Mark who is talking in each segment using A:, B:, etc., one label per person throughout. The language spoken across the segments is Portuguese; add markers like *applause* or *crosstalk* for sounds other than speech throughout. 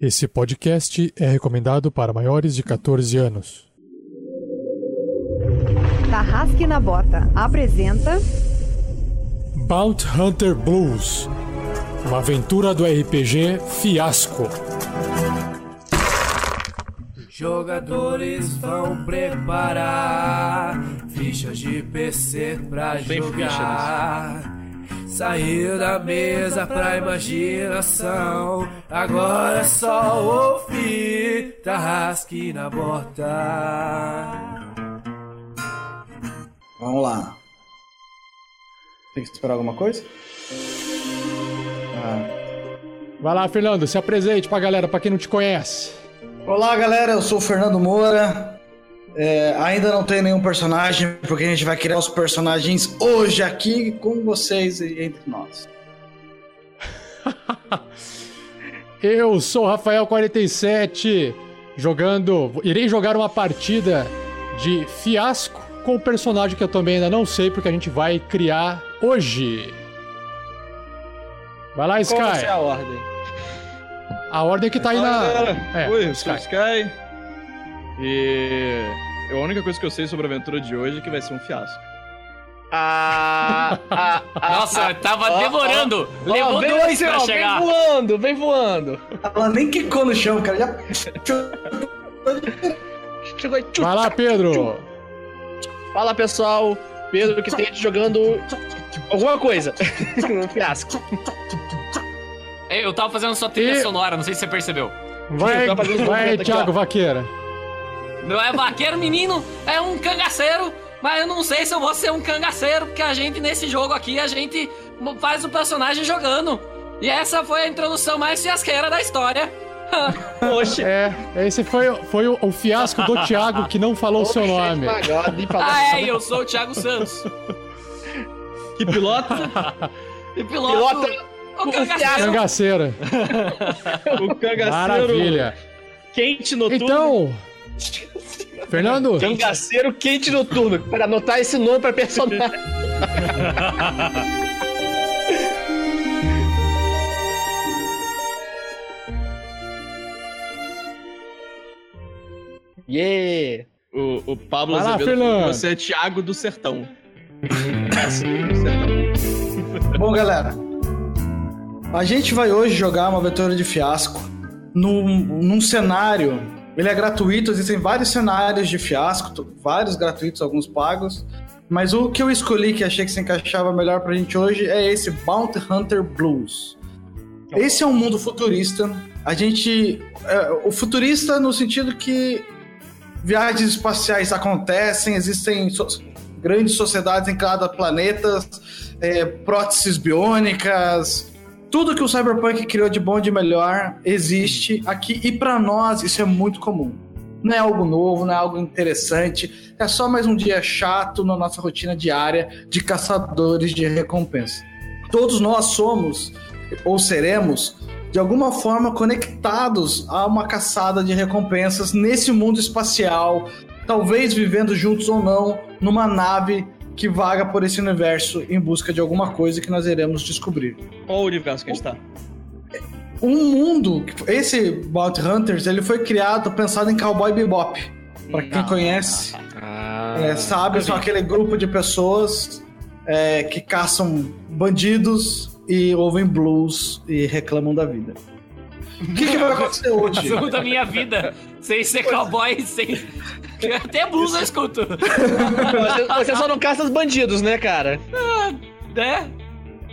A: Esse podcast é recomendado para maiores de 14 anos.
B: Tarrasque na Bota apresenta
A: Bounty Hunter Blues Uma aventura do RPG Fiasco.
C: Jogadores vão preparar fichas de PC pra
D: Tem ficha
C: jogar. Sair da mesa pra imaginação. Agora é só ouvir Tarrasque na bota.
E: Vamos lá. Tem que esperar alguma coisa? Ah.
A: Vai lá, Fernando, se apresente pra galera, pra quem não te conhece.
E: Olá, galera. Eu sou o Fernando Moura. É, ainda não tenho nenhum personagem, porque a gente vai criar os personagens hoje aqui com vocês e entre nós.
A: Eu sou Rafael47, jogando. Irei jogar uma partida de fiasco com o personagem que eu também ainda não sei, porque a gente vai criar hoje. Vai lá, Sky.
D: Qual vai ser é a ordem?
A: A ordem que tá aí
D: Fala,
A: na.
D: galera.
A: É,
D: Oi, eu
A: Sky.
D: sou o Sky. E eu- a única coisa que eu sei sobre a aventura de hoje é que vai ser um fiasco.
F: Ah, ah, ah,
G: Nossa, tava
F: ó,
G: demorando. Levou
D: vem
G: dois
D: assim,
G: pra
D: ó,
G: chegar.
D: Vem voando, vem voando.
E: Ela nem quicou no chão, cara. Já. *laughs*
D: Chegou aí, tchum.
A: Vai lá, Pedro.
D: Fala pessoal, Pedro que tem gente jogando alguma coisa. *laughs* um fiasco.
G: É, Eu tava fazendo só trilha
A: E-
G: sonora, não sei se você percebeu.
A: Vai,
D: Tá fazendo os
A: vai
D: movimentos aqui,
A: Thiago
D: ó.
A: Vaqueira.
G: Não é vaqueiro, menino, é um cangaceiro. Mas eu não sei se eu vou ser um cangaceiro, porque a gente, nesse jogo aqui, a gente faz o personagem jogando. E essa foi a introdução mais fiasqueira da história.
D: Oxe.
A: É, esse foi, foi o, o fiasco do Thiago que não falou o seu nome.
G: Ah, é, e eu sou o Thiago Santos.
D: Que pilota
G: E piloto.
D: Pilota
G: o
D: o
G: cangaceiro.
A: Cangaceira.
D: o cangaceiro
A: Maravilha.
D: quente noturno.
A: Então. Fernando,
D: Cangaceiro quente noturno. Para anotar esse nome pra
F: *laughs*
D: personagem. yeah! O, o Pablo
A: Vai lá,
D: Azevedo
A: Fernando.
D: falou que você é Thiago do Sertão. Cangaceiro do Sertão.
E: Bom, galera, a gente vai hoje jogar uma aventura de fiasco num, num cenário. Ele é gratuito, existem vários cenários de fiasco, t- vários gratuitos, alguns pagos. Mas o que eu escolhi que achei que se encaixava melhor pra gente hoje é esse Bounty Hunter Blues. Esse é um mundo futurista. A gente. é, o futurista no sentido que viagens espaciais acontecem, existem so- grandes sociedades em cada planeta, é, próteses biônicas, tudo que o Cyberpunk criou de bom e de melhor existe aqui e pra nós isso é muito comum. Não é algo novo, não é algo interessante, é só mais um dia chato na nossa rotina diária de caçadores de recompensa. Todos nós somos ou seremos de alguma forma conectados a uma caçada de recompensas nesse mundo espacial, talvez vivendo juntos ou não numa nave que vaga por esse universo em busca de alguma coisa que nós iremos descobrir.
D: Qual o universo que a gente tá?
E: Um mundo, esse Bounty Hunters, ele foi criado pensado em Cowboy Bebop. Pra quem conhece, é, sabe, são aquele grupo de pessoas é, que caçam bandidos e ouvem blues e reclamam da vida. O que, que vai acontecer
G: *laughs*
E: hoje?
G: Assunto da minha vida, sem ser cowboy, sem. *laughs* Até blusa eu escuto.
H: Você, você só não caça os bandidos, né, cara?
G: Né?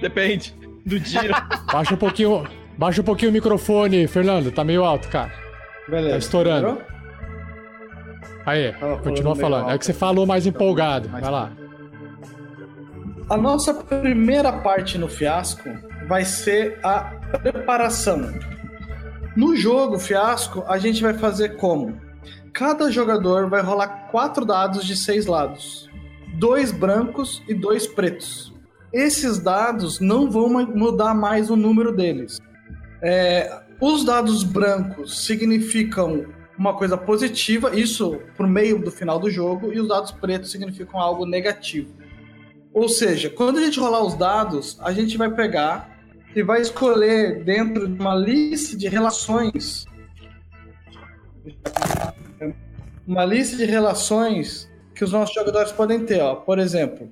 D: Depende do *laughs* dia.
A: baixa um pouquinho. Baixa um pouquinho o microfone, Fernando. Tá meio alto, cara.
E: Beleza.
A: Tá estourando.
E: É, Entrou?
A: Aí,
E: Tava
A: continua
E: falando meio
A: falando. É
E: alto. Tá,
A: que você falou mais empolgado. Vai lá.
E: A nossa primeira parte no fiasco vai ser a preparação. No jogo fiasco, a gente vai fazer como? Cada jogador vai rolar quatro dados de seis lados, dois brancos e dois pretos. Esses dados não vão ma- mudar mais o número deles. É, os dados brancos significam uma coisa positiva, isso por meio do final do jogo, e os dados pretos significam algo negativo. Ou seja, quando a gente rolar os dados, a gente vai pegar e vai escolher dentro de uma lista de relações Uma lista de relações que os nossos jogadores podem ter, ó. Por exemplo,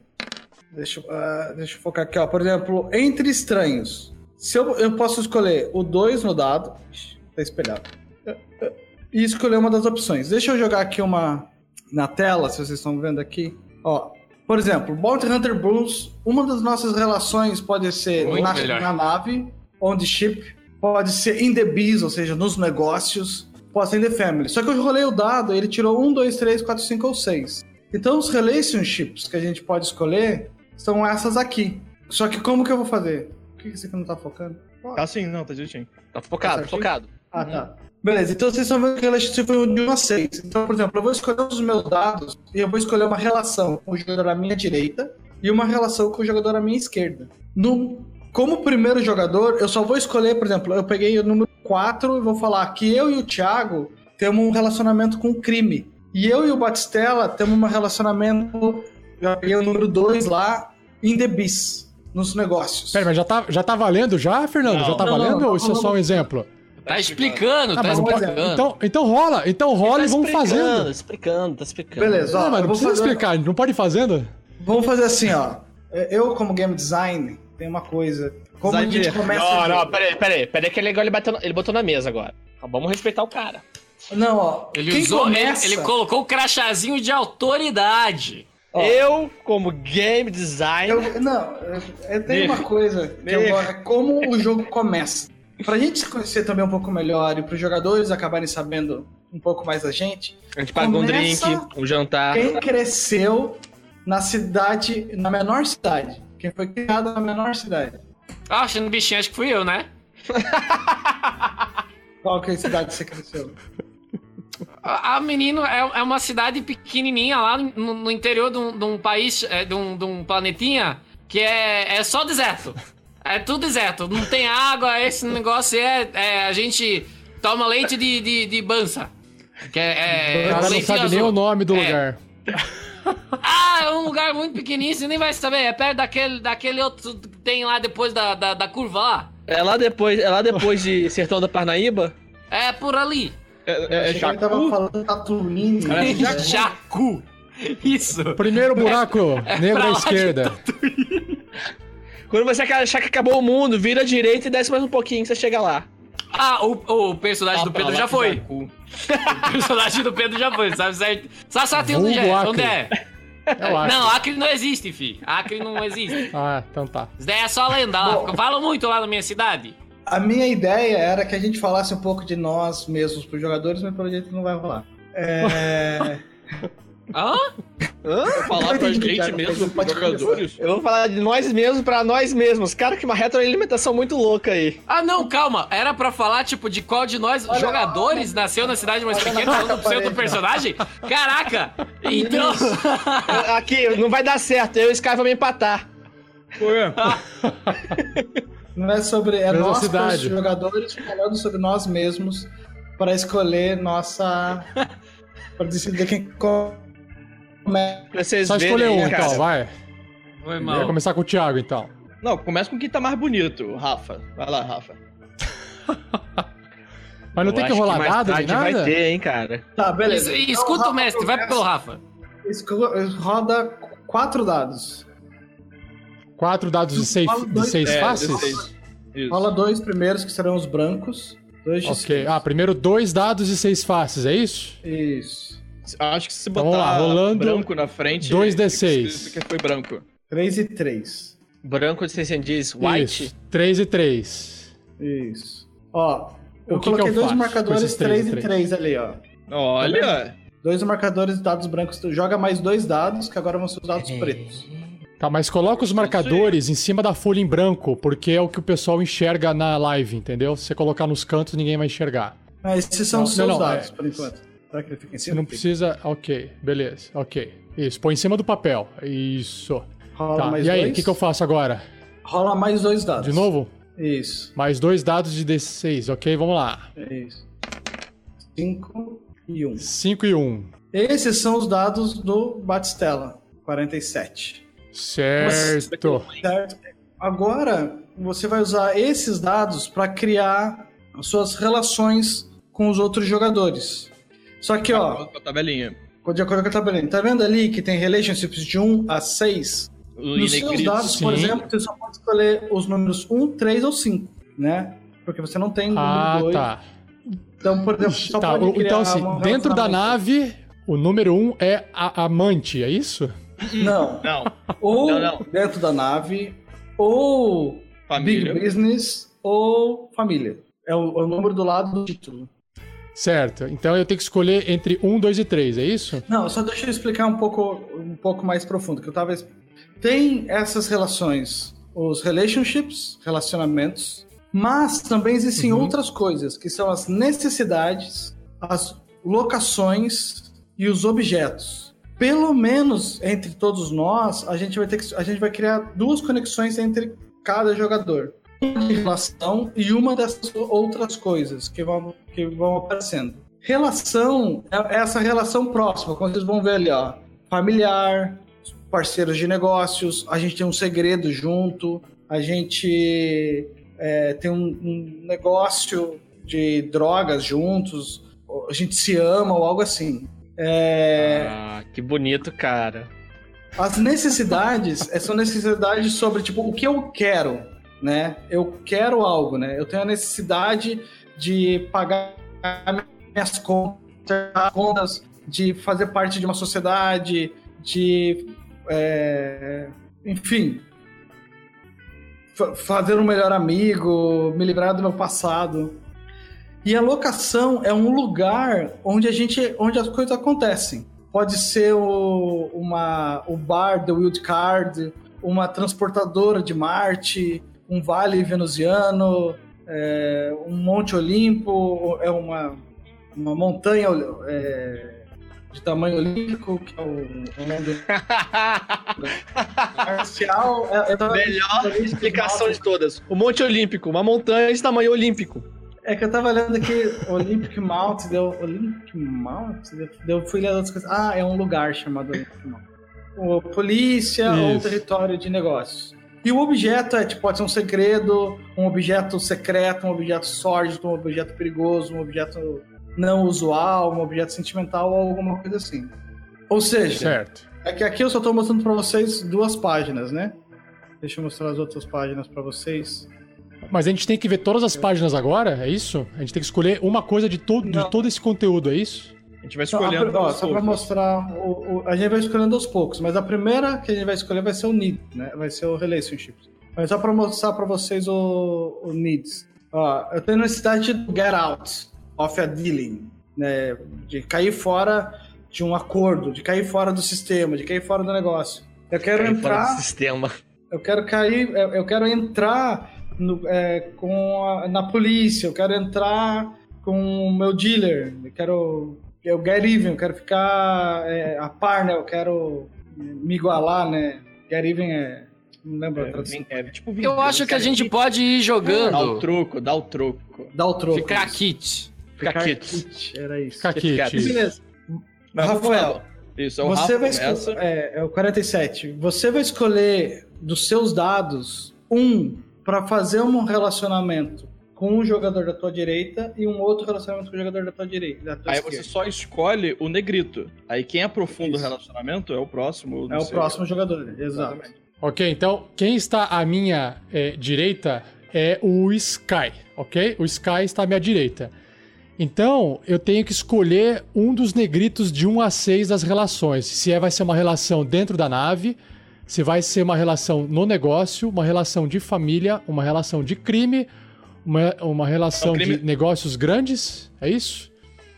E: deixa, eu- ah, deixa eu focar aqui, ó. Por exemplo, entre estranhos. Se eu, eu posso escolher o 2 no dado. Ixi, Tá espelhado. Eh, eh, E escolher uma das opções. Deixa eu jogar aqui uma na tela, se vocês estão vendo aqui. Ó, por exemplo, Bounty Hunter Blues, uma das nossas relações pode ser
I: Muito
E: na,
I: melhor.
E: na nave, on the ship, pode ser in the biz, ou seja, nos negócios, pode ser in the family. Só que eu rolei o dado, ele tirou um, dois, três, quatro, cinco ou seis. Então os relationships que a gente pode escolher são essas aqui. Só que como que eu vou fazer? Por que que esse aqui não tá focando?
D: Tá sim, não, tá direitinho.
F: Tá focado, focado.
E: Ah, tá. Beleza, então vocês estão vendo que o relationship é de 1 a 6. Então, por exemplo, eu vou escolher os meus dados e eu vou escolher uma relação com o jogador à minha direita e uma relação com o jogador à minha esquerda. No, como primeiro jogador, eu só vou escolher, por exemplo, eu peguei o número 4 e vou falar que eu e o Thiago temos um relacionamento com o crime. E eu e o Batistella temos um relacionamento. Eu peguei o número 2 lá, in the biz, nos negócios.
A: Pera, mas já tá, já tá valendo já, Fernando? já tá
E: Não, não,
A: valendo
E: não,
A: ou isso é
E: não,
A: só um
E: não.
A: exemplo?
G: Tá explicando,
A: Ah,
G: tá
A: mas não pode-
G: explicando.
A: então, então rola, então rola e vamos fazendo.
F: Explicando, tá explicando.
E: Beleza, ó.
A: Não, mas
E: eu
A: não
E: vou
A: precisa
E: fazer-
A: explicar, não pode ir fazendo?
E: Vamos fazer assim, ó. Eu, como game design, tem uma coisa. Como a gente
D: Designer.
E: começa.
F: Não,
E: o
F: não,
E: jogo-
F: peraí, peraí. Peraí que é legal ele, bateu na- ele botou na mesa agora. Tá, vamos respeitar o cara.
E: Não, ó.
G: Ele
E: quem
G: usou, ele-
E: começa.
G: ele, colocou o crachazinho de autoridade.
E: Ó.
D: Eu, como game designer.
E: Eu- não, é- é- tem uma coisa que eu
D: Nego.
E: gosto, é como o jogo começa. Pra gente se conhecer também um pouco melhor e pros jogadores acabarem sabendo um pouco mais da gente,
D: A gente pagou um drink,
E: Começa-
D: um jantar.
E: quem cresceu na cidade, na menor cidade. Quem foi criado na menor cidade.
G: Ah, achando bichinho, acho que fui eu, né?
E: Qual que é a cidade que você cresceu?
G: A, a menino é, é uma cidade pequenininha lá no, no interior de um, de um país, é, de, um, de um planetinha, que é, é só deserto. É tudo deserto. Não tem água, esse negócio é. é, a gente toma leite de, de, de bança. Que é,
A: o
G: é
A: cara não
G: leite
A: sabe nem
G: azul.
A: o nome do
G: É.
A: lugar.
G: Ah, é um lugar muito pequenininho, você nem vai saber. É perto daquele, daquele outro que tem lá depois da, da, da curva lá.
D: É lá depois, é lá depois de Sertão da Parnaíba?
G: É por ali.
D: É, é,
E: Eu achei que ele tava falando Tatooine.
G: Jacu. Isso.
A: Primeiro buraco, negro
G: *laughs* pra
A: à
G: lá de
A: esquerda.
D: Quando você achar que acabou o mundo, vira à direita e desce mais um pouquinho que você chega lá.
G: Ah, o, o personagem do
D: Tá pra
G: Pedro
D: lá
G: já
D: de
G: foi.
D: Jacu.
G: *laughs* O personagem do Pedro já foi, sabe certo? Só só tem
A: Vulgo
G: onde é.
A: Acre.
G: Onde é?
A: Eu acho.
G: Não, Acre não existe, fi. Acre não existe.
A: Ah, então tá.
G: Isso daí é só lenda lá. Falam muito lá na minha cidade.
E: A minha ideia era que a gente falasse um pouco de nós mesmos pros jogadores, mas pelo jeito não vai rolar.
A: *laughs*
E: É...
G: Hã?
D: Falar pra gente
E: Cara,
D: mesmo,
E: pode
D: pros jogadores.
F: Eu vou falar de nós mesmos pra nós mesmos. Cara, que uma retroalimentação muito
D: *laughs*
F: louca aí.
G: Ah, não, calma. Era pra falar, tipo, de qual de nós
E: Olha-
G: jogadores nasceu na cidade mais
E: olha
G: pequena,
E: na
G: falando pro seu
E: parede.
G: do personagem? Caraca! Então.
F: Aqui, não vai dar certo. Eu e o Sky vamos empatar.
E: Não é sobre. É
A: Mesma
E: nós
A: cidade.
E: os jogadores falando sobre nós mesmos pra escolher nossa.
A: *laughs*
E: pra decidir quem começa.
D: Pra vocês
A: Só escolher
D: verem,
A: um
D: né, cara?
A: então, vai.
G: Foi
A: Vai
G: mal.
A: começar com o Thiago então.
D: Não, começa com quem tá mais bonito, Rafa. Vai lá, Rafa.
A: Mas não tem que rolar dado nem nada?
D: vai ter, hein, cara.
E: Tá, beleza.
G: Es-
E: Então,
G: Escuta
E: Rafa
G: o mestre, vai pelo Rafa.
E: esco- Roda quatro dados.
A: Quatro dados de seis,
E: Fala
A: de
E: dois-
A: seis
D: É,
A: faces?
D: dezesseis. Isso.
E: Rola dois primeiros, que serão os brancos. Dois de
A: Ok. Ah, primeiro dois dados de seis faces, é isso?
E: Isso.
D: Acho que se
A: Então,
D: botar
A: vamos lá, rolando.
D: branco na frente...
A: Dois
D: fica
A: D6.
D: escrito Que foi branco.
E: Três e três.
F: Branco de Cecen diz white.
A: Isso. Três e três.
E: Isso. Ó, eu
A: O que que
E: coloquei
A: eu
E: dois
A: faço com
E: marcadores
A: esses três
E: 3
A: e
E: e 3 ali, ó.
D: Olha!
E: Dois marcadores de dados brancos. Tu joga mais dois dados, que agora vão ser os dados
A: É.
E: pretos.
A: Tá, mas coloca os marcadores em cima da folha em branco, porque é o que o pessoal enxerga na live, entendeu? Se você colocar nos cantos, ninguém vai enxergar.
E: Mas esses são
A: Não,
E: os seus
A: não, não,
E: dados,
A: é.
E: por enquanto. Será que ele fica em
A: Você
E: cima?
A: não precisa. Ok, beleza, ok. Isso, põe em cima do papel. Isso.
E: Rola
A: Tá,
E: mais
A: e aí, o
E: dois.
A: que, que eu faço agora?
E: Rola mais dois dados.
A: De novo?
E: Isso,
A: Mais dois dados de D6, ok? Vamos lá.
E: é isso. Cinco e um.
A: 5 e 1. Um.
E: Esses são os dados do Batistella. 47.
A: Certo.
E: Certo? Agora, você vai usar esses dados para criar as suas relações com os outros jogadores. Só que, ó,
F: Com a tabelinha.
E: de acordo com a tabelinha, tá vendo ali que tem relationships de 1 a 6? Nos seus
F: Inegrido.
E: dados, por
A: Sim.
E: exemplo, você só pode escolher os números 1, 3 ou 5, né? Porque você não tem número
A: Ah,
E: 2.
A: tá.
E: Então, por exemplo, só
A: Tá,
E: pode
A: o-
E: criar
A: então, assim,
E: uma
A: dentro da
E: relacionamento.
A: nave, o número um é a amante, é isso?
E: Não.
F: Não,
E: Ou
F: Não, não.
E: dentro da nave, ou
F: família.
E: Big Business, ou família. É o, é o número do lado do título.
A: Certo. Então eu tenho que escolher entre um, dois e três, é isso?
E: Não, só deixa eu explicar um pouco, um pouco mais profundo, que eu tava... es- Tem essas relações, os relationships, relacionamentos, mas também existem outras coisas, que são as necessidades, as locações e os objetos. Pelo menos entre todos nós, a gente vai ter que, a gente vai criar duas conexões entre cada jogador. Uma de relação e uma dessas outras coisas que vão, que vão aparecendo. Relação é essa relação próxima, como vocês vão ver ali, ó. Familiar, parceiros de negócios, a gente tem um segredo junto, a gente é, tem um, um negócio de drogas juntos, ou a gente se ama ou algo assim. É,
D: Ah, que bonito, cara.
E: as necessidades *laughs* é, são necessidades sobre, tipo, o que eu quero, né? Eu quero algo, né? Eu tenho a necessidade de pagar minhas contas, contas, de fazer parte de uma sociedade, de... é, enfim... fa- Fazer um melhor amigo, me livrar do meu passado. E a locação é um lugar onde a gente, onde as coisas acontecem pode ser o, uma, o bar da Wild Card, uma transportadora de Marte, um vale venusiano, é, um monte olimpo, é uma, uma montanha é, de tamanho olímpico, que é o, o nome
D: *laughs*
E: do- marcial. É, é,
D: Melhor explicação de todas. O Monte Olímpico, uma montanha de tamanho olímpico.
E: É que eu tava lendo aqui Olympic Mount, deu. Olympic Mount? Deu, deu- fui ler outras coisas. Ah, é um lugar chamado Olympic Mount. Ou polícia ou
A: Isso.
E: território de negócios. E o objeto é, tipo, pode ser um segredo, um objeto secreto, um objeto sórdido, um objeto perigoso, um objeto não usual, um objeto sentimental ou alguma coisa assim. Ou seja,
A: Certo.
E: é que aqui eu só tô mostrando pra vocês duas páginas, né? Deixa eu mostrar as outras páginas pra vocês.
A: Mas a gente tem que ver todas as páginas agora, é isso? A gente tem que escolher uma coisa de, todo de
E: Não.
A: todo esse conteúdo, é isso?
F: A gente vai
E: Então, a
F: escolhendo.
E: pri- ó,
F: os
E: só pra
F: outros.
E: mostrar, o- o- a gente vai escolhendo aos poucos, mas a primeira que a gente vai escolher vai ser o Need, né? Vai ser o Relationship. Mas só pra mostrar pra vocês o, o Needs. Ó, eu tenho necessidade de get out of a dealing, né? De cair fora de um acordo, de cair fora do sistema, de cair fora do negócio. Eu quero
D: Aí fora
E: entrar
D: do sistema.
E: eu quero cair, eu eu quero entrar no- é, com a- na polícia, eu quero entrar com o meu dealer, eu quero é eu get even, eu quero ficar é, a par, né? Eu quero me igualar, né? Get even é. Não lembro a tradução.
F: É, é tipo
G: Eu acho que a gente pode ir
F: Dá o
G: jogando.
F: troco, dá o troco.
E: Dá o troco.
G: Ficar
E: isso.
G: kit.
F: Fica quieto.
E: kit, Era isso.
A: Fica aqui,
F: Fica-
A: Tio.
E: Beleza. Rafael,
F: Isso, é o
E: você
F: Rafa
E: vai
F: começa.
E: escolher. É, é o 47. Você vai escolher dos seus dados um para fazer um relacionamento com um jogador da tua direita e um outro relacionamento com o jogador da tua direita. da tua
F: Aí você
E: esquerda.
F: só escolhe o negrito. Aí quem aprofunda o
E: Isso.
F: relacionamento é o próximo. não
E: É o
F: sei.
E: próximo jogador, exato.
F: Exatamente.
A: Ok, então quem está à minha eh, direita é o Sky, ok? O Sky está à minha direita. Então eu tenho que escolher um dos negritos de 1 a 6 das relações. Se é, vai ser uma relação dentro da nave, se vai ser uma relação no negócio, uma relação de família, uma relação de crime, uma, uma relação
F: É um crime-
A: de negócios grandes, é isso?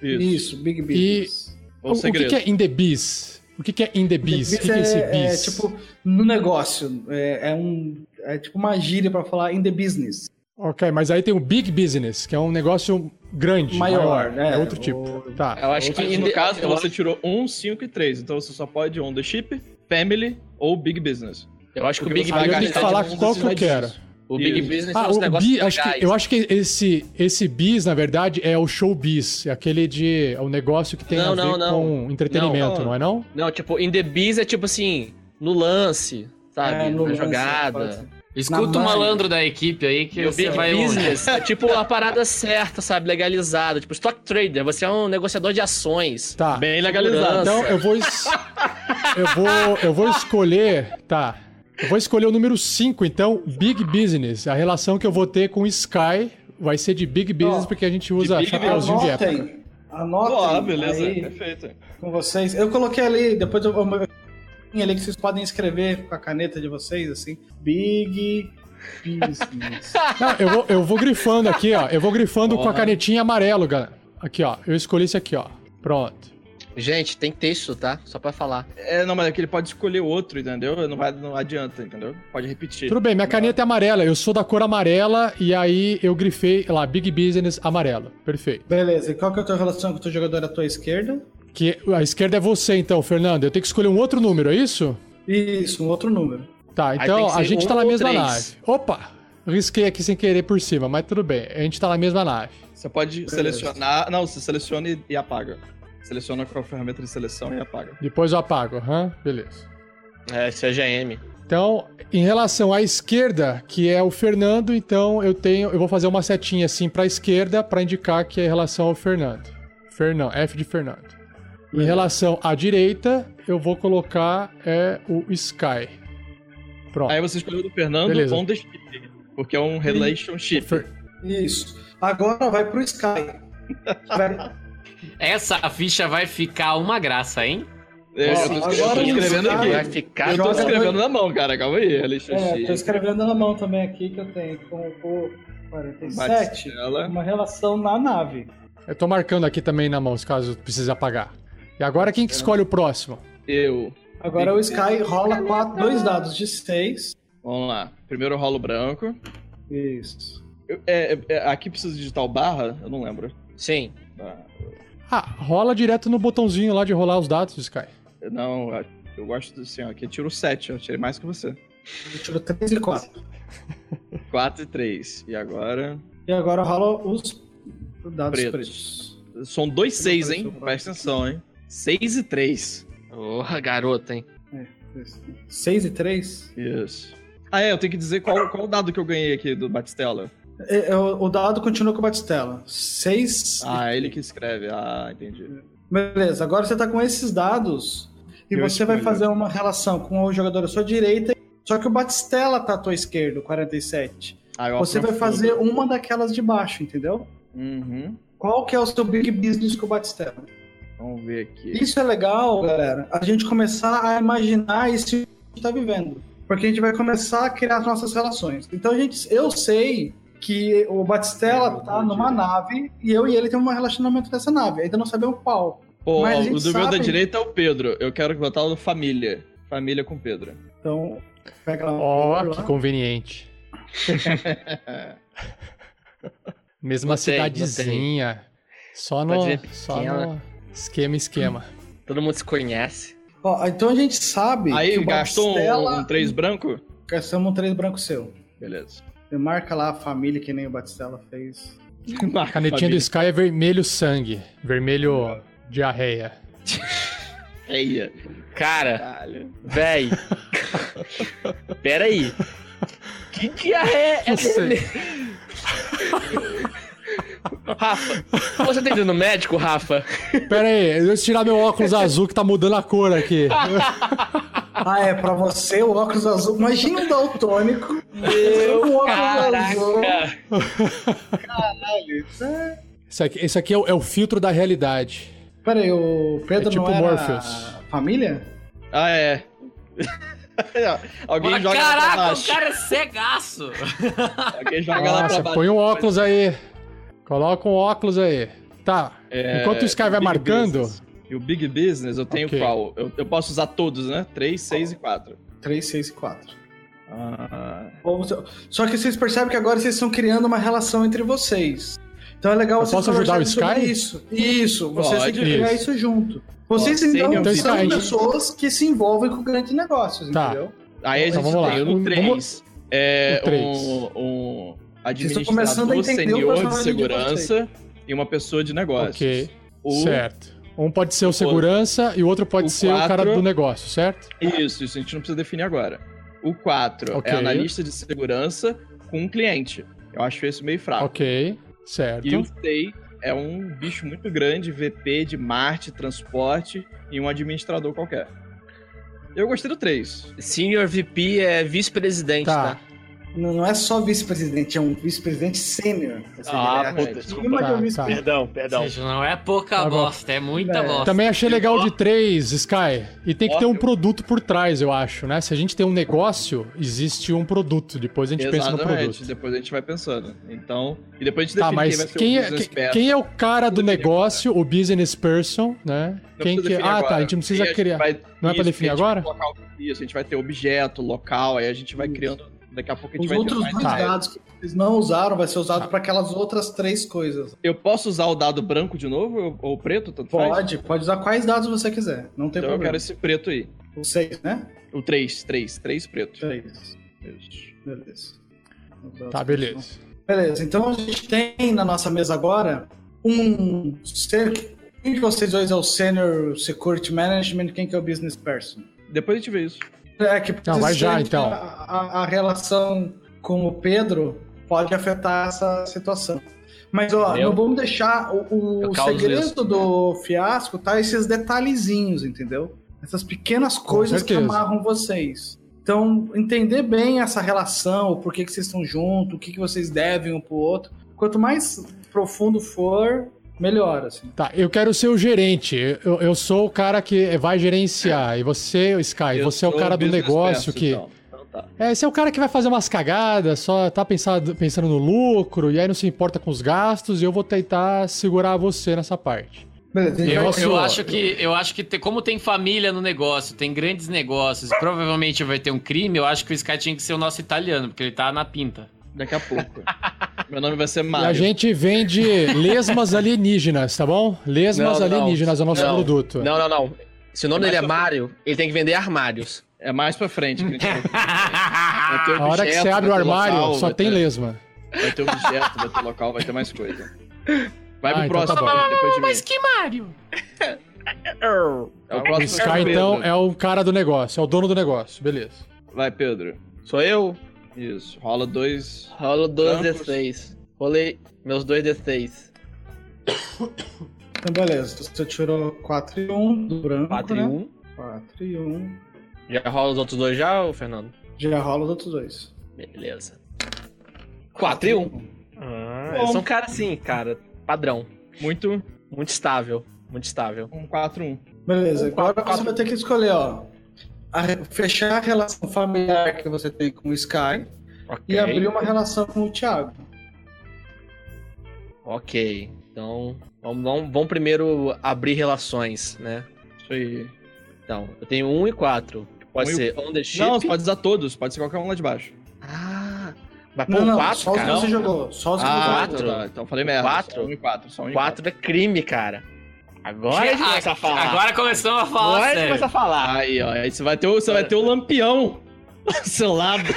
F: Isso.
E: Isso, Big Business.
F: Ou
A: o, o que,
F: segredo.
A: que é in the biz? O que, que é in the biz? O
E: Big
A: que, que é esse
E: é,
A: biz?
E: tipo no negócio. É, é um, é tipo uma gíria para falar in the business.
A: Ok, mas aí tem o big business, que é um negócio grande,
E: Maior,
A: maior,
E: né?
A: É outro
E: O-
A: tipo. Tá.
G: Eu
F: Acho que no caso você tirou 1, 5 e 3. Então você só pode on the ship, family ou big business.
H: Eu acho que o
F: Porque
H: Big
F: você vai
A: Aí eu
H: Business.
A: tenho que
F: gastar
A: falar
F: de
A: qual que eu
F: necessidade
A: quero.
F: disso.
H: O Big
F: Isso.
H: Business
G: um
A: Ah,
H: é os
A: o
H: negócios
A: bi, acho que,
H: legais.
A: eu acho que esse, esse bis, na verdade, é o showbiz. É aquele de. É um negócio que tem
H: Não,
A: a ver
H: não, não.
A: com entretenimento, não,
F: Não,
A: é não?
H: Não, tipo, in the biz é tipo assim, no lance, sabe?
E: É, no
H: na
E: lance,
H: jogada.
E: pode ser.
G: Escuta
E: Na
G: o
E: mãe.
G: malandro da equipe aí que
D: Meu
G: você
D: big
G: vai longe.
D: business é tipo a parada certa, sabe? Legalizada. Tipo, stock trader, você é um negociador de ações.
A: Tá.
F: Bem legalizado.
A: Então eu vou. es- eu vou. Eu vou escolher. Tá. Eu vou escolher o número 5, então, Big Business. A relação que eu vou ter com Sky vai ser de Big Business,
E: Ó,
A: porque a gente usa
F: Big
A: chapéuzinho de é época.
E: Anotem. Anotem.
F: Ó, beleza.
E: aí
F: Perfeito.
E: com vocês. Eu coloquei ali, depois eu. eu- Ali que vocês podem escrever com a caneta de vocês, assim. Big Business.
A: Não, eu, vou, eu vou grifando aqui, ó. Eu vou grifando com a canetinha amarelo, galera. Aqui, ó. Eu escolhi esse aqui, ó. Pronto.
D: *laughs* Gente, tem texto, tá? Só pra falar.
F: É, não, mas é que ele pode escolher outro, entendeu? Não, vai, não adianta, entendeu? Pode repetir.
A: Tudo bem, minha caneta é amarela. Eu sou da cor amarela e aí eu grifei lá, Big Business amarelo. Perfeito.
E: Beleza, e qual que é a tua relação com o teu jogador à tua esquerda?
A: Que a esquerda é você, então, Fernando. Eu tenho que escolher um outro número, é isso?
E: Isso, um outro número.
A: Tá, então
D: tem que
A: a
D: ser
A: gente tá
D: um
A: na
D: ou
A: mesma
D: três.
A: nave. Opa! Risquei aqui sem querer por cima, mas tudo bem. A gente tá na mesma nave.
F: Você pode selecionar. Não, você seleciona e, e apaga. Seleciona com a ferramenta de seleção e apaga.
A: Depois eu apago, aham, beleza.
D: É, isso é GM.
A: Então, em relação à esquerda, que é o Fernando, então eu tenho, eu vou fazer uma setinha assim pra esquerda pra indicar que é em relação ao Fernando. Fernando, F de Fernando. Em relação à direita, eu vou colocar é o Sky. Pronto.
F: Aí você escolheu do Fernando
A: Beleza.
F: on the ship. Porque é um relationship.
A: Fer-
E: Isso. Agora vai pro Sky. Vai-
G: Essa ficha vai ficar uma graça, hein?
F: Eu, eu tô, eu tô
E: Agora
F: escrevendo
E: o
F: aqui.
E: cara
D: Vai ficar.
F: Eu tô
E: joga-
F: escrevendo na mão, cara. Calma aí, relationship.
E: É, tô escrevendo na mão também aqui que eu tenho com o
F: Bate
E: 47.
F: ela.
E: Uma relação na nave.
A: Eu tô marcando aqui também na mão, caso precise apagar. E agora quem que escolhe o próximo?
F: Eu.
E: Agora o Sky rola quatro, dois dados de seis.
F: Vamos lá. Primeiro eu rolo branco.
E: Isso.
F: Eu- é, é- é- aqui precisa digitar o barra? Eu não lembro.
D: Sim.
F: Ah,
A: Ah, rola direto no botãozinho lá de rolar os dados, Sky.
F: eu não, eu- eu gosto assim, ó. Aqui eu tiro 7, eu tirei mais que você.
E: Eu tiro três e quatro.
F: 4 e 3. E agora.
E: E agora rola os dados
F: Pretos.
E: pretos.
F: São dois 6, hein? Presta atenção, hein? 6 e 3.
D: Porra, garota, hein?
E: Seis e três?
F: Isso. Ah, é, eu tenho que dizer qual, qual o dado que eu ganhei aqui do Batistella.
E: É, é, o o dado continua com o Batistela. Seis.
F: Ah, ele que escreve. Ah, entendi.
E: Beleza, agora você tá com esses dados e
F: Eu
E: você vai
F: escolho.
E: fazer uma relação com o jogador à sua direita, só que o Batistela tá à tua esquerda, o 47.
F: Ah, eu
E: Você vai
F: aprofundo.
E: fazer uma daquelas de baixo, entendeu?
F: Uhum.
E: Qual que é o seu big business com o Batistela?
F: Vamos ver aqui.
E: Isso é legal, galera, a gente começar a imaginar isso que a gente tá vivendo. Porque a gente vai começar a criar as nossas relações. Então, gente, eu sei que o
A: É,
E: Batistela tá numa nave e eu e ele temos um relacionamento nessa nave. Ainda não sabemos qual.
F: Pô,
E: Mas a
F: ó,
E: gente
F: o do meu da
E: sabe-
F: direita é o Pedro. Eu quero botar o do família. Família com Pedro.
E: Então, pega lá.
A: Ó,
E: lá.
A: que
F: *laughs*
A: conveniente. Mesma
D: Gostei,
A: cidadezinha. Só no,
D: Cidadezinha
A: só
D: pequena.
A: no esquema, esquema.
D: Todo mundo se conhece.
E: Ó, então a gente sabe que
F: Aí
E: o
F: gastou um,
E: Batistela...
F: um 3 branco?
E: Gastamos um 3 branco seu.
A: *laughs*
F: Beleza.
E: Você marca lá a família que nem o Batistela fez.
A: A canetinha do
F: Família.
A: Sky é vermelho sangue. Vermelho diarreia.
F: Eia.
D: Cara,
F: Caralho.
D: *laughs* véi. Pera aí. Que diarreia é
A: Não sei.
D: Rafa, você tá indo no médico, Rafa?
A: Pera aí, deixa eu tirar meu óculos azul que tá mudando a cor aqui.
E: Ah, é, pra você o óculos azul. Imagina um daltônico. Meu um óculos azul.
D: Caraca!
A: Isso aqui, isso aqui é, o, é o filtro da realidade.
E: Pera aí, o Pedro
A: É tipo
E: não era
A: Morpheus.
E: família?
F: Ah, é.
A: *laughs*
F: Alguém
A: Ah,
G: Mas,
F: joga lá pra
G: Caraca, o
F: baixo.
G: cara é cegaço!
F: Alguém joga lá pra
A: Nossa,
F: baixo.
A: põe um óculos aí. Coloca um óculos aí. Tá,
F: É,
A: enquanto o Sky vai
F: Big
A: marcando...
F: Business. E o Big Business eu tenho
A: Ok.
F: qual? Eu, eu posso usar todos, né? 3, 6 e 4.
E: 3, 6 e 4.
F: Ah,
E: Ou você- Só que vocês percebem que agora vocês estão criando uma relação entre vocês. Então é legal
A: Eu
E: vocês
A: posso ajudar o
E: conversarem
A: Sky?
E: sobre Isso, isso. Vocês têm que
A: Pode.
E: criar
A: Isso.
E: isso junto. Vocês
F: Ó,
E: então,
F: sem
A: Então,
E: são
A: Sky, a gente-
E: pessoas que se envolvem com grandes negócios,
A: Tá.
E: entendeu?
F: aí a gente
A: Então, vamos
F: tem
A: lá.
F: no
A: Um-
F: 3. É
A: O três.
F: um, um
E: Vocês estão começando a
F: administrador
E: entender o
F: senior de
E: personagem de
F: segurança e uma pessoa de negócios.
A: Ok,
F: O-
A: certo. Um pode ser o segurança e o outro pode
F: o
A: ser o cara
F: quatro.
A: do negócio, certo?
F: Isso, isso a gente não precisa definir agora. O 4
A: Ok.
F: é analista de segurança com um cliente. Eu acho isso meio fraco.
A: Ok, certo.
F: Tá. E o TEI é um bicho muito grande, VP de Marte, transporte e um administrador qualquer. Eu gostei do 3.
D: Senior VP é vice-presidente,
A: Tá.
D: tá?
F: né?
E: Não, não é só vice-presidente, é um vice-presidente sênior. Ou seja,
H: Ah,
E: ele é
H: puta,
E: acima
H: desculpa.
E: de um
A: Tá,
E: vice-presidente.
H: Perdão, perdão.
G: Isso não é pouca
A: Tá bom.
G: bosta, é muita
E: É.
G: bosta.
A: Também achei legal o de três, Sky. E tem que ter um produto por trás, eu acho, né? Se a gente tem um negócio, existe um produto. Depois a gente pensa no produto.
F: Depois a gente vai pensando. Então, e depois a gente
A: Tá,
F: define
A: mas quem
F: quem
A: é,
F: vai ser o business
A: quem-
F: person.
A: quem é o cara do
F: Não define
A: negócio, o business person, né?
F: Não
A: quem
F: precisa
A: que...
F: definir
A: Ah,
F: agora.
A: tá, a gente não
F: E
A: precisa
F: gente
A: criar.
F: vai-
A: Não é pra
F: isso,
A: definir
F: a gente vai
A: agora?
F: colocar o- Isso, a gente vai ter objeto, local, aí a gente vai criando. Daqui a pouco a gente
E: Os
F: vai
E: outros
F: ter
E: dois
F: mais
A: Tá.
F: ideias.
E: dados que vocês não usaram vai ser usado para aquelas outras três coisas.
F: Eu posso usar o dado branco de novo ou- ou preto? Tanto faz?
E: Pode, pode usar quais dados você quiser. Não tem
F: Então eu
E: problema.
F: quero esse preto aí.
E: O seis, né?
F: O 3, 3, 3 preto.
E: Três.
F: Isso.
E: é Beleza. Um
A: Tá, beleza.
E: Beleza, então a gente tem na nossa mesa agora um. ser- Quem de vocês dois é o Senior Security Management? Quem que é o Business Person?
F: Depois a gente vê isso.
E: É que
A: Não, vai já,
E: a-
A: então.
E: A, a relação com o Pedro pode afetar essa situação. Mas ó,
G: Entendeu?
E: não vamos deixar o, o
G: Eu causo
E: segredo
G: isso.
E: do fiasco tá esses detalhezinhos, entendeu? Essas pequenas coisas que
A: certeza.
E: amarram vocês. Então, entender bem essa relação, o porquê que vocês estão juntos, o que, que vocês devem um pro outro. Quanto mais profundo for, melhor, assim.
A: Tá, eu quero ser o gerente. Eu, eu sou o cara que vai gerenciar. E você, Sky,
F: É. Eu
A: você é o
F: sou
A: cara do
F: business
A: negócio
F: person,
A: que.
F: então. Então tá.
A: É, você é o cara que vai fazer umas cagadas, só tá pensado, pensando no lucro, e aí não se importa com os gastos, e eu vou tentar segurar você nessa parte.
E: Beleza,
D: então
A: Eu
G: Eu,
A: acho-
G: eu acho que, eu acho que te- como tem família no negócio, tem grandes negócios, provavelmente vai ter um crime, eu acho que o Sky tinha que ser o nosso italiano, porque ele tá na pinta.
F: Daqui
A: *laughs*
F: a pouco. Meu nome vai ser
A: E a
F: Mario.
A: gente vende lesmas alienígenas, tá bom? Lesmas
D: Não, não.
A: alienígenas é o nosso
D: Não.
A: produto.
D: Não, não, não. Se o nome
F: Mas
D: dele é
F: eu-
D: Mário, ele tem que vender armários.
F: É mais pra frente. Que a gente vai ter
A: *laughs* A hora que
F: objeto,
A: você abre o
F: vai ter
A: armário,
F: local, né,
A: só
F: vai
A: tem
F: ter-
A: lesma.
F: Vai ter um objeto, vai ter local, vai ter mais coisa. Vai
A: Ah,
F: pro
A: então tá
F: próximo,
A: bom.
F: depois de mim.
G: que Mario?
F: É o
A: O
F: próximo. é o
A: Sky,
F: Pedro.
A: então, é o cara do negócio, é o dono do negócio, beleza.
F: Vai, Pedro.
D: Sou eu?
F: Isso. Rola dois.
D: Rolo dois
F: Campos.
D: D6. Rolei meus dois D6.
E: Então, beleza. Você tirou 4 e 1 do branco,
D: 4 e
G: um.
E: né?
D: 1.
E: 4 e 1.
D: Já rola os outros dois já, ô Fernando?
E: Já rola os outros dois.
D: Beleza. 4 e 1. Ah, eu sou um cara assim, cara. Padrão.
F: Muito.
D: Muito estável. Muito estável.
F: Um 4, 1.
E: Beleza,
D: Um, quatro,
E: agora você
D: quatro.
E: vai ter que escolher, ó. a re- fechar a relação familiar que você tem com o Sky
D: Ok.
E: e abrir uma relação com o Thiago.
D: Ok. Então, vamos, vamos, vamos primeiro abrir relações, né?
F: Isso aí.
D: Então, eu tenho 1 e 4. Pode
F: Um e-
D: ser on the ship.
F: Não, você pode usar todos. Pode ser qualquer um lá de baixo.
D: Ah, mas pô,
E: Não, não, só
D: 4,
E: os que
D: cara.
E: você jogou. Só os que
D: Ah,
E: você
D: quatro.
F: Tá, então falei merda.
D: Quatro?
F: Só um e 4. Só um e 4.
D: 4 é crime, cara. ah, Agora
G: Agora,
D: ele começa a falar.
G: agora começamos a falar
D: agora ele
G: sério.
D: começa a falar.
F: Aí, ó. Aí você vai ter o, você vai ter
D: *laughs*
F: o lampião do seu lado.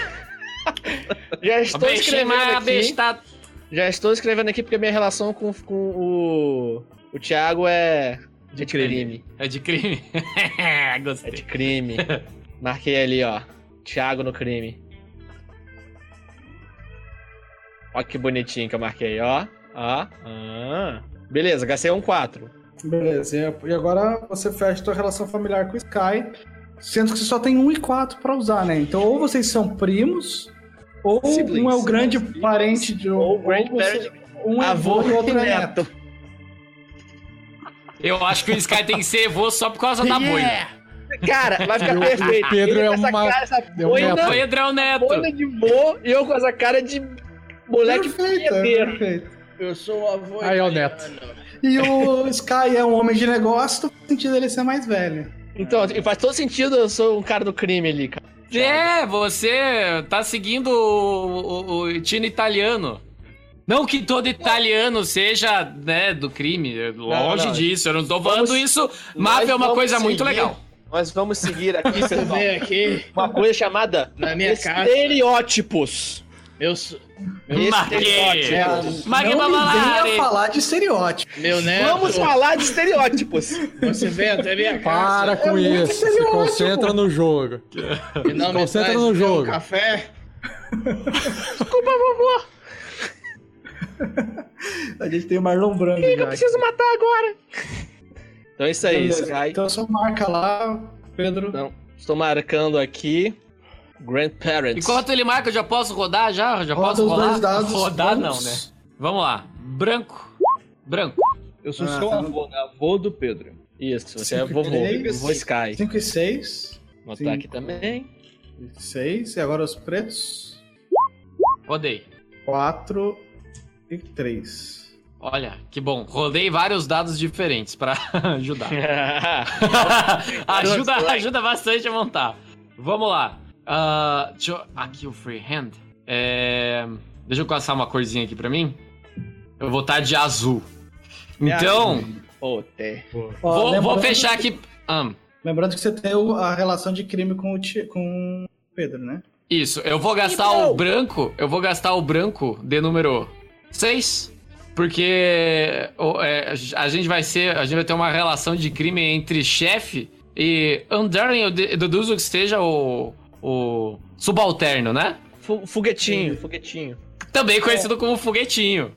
D: Já
G: A
D: estou
G: bestinha
D: escrevendo
G: mais
D: aqui.
G: abestada.
D: Já estou escrevendo aqui porque minha relação com, com o, o Thiago é de, crime.
G: É de crime. *laughs*
D: É
G: Gostei.
D: de crime. Marquei ali, ó. Thiago no crime. Ó que bonitinho que eu marquei, ó. Ó. Ah. Beleza, gastei um 4.
E: jogou. Beleza, e- e agora você fecha a sua relação familiar com o Sky, sendo que você só tem 1 e 4 pra usar, né? Então ou vocês são primos, ou
F: Siblings.
E: um é o grande
F: Siblings.
E: parente de um. Ou
D: grandparent.
E: você- Um é avô e o outro é neto.
G: Eu acho que o Sky tem que ser vô só por
D: *laughs*
G: causa da boina.
D: Cara, vai ficar
A: E o-
D: perfeito.
A: o Pedro
D: Ele
A: é
D: com essa
A: uma-
D: cara, essa
A: é um
D: boina,
A: neto.
G: Pedro é o neto.
D: boina de vô e eu com essa cara de moleque
E: Perfeito, é
D: punheteiro.
E: perfeito.
F: Eu sou o avô.
A: Aí é o neto.
E: E o Sky é um homem de negócio, então faz sentido ele ser mais velho.
D: Então, faz todo sentido eu sou um cara do crime ali, cara.
G: É, você tá seguindo o, o, o tino italiano. Não que todo italiano seja, né, do crime. Longe
D: não.
G: disso, eu não tô falando
D: Vamos-
G: isso. Máfia é uma
D: vamos
G: coisa muito
D: seguir-
G: legal.
D: Nós vamos seguir aqui, pessoal,
F: aqui
D: uma coisa chamada
F: na
D: estereótipos. Meu, su- meu
G: Marquei.
E: É,
D: estereótipo.
G: Magma
E: não me
G: Valari.
E: venha falar de estereótipo.
D: Meu neto.
F: Vamos falar de estereótipos.
D: Você vê, até minha
A: Para com isso. Se concentra no jogo.
D: E não me
A: Concentra
D: traz
A: no
D: um
A: jogo.
D: café.
E: A gente tem o Marlon Brando. já aqui.
D: matar agora.
H: Então é isso aí.
E: Beleza.
H: Sky.
E: Então só marca lá, Pedro.
H: Então, estou marcando aqui. Grandparents.
G: Enquanto ele marca, eu já posso rodar já? Eu Já
E: Roda
G: posso
E: os
G: rolar?
E: dois dados.
G: rodar
E: vamos.
G: não, né? Vamos lá. Branco. Branco.
F: Eu sou
E: Ah,
F: seu
E: tá no-
F: avô, né? Avô do Pedro.
H: Isso, você é
E: Cinco e
H: vovô.
E: três.
H: Vovô Sky.
E: 5 e 6.
H: Vou
E: Cinco.
H: botar aqui também.
E: 6. E agora os pretos.
G: Rodei.
E: 4 e 3.
G: Olha, que bom. Rodei vários dados diferentes pra *laughs* ajudar. *laughs* ajuda, ajuda bastante a montar. Vamos lá. Ah, deixa eu... Aqui o freehand. É... Deixa eu passar uma corzinha aqui pra mim. Eu vou estar de azul. Então,
F: *laughs* Ô, Té.
E: Ó,
G: vou, vou
E: lembrando-
G: fechar aqui. Ah,
E: Lembrando que você tem o- a relação de crime com o, Ti- com o Pedro, né?
G: isso, eu vou gastar o branco. Eu vou gastar o branco de número 6. Porque o- é, a gente vai ser. A gente vai ter uma relação de crime entre chefe e Undaring, eu de- deduzo que seja o. o subalterno, né?
H: Fu- Foguetinho, foguetinho.
G: Também conhecido como foguetinho.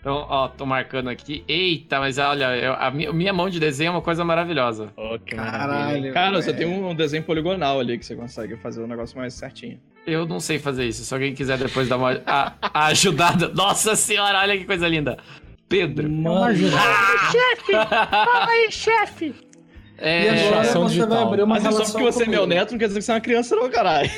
G: Então, ó, tô marcando aqui. Eita, mas olha, eu- a mi- minha mão de desenho é uma coisa maravilhosa.
E: Caralho.
F: Ah, Cara, você
E: velho.
F: tem um desenho poligonal ali que você consegue fazer o negócio mais certinho.
G: Eu não sei fazer isso. Se alguém quiser depois dar uma a- a ajudada. Nossa senhora, olha que coisa linda. Pedro.
E: É, Mano, e
G: É,
E: agora
A: chação
E: você vai
A: digital.
E: abrir uma
F: Mas é só
E: relação
F: porque você é
E: comigo.
F: meu neto, não quer dizer que você é uma criança, não, caralho.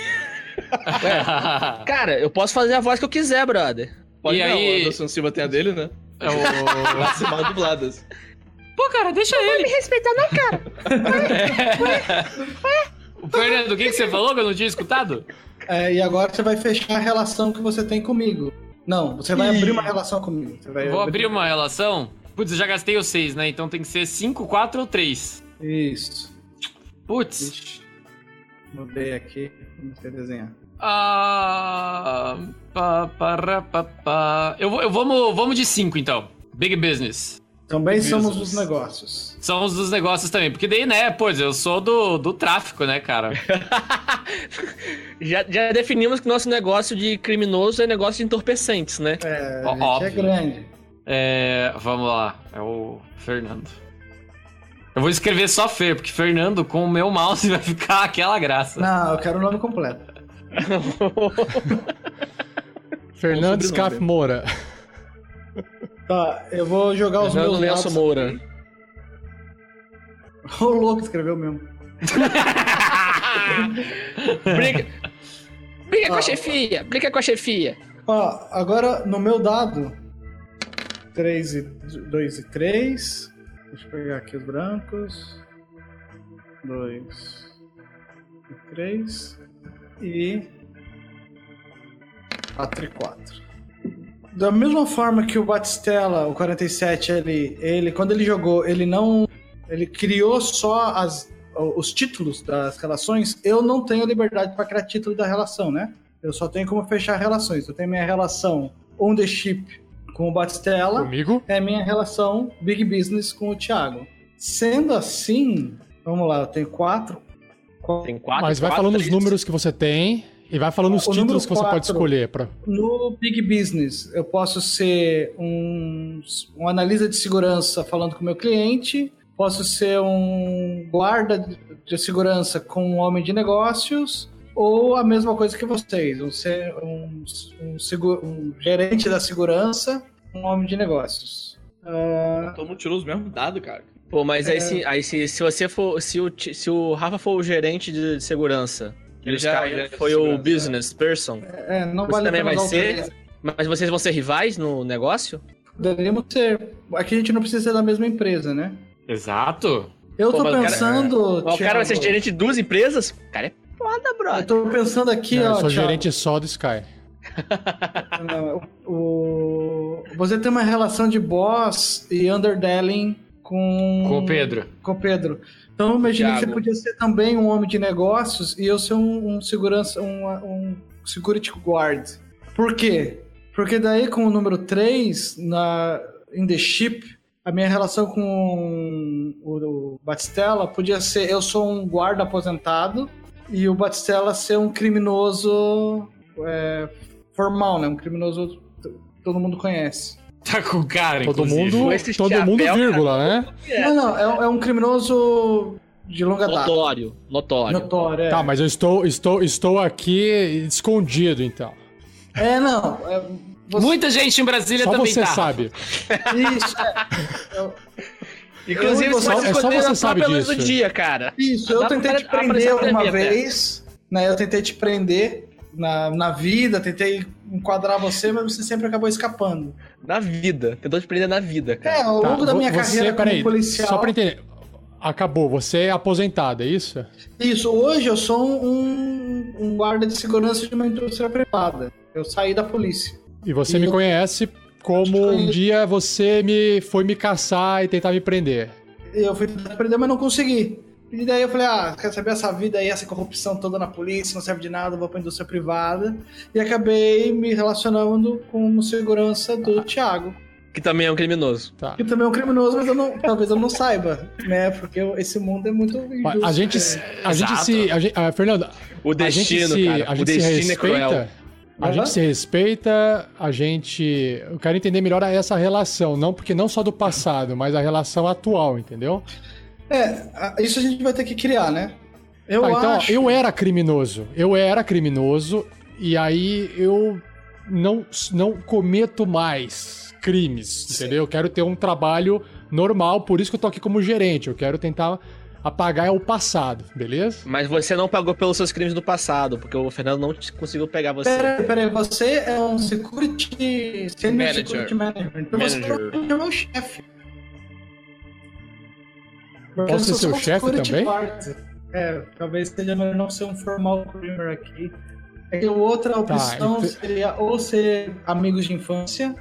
H: Cara, eu posso fazer a voz que eu quiser, brother.
F: Pode
G: E
F: não,
G: aí-
F: o Anderson Silva tem a dele, né?
G: é o-
F: *laughs* Vai ser mal assim. dubladas.
G: Pô, cara, deixa ele. Não me respeitar, não, cara. Fernando, o que, que você falou que eu não tinha escutado?
E: É, e agora você vai fechar a relação que você tem comigo. Não, você vai abrir uma relação comigo. Você vai
G: Vou abrir uma relação. Putz, eu já gastei os seis, né? Então tem que ser cinco, quatro ou três.
E: Isso.
G: Putz.
E: Ixi. Mudei aqui, comecei a desenhar.
G: Ah, pá, pará, pá, pá. Eu, vou- eu vamos, vamos de 5 então. Big business.
E: Também Então, somos
F: Jesus.
E: os negócios.
G: São os dos negócios também. Porque daí, né, pois eu sou do, do tráfico, né, cara?
H: Já, já definimos que nosso negócio de criminoso é negócio de entorpecentes, né?
E: É,
G: Ó,
E: gente,
G: óbvio.
E: é grande.
G: É, vamos lá. É o Fernando. Eu vou escrever só Fer, porque Fernando com o meu mouse *laughs* vai ficar aquela graça.
E: Não, eu quero o nome completo.
A: Fernandes Caf Moura.
E: Tá, eu vou jogar os
H: Fernando
E: meus
H: Lenço
E: dados.
H: Moura.
E: Ô, louco, escreveu mesmo.
H: Briga, briga com
E: Ah.
H: a chefia, briga com a chefia.
E: Ó, agora no meu dado. 3 e 2 e 3. Deixa eu pegar aqui os brancos. 2 e 3 e 4 e 4. Da mesma forma que o Batistella, o 47, ele, ele quando ele jogou, ele não ele criou só as os títulos das relações, eu não tenho liberdade para criar título da relação, né? Eu só tenho como fechar relações. Eu tenho minha relação on the ship com o Batistella,
A: Comigo?
E: é minha relação big business com o Thiago. Sendo assim, vamos lá, eu tenho quatro. quatro.
H: Tem quatro.
A: Mas vai
H: quatro,
A: falando os
H: três.
A: números que você tem e vai falando os
E: O número
A: títulos que você pode
E: quatro.
A: escolher. Pra...
E: No big business, eu posso ser um, um analista de segurança falando com o meu cliente, posso ser um guarda de segurança com um homem de negócios, ou a mesma coisa que vocês, um, ser um, um, segu- um gerente da segurança, um homem de negócios. Ah,
F: Todo mundo tirou os um mesmos dados, cara.
H: Pô, mas
A: É.
H: aí, se, aí se, se você for. Se o, ti- se o Rafa for o gerente de, de segurança, ele
F: Ele já é o gerente de
H: foi o
F: segurança,
I: né?
H: business person,
E: é, não
H: Você
E: vale a
H: também
E: pena
H: vai
E: dar o
H: ser?
E: preço.
H: mas vocês vão ser rivais no negócio?
E: Deveríamos ser. Aqui a gente não precisa ser da mesma empresa, né?
G: Exato.
E: Eu
H: Pô,
E: tô
H: mas o cara- é.
E: pensando.
H: Mas o cara vai ser
E: Thiago,
H: gerente de duas empresas? O cara é foda,
E: Eu
H: brother.
E: tô pensando aqui,
A: Não,
E: ó.
A: eu É, sou
E: Thiago.
A: gerente só do Sky.
E: Não, é o- Você tem uma relação de boss e underdelling com...
G: Com o Pedro.
E: com o Pedro. Então eu imaginei que você
F: Thiago.
E: podia ser também um homem de negócios e eu ser um, um segurança, um, um Security Guard. Por quê? Porque daí com o número 3 na, em The Ship, a minha relação com o, o Batistella podia ser eu sou um guarda aposentado e o Batistella ser um criminoso é, formal, né? Um criminoso que t- todo mundo conhece.
I: Tá com cara,
A: Todo
I: inclusive.
A: mundo,
D: Com esse
A: todo
D: chapéu,
A: mundo
D: cara.
A: vírgula, né?
E: Não, não, é, é um criminoso de
H: é.
E: longa data.
H: Notório, notório.
E: Notório, é.
A: Tá, mas eu estou, estou, estou aqui escondido, então.
E: É, não. é, você-
I: Muita gente em Brasília
A: Só
I: também
A: você
I: tá.
A: sabe.
E: Isso, é. Eu-
D: Inclusive,
E: eu, e você-
A: só-
D: você-
A: é só
H: Esconder
A: você
H: na
A: sabe
H: própria luz
A: disso.
H: do dia, cara.
E: Isso, eu
H: Dá pra
E: tentei te
H: apre- aprender
E: prender
H: a
E: uma
H: tremer,
E: vez, né? Eu tentei te prender na, na vida, tentei enquadrar você, mas você sempre acabou escapando.
H: Na vida. Tentou te prender na vida, cara.
E: É, ao
A: Tá,
E: longo da
A: vo-
E: minha carreira como
A: peraí,
E: policial.
A: Só pra entender. Acabou, você é aposentado, é isso?
E: Isso, hoje eu sou um, um guarda de segurança de uma indústria privada. Eu saí da polícia.
A: E você
E: E
A: me
E: eu-
A: conhece como um
E: Sim.
A: dia você me foi me caçar e tentar me prender.
E: Eu fui tentar te prender, mas não consegui. E daí eu falei, ah, quer saber essa vida aí, essa corrupção toda na polícia, não serve de nada, eu vou pra indústria privada. E acabei me relacionando com segurança do Thiago.
H: Que também é um criminoso.
A: Tá.
E: Que também é um criminoso, mas eu não, talvez eu não saiba, né? Porque eu- esse mundo é muito injusto.
A: A gente, a gente se. A gente, ah, Fernando,
H: O
A: a gente
H: destino,
A: se,
H: cara.
A: a
H: o
A: gente se
H: destino é
A: respeita.
H: cruel.
A: a
E: Aham.
A: gente se respeita, a gente. Eu quero entender melhor essa relação, não porque não só do passado, mas a relação atual, entendeu?
E: É, a- isso a gente vai ter que criar, né? Eu
A: Tá, então, ó,
E: acho.
A: eu era criminoso. Eu era criminoso e aí eu não, não cometo mais crimes, entendeu? Eu quero ter um trabalho normal, por isso que eu tô aqui como gerente. Eu quero tentar apagar o passado, beleza?
H: Mas você não pagou pelos seus crimes do passado, porque o Fernando não te- conseguiu pegar você.
E: Peraí, peraí, você é um security. Senior
D: Manager.
E: security manager. Então você
H: Manager.
E: não é meu chefe.
A: Posso
E: Eu
A: ser
E: sou
A: seu
E: só um
A: chefe
E: security
A: também?
E: guard. É, talvez seja melhor não ser um formal creamer aqui. É que outra opção
A: Tá, ente-
E: seria ou ser amigos de infância,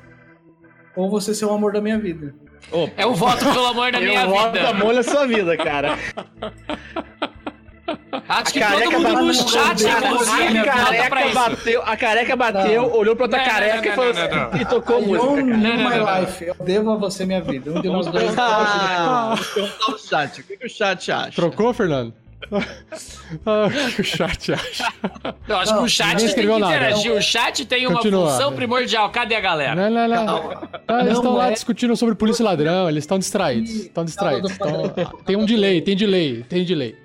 E: ou você ser o amor da minha vida.
G: É um voto pelo amor da minha vida.
H: amor na sua vida, cara.
G: Acho que
H: A
G: todo
H: careca
A: tá
G: mundo no
H: bateu-
G: chat,
H: a
G: inclusive, vota pra
H: careca
G: isso.
H: bateu, a careca bateu,
E: Não.
H: olhou pra outra
G: Não, não,
H: careca
G: não,
H: e falou
I: não, não,
H: assim, e *laughs* tocou
E: I
H: música,
E: own
H: cara.
E: you,
G: Não, não,
E: my
G: não.
E: life. Eu devo a você minha vida. Um de nós
F: *laughs*
E: dois.
H: Ah, vou perguntar ao chat. O que, que o chat acha?
A: Trocou, *laughs*
H: *laughs*
A: Fernando? Ah, o que o chat acha.
G: Eu acho que
E: Não,
G: o chat
A: não
G: tem que
A: escreveu nada.
G: interagir. O chat tem uma
A: Continua. né?
G: função primordial. Cadê a
A: Não,
G: galera?
A: não, não. Ah, eles
E: Não
A: estão lá
E: é.
A: discutindo sobre polícia e ladrão, eles estão distraídos. Estão distraídos. Tão- ah, Tem um delay, tem delay, tem delay.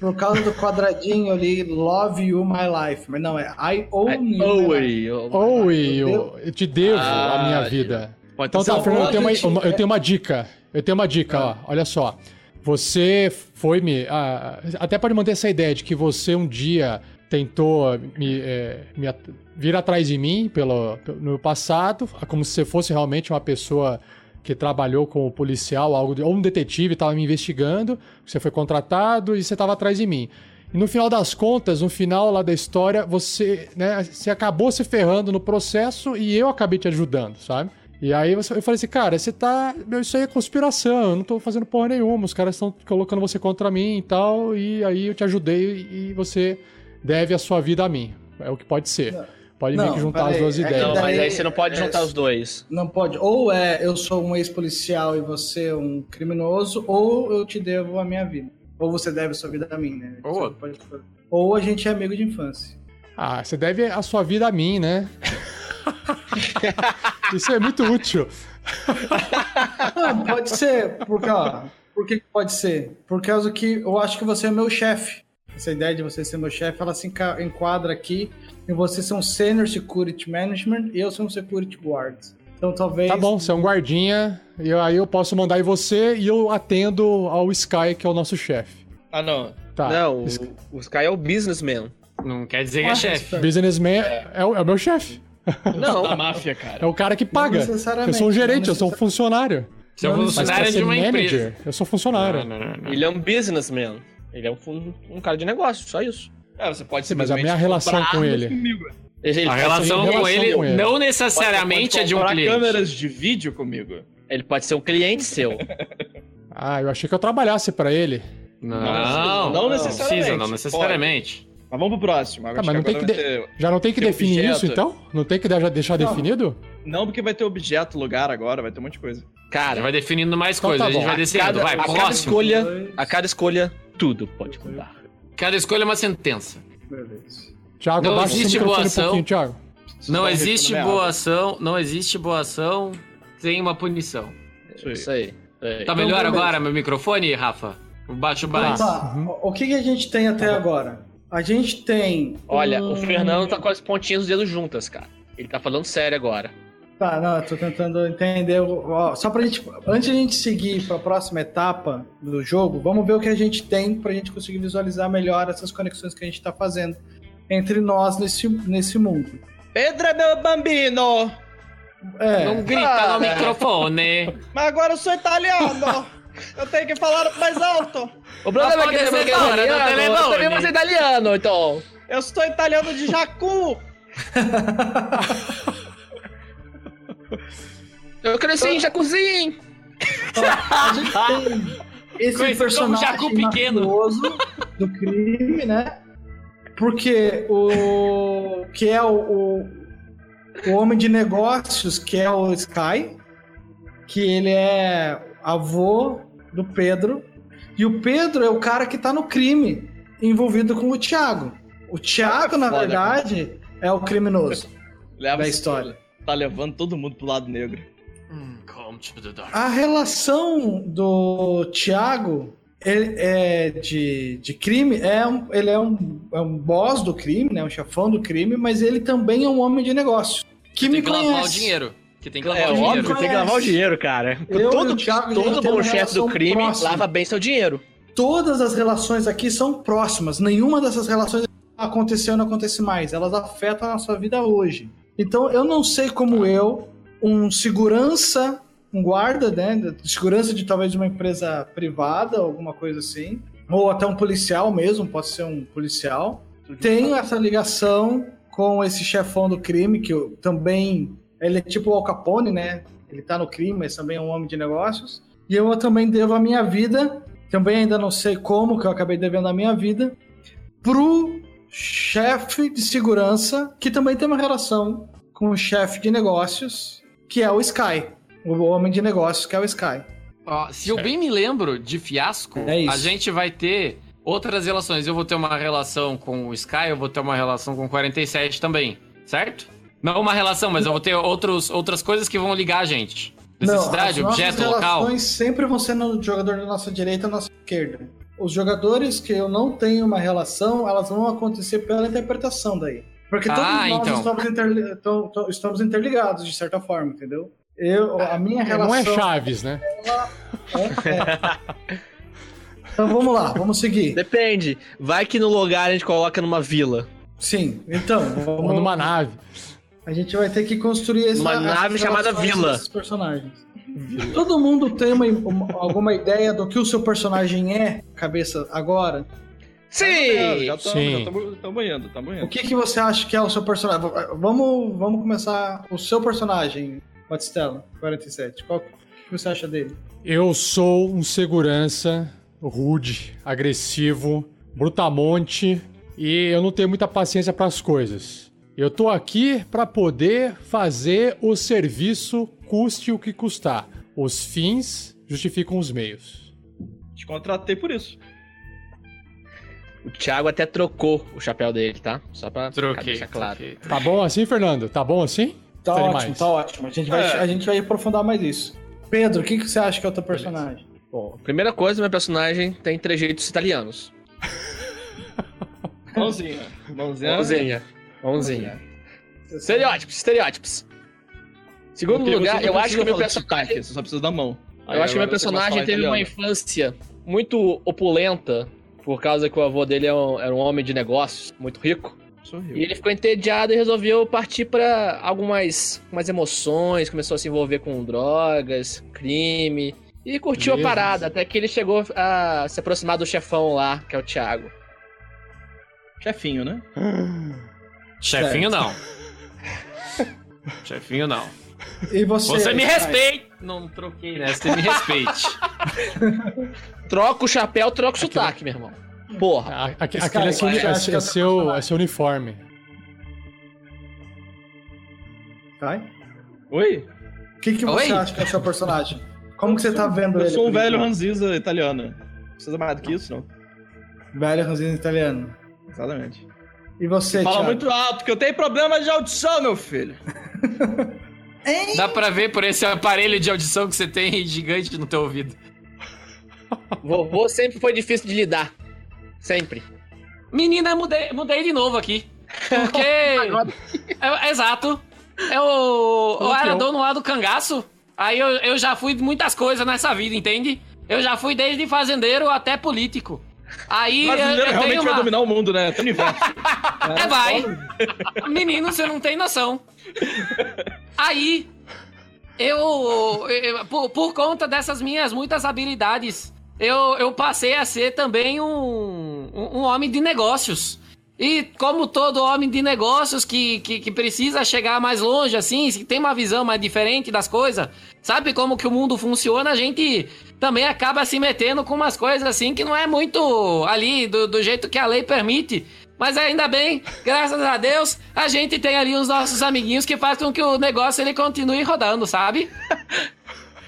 E: Por causa do quadradinho ali, love you, my life. Mas não, é I own you. my
H: Oh,
E: life.
H: ei,
A: né?
H: oh.
A: Ou eu, eu te devo a minha
H: Ah,
A: vida.
H: Pode
A: Então tá,
E: Então,
A: Fernando, eu tenho, uma,
E: hoje-
A: uma- eu tenho uma dica. Eu tenho uma dica, ó. Olha só. Você foi me. ah, até pode manter essa ideia de que você um dia tentou me, eh, me at- vir atrás de mim pelo, pelo- no passado, ah, como se você fosse realmente uma pessoa que trabalhou como policial, algo de- ou um detetive, estava me investigando, você foi contratado e você estava atrás de mim. E no final das contas, no final lá da história, você, né, você acabou se ferrando no processo e eu acabei te ajudando, sabe? E aí você- eu falei assim, cara, você tá. Meu, isso aí é conspiração, eu não tô fazendo porra nenhuma, os caras estão colocando você contra mim e tal, e aí eu te ajudei e você deve a sua vida a mim. É o que pode ser. Pode meio
E: Não,
A: que juntar as
E: peraí,
A: duas
E: é que
A: ideias.
H: Não, mas
E: Daí- é,
H: aí você não pode juntar Tá os dois.
E: Não pode. Ou é eu sou um ex-policial e você é um criminoso, ou eu te devo a minha vida. Ou você deve sua vida a mim, né?
I: Ou
E: Você
I: outro.
E: pode escolher. Ou a gente é amigo de infância.
A: Ah, você deve a sua vida a mim, né? *laughs* Isso é muito útil.
E: Não, Ah, pode ser, porque, ó, por que que pode ser? Por causa que eu acho que você é meu chefe. Essa ideia de você ser meu chefe, ela se enca- enquadra aqui em você ser um senior security management e eu ser um security guard. Então talvez.
A: Tá bom, você é um guardinha, e aí eu posso mandar em você e eu atendo ao Sky, que é o nosso chefe.
H: Ah, não.
A: Tá.
H: Não,
A: Esse
H: o, o Sky é o businessman. *laughs*
I: Não quer dizer que é chefe.
A: Businessman é, é o, é o meu chefe.
H: Não,
D: da máfia, cara.
A: É o cara que
E: Não
A: paga.
E: necessariamente,
A: Eu sou um
E: não
A: gerente, eu sou um funcionário.
I: Você é um
E: Não,
A: Mas pra
I: funcionário
A: ser
I: de uma
A: manager,
I: empresa.
A: eu sou funcionário.
I: Não, não, não, não.
H: ele é um businessman. Ele é um, fu- um cara de negócio, só isso.
D: É, você pode
A: Sim, mas a
D: simplesmente
A: minha relação
D: comprar
A: com
D: armas
A: ele.
D: comigo.
H: Ele- ele
I: A
H: pode-
I: relação
A: relação
I: com ele
A: com ele.
I: não
D: Pode
I: necessariamente é de um
D: comprar
I: cliente.
D: câmeras de vídeo comigo.
H: ele pode ser um cliente seu.
A: Ah, eu achei que eu trabalhasse pra ele.
I: Não,
H: não
I: precisa,
H: necessariamente.
I: não necessariamente.
F: Mas vamos pro próximo.
A: Tá, mas não tem que
F: vai ter-
A: Já não tem que
F: Tem
A: definir
F: objeto.
A: isso, então? Não tem que de- já deixar
E: Não.
A: definido?
F: Não, porque vai ter objeto, lugar agora, vai ter um monte de coisa.
I: Cara, vai definindo mais
A: Então
I: coisas.
A: tá
I: a gente
A: bom.
I: vai
A: A
I: desenhando. Vai,
H: a cada
I: próximo.
H: escolha, a cada escolha, tudo pode mudar.
I: Cada escolha é uma sentença.
E: Beleza.
A: Thiago,
I: Não
A: abaixa o
I: existe
A: microfone
I: boa
A: um
I: ação.
A: pouquinho, Thiago.
I: Não
F: Tá
I: existe
F: recheando
I: boa
F: merda.
I: ação, não existe boa ação sem uma punição.
F: Isso
H: Isso aí. Isso aí.
I: Tá melhor
E: beleza.
I: agora meu microfone, Rafa? Baixo
E: Então
I: mais.
E: tá, o o que, que a gente tem até agora? A gente tem.
H: Olha, o
E: um-
H: Fernando tá com as pontinhas dos dedos juntas, cara. Ele tá falando sério agora.
E: Tá, não, eu tô tentando entender. o- ó, Só pra gente. Antes de a gente seguir pra próxima etapa do jogo, vamos ver o que a gente tem pra gente conseguir visualizar melhor essas conexões que a gente tá fazendo entre nós nesse, nesse mundo.
F: Pedra, é meu bambino!
E: É.
I: Não grita
F: Cara.
H: Ah,
I: no microfone.
F: Mas agora eu sou italiano!
I: *laughs*
F: eu tenho que falar mais alto!
H: O
I: Mas
H: problema é que
I: pode
H: ele
I: ser
H: não
I: da hora,
H: é
I: do
H: italiano.
I: Telenor,
H: Eu também
I: né?
H: vou ser italiano, então.
F: Eu sou italiano de Jacu!
H: Eu cresci em Jacuzinho.
E: A
I: *laughs*
E: gente tem
I: Conhecido
E: esse
I: como
E: personagem
I: Jacu Pequeno.
E: mafioso do crime, né? Porque o que é o, o, o homem de negócios, que é o Sky, que ele é avô do Pedro, e o Pedro é o cara que tá no crime, envolvido com o Thiago. O Thiago, na
F: Foda, cara.
E: verdade, é o criminoso
F: Leva
E: da história.
F: Tá levando todo mundo pro lado negro.
I: Hum, Come to the dark.
E: A relação do Thiago ele é de, de crime é um, ele é um, é um boss do crime, né? Um chefão do crime, mas ele também é um homem de negócio. Que
I: Tem
E: me
I: que lavar o
E: conhece.
I: dinheiro. Que tem que
H: É
I: lavar o
H: óbvio,
I: dinheiro.
H: que tem que lavar o dinheiro, cara.
E: Eu e o
H: todo
E: Thiago, a gente
H: todo
E: tem
H: bom
E: uma
H: chefe do
F: um
E: relação
H: crime
E: próxima.
H: lava bem seu dinheiro.
E: Todas as relações aqui são próximas. Nenhuma dessas relações aconteceu ou não acontece mais. Elas afetam a nossa vida hoje. Então eu não sei como eu, um segurança, um guarda, né? de Segurança de talvez uma empresa privada, alguma coisa assim. Ou até um policial mesmo, pode ser um policial. Tenho essa ligação com esse chefão do crime, que eu também. Ele é tipo o Al Capone, né? Ele tá no crime, mas também é um homem de negócios. E eu também devo a minha vida, também ainda não sei como, que eu acabei devendo a minha vida, pro chefe de segurança, que também tem uma relação com o chefe de negócios, que é o Sky. O homem de negócios, que é o Sky.
I: Ó, se eu bem me lembro de fiasco,
E: É isso.
I: a gente vai ter outras relações. Eu vou ter uma relação com o Sky, eu vou ter uma relação com o 47 também, certo? Não uma relação, mas eu vou ter outros, outras coisas que vão ligar a gente. Necessidade,
E: as nossas
I: objeto,
E: relações
I: local.
E: sempre vão ser no jogador da nossa direita e nossa esquerda. Os jogadores que eu não tenho uma relação, elas vão acontecer pela interpretação daí. Porque todos
I: Ah,
E: nós
I: então.
E: estamos, interli- to- to- estamos interligados, de certa forma, entendeu? Eu, a minha relação.
A: Não é Chaves, né?
E: É, é. *laughs* Então vamos lá, vamos seguir.
H: Depende. Vai que no lugar a gente coloca numa vila.
E: Sim, então.
A: Ou
E: Vamos,
A: numa nave.
E: A gente vai ter que construir essa
H: Uma nave
E: essas
H: chamada
E: relações
H: Vila.
E: desses personagens. Todo mundo tem uma- uma- alguma ideia do que o seu personagem é, cabeça, agora?
F: É,
H: Sim!
F: já estamos
A: Sim.
F: já tamo, tamo indo, tamo
E: O
F: indo.
E: que, que você acha que é o seu personagem? V- Vamos, vamos começar o seu personagem, Batistella, 47. Qual que você acha dele?
A: Eu sou um segurança rude, agressivo, brutamonte e eu não tenho muita paciência para as coisas. Eu tô aqui para poder fazer o serviço custe o que custar. Os fins justificam os meios.
F: Te contratei por isso.
H: O Thiago é- até trocou o chapéu dele, tá? Só pra pra
I: Troquei.
H: deixar claro.
I: troquei.
A: Tá bom assim, Fernando? Tá bom assim?
E: Tá
A: Tem
E: ótimo,
A: mais.
E: tá ótimo. A gente, vai,
F: É.
E: a gente vai aprofundar mais isso. Pedro, o que, que você acha que é o teu personagem?
H: Bom, primeira coisa, meu personagem tem trejeitos italianos.
F: Mãozinha. Mãozinha.
H: Mãozinha. Mãozinha. Estereótipos, estereótipos. Segundo
F: Porque
H: lugar,
F: você
H: eu
F: não
H: acho
F: precisa
H: que o meu
F: falar de
H: personagem
F: sotaque, Você só precisa da mão. Aí
H: Eu acho que
F: agora
H: meu
F: você começa a
H: personagem
F: falar
H: teve uma
F: italiano.
H: infância muito opulenta, por causa que o avô dele é um- era um homem de negócios, muito rico.
F: Sorriu.
H: E ele ficou entediado e resolveu partir pra algumas umas emoções, começou a se envolver com drogas, crime, e curtiu
A: Beleza.
H: a parada, até que ele chegou a se aproximar do chefão lá, que é o Thiago. é
F: Chefinho, né?
I: Chefinho
E: *laughs*
I: não. Chefinho não.
E: E você?
I: Você me
E: Sky?
I: respeite! Não
E: *laughs*
I: troquei, né? Você me É, respeite.
A: né?
H: Troca o chapéu, troca o sotaque, meu irmão. Porra.
A: A- a-
E: Esse
A: Aquele
E: cara
A: é seu,
E: que
A: é-
E: acha que
A: é
E: é
A: seu, é seu uniforme.
E: Kai?
F: Oi?
E: O que, que você
G: Oi?
E: acha que é o seu personagem? Como que você tá vendo
F: Eu
E: ele?
F: sou um
E: por
F: velho
E: enquanto?
F: ranziza italiano. Não Precisa mais do que isso, não.
E: Velho ranzinho italiano.
F: Exatamente.
H: É
E: E você,
F: Fala
E: Thiago?
F: muito alto, que eu tenho problema de audição, meu filho.
I: Dá pra ver por esse aparelho de audição que você tem gigante no teu ouvido.
H: Vovô sempre foi difícil de lidar. Sempre.
G: Menina, mudei, mudei de novo aqui.
F: *laughs*
G: Porque. É- é exato. É Eu, eu era
A: Campeão.
G: dono lá do cangaço. Aí eu, eu já fui de muitas coisas nessa vida, entende? Eu já fui desde fazendeiro até político. Aí eu,
F: brasileiro
G: eu
F: realmente
G: tenho
F: vai
G: uma...
F: dominar o mundo, né? Até o universo.
H: *laughs*
G: É, vai. Menino, você não tem noção. Aí, eu, eu- por, por conta dessas minhas muitas habilidades, eu, eu passei a ser também um, um, um homem de negócios. E como todo homem de negócios que, que, que precisa chegar mais longe, assim, se tem uma visão mais diferente das coisas, sabe como que o mundo funciona, a gente também acaba se metendo com umas coisas assim que não é muito ali do, do jeito que a lei permite. Mas ainda bem, graças a Deus, a gente tem ali os nossos amiguinhos que faz com que o negócio ele continue rodando, sabe?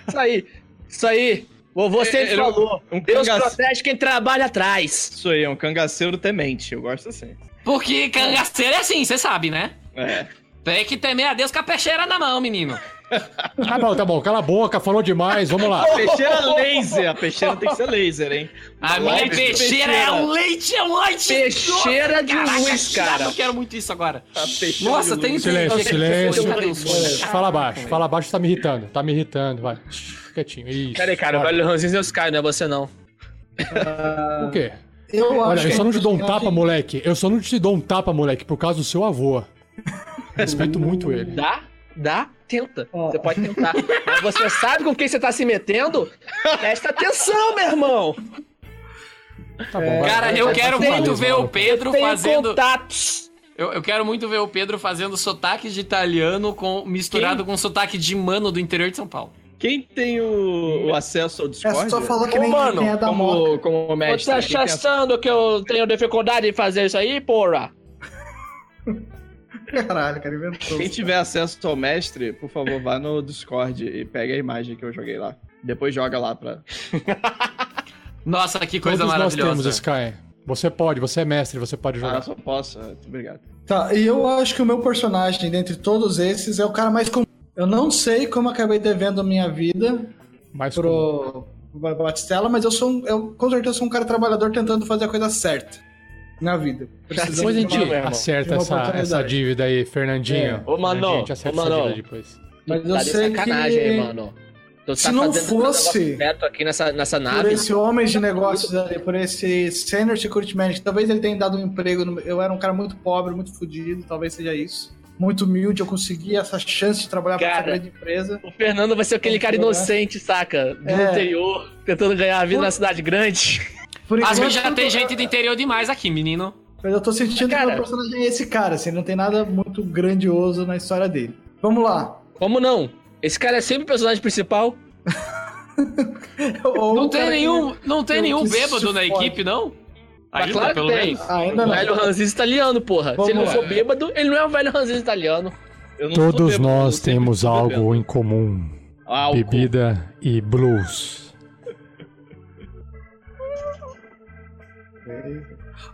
H: Isso aí. Isso aí. Vovô sempre
F: Ele é um-
H: falou.
F: um
H: Deus
F: cangaceiro.
H: protege quem trabalha atrás.
F: Isso aí, é um cangaceiro temente. Eu gosto assim.
G: Porque cangaceiro é assim, você sabe, né?
F: É.
G: Tem que temer a Deus com a peixeira na mão, menino.
A: Tá bom, tá bom, cala a boca, falou demais, vamos
E: *laughs*
A: lá.
F: A peixeira laser. A peixeira tem que ser laser, hein?
G: A minha
F: Leite de peixeira.
G: peixeira, é um leite, é um leite.
H: Peixeira de
G: Nossa,
H: luz,
G: caraca,
H: cara.
G: Eu quero muito isso agora.
F: A Tá peixeira
G: Nossa,
F: de
G: tem
F: luz.
A: Silêncio,
G: tem-
A: silêncio.
G: Cadê o som?
A: Fala baixo, fala baixo, tá me irritando, tá me irritando, vai. Shhh, Quietinho, isso.
H: Pera aí, cara. O
A: bora.
H: velho Ranzinho é o Sky, não é você não.
A: O quê?
E: Eu
A: Olha,
E: acho
A: eu
E: que
A: só não te dou um
E: personagem-
A: tapa, moleque. Eu só não te dou um tapa, moleque, por causa do seu avô. Respeito muito ele.
H: Dá, dá, tenta. Você pode tentar. Mas você sabe com quem você tá se metendo? Presta atenção, meu irmão.
A: Tá bom, vai.
G: Cara, eu
A: Vai,
G: quero
A: vai,
G: muito
A: vai,
G: ver o
A: maluco.
G: Pedro
H: Tenho
G: fazendo.
H: contatos.
G: Eu, eu quero muito ver o Pedro fazendo sotaque de italiano com misturado com sotaque de mano do interior de São Paulo.
F: Quem tem o, o acesso ao
E: É
F: Discord?
E: só falar que
H: Ô,
E: nem
H: mano,
E: quem é da moca.
F: como, como
H: Você
F: mestre. né?
H: tá achando que eu tenho dificuldade em fazer isso aí, porra?
E: Caralho, cara,
F: *laughs*
E: inventou.
F: Quem tiver acesso ao mestre, por favor, vá no Discord e pegue a imagem que eu joguei lá. Depois joga lá pra.
G: Nossa, que
A: Todos
G: coisa
A: nós
G: maravilhosa.
A: temos, Sky. Você pode, você é mestre, você pode
F: Ah,
A: jogar.
F: eu só posso. ah, Obrigado.
E: Tá, e eu acho que o meu personagem, dentre todos esses, é o cara mais comum. Eu não sei como acabei devendo a minha vida
A: Mas
E: pro Ba- Batistella, mas eu sou um, eu com certeza sou um cara trabalhador tentando fazer a coisa certa na vida.
H: Tá
E: Precisando
A: Depois a
E: de
A: gente
E: uma-
A: acerta
E: Uma
A: essa,
E: oportunidade.
A: essa dívida aí, Fernandinho.
E: É.
H: Ô, mano,
A: A gente acerta
H: ô,
A: essa
H: mano.
A: dívida depois.
E: Mas eu
H: Tá de
E: sei
H: sacanagem,
E: que
H: aí, mano. Tu
E: se
H: tá
E: não
H: fazendo um negócio
E: fosse-
H: Certo aqui nessa, nessa
E: por
H: nave.
E: esse homem de negócios ali, por esse senior security manager, talvez ele tenha dado um emprego, no- eu era um cara muito pobre, muito fodido, talvez seja isso. Muito humilde, eu consegui essa chance de trabalhar pra essa
H: Cara.
E: grande empresa.
H: O Fernando vai ser aquele cara inocente, saca? Do
E: É.
H: interior, tentando ganhar a vida na cidade grande.
E: Por
G: Às
E: enquanto,
G: vezes já tem gente do interior demais aqui, menino.
E: Mas eu tô sentindo que
H: Cara.
E: o meu personagem é esse cara, assim, não tem nada muito grandioso na história dele. Vamos lá.
H: Como não? Esse cara é sempre o personagem principal.
E: Ou
G: Não
E: o
G: tem
E: cara que-
G: nenhum, não tem
E: que
G: nenhum
E: se
G: bêbado na
E: fode.
G: equipe, não?
H: Mas
F: Ah,
G: Ainda,
H: claro que
G: pelo
H: tem.
G: menos.
E: Ainda não.
H: velho Ranzis italiano, porra.
E: Vamos
H: Se ele não
E: lá.
H: for bêbado, ele não é um velho Ranzis italiano.
F: Eu não sou
A: Todos
F: bêbado, eu
A: nós
F: sempre
A: temos
F: fui bebendo.
A: algo em comum:
F: Álcool.
A: bebida e blues.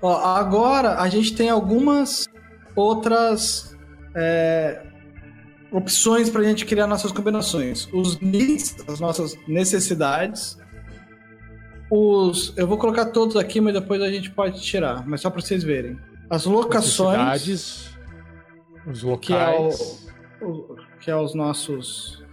E: Ó, agora a gente tem algumas outras é, opções pra gente criar nossas combinações. Os needs, as nossas necessidades. Os. Eu vou colocar todos aqui, mas depois a gente pode tirar. Mas só pra vocês verem. As locações.
A: Cidades, os locais.
E: o- que é os nossos.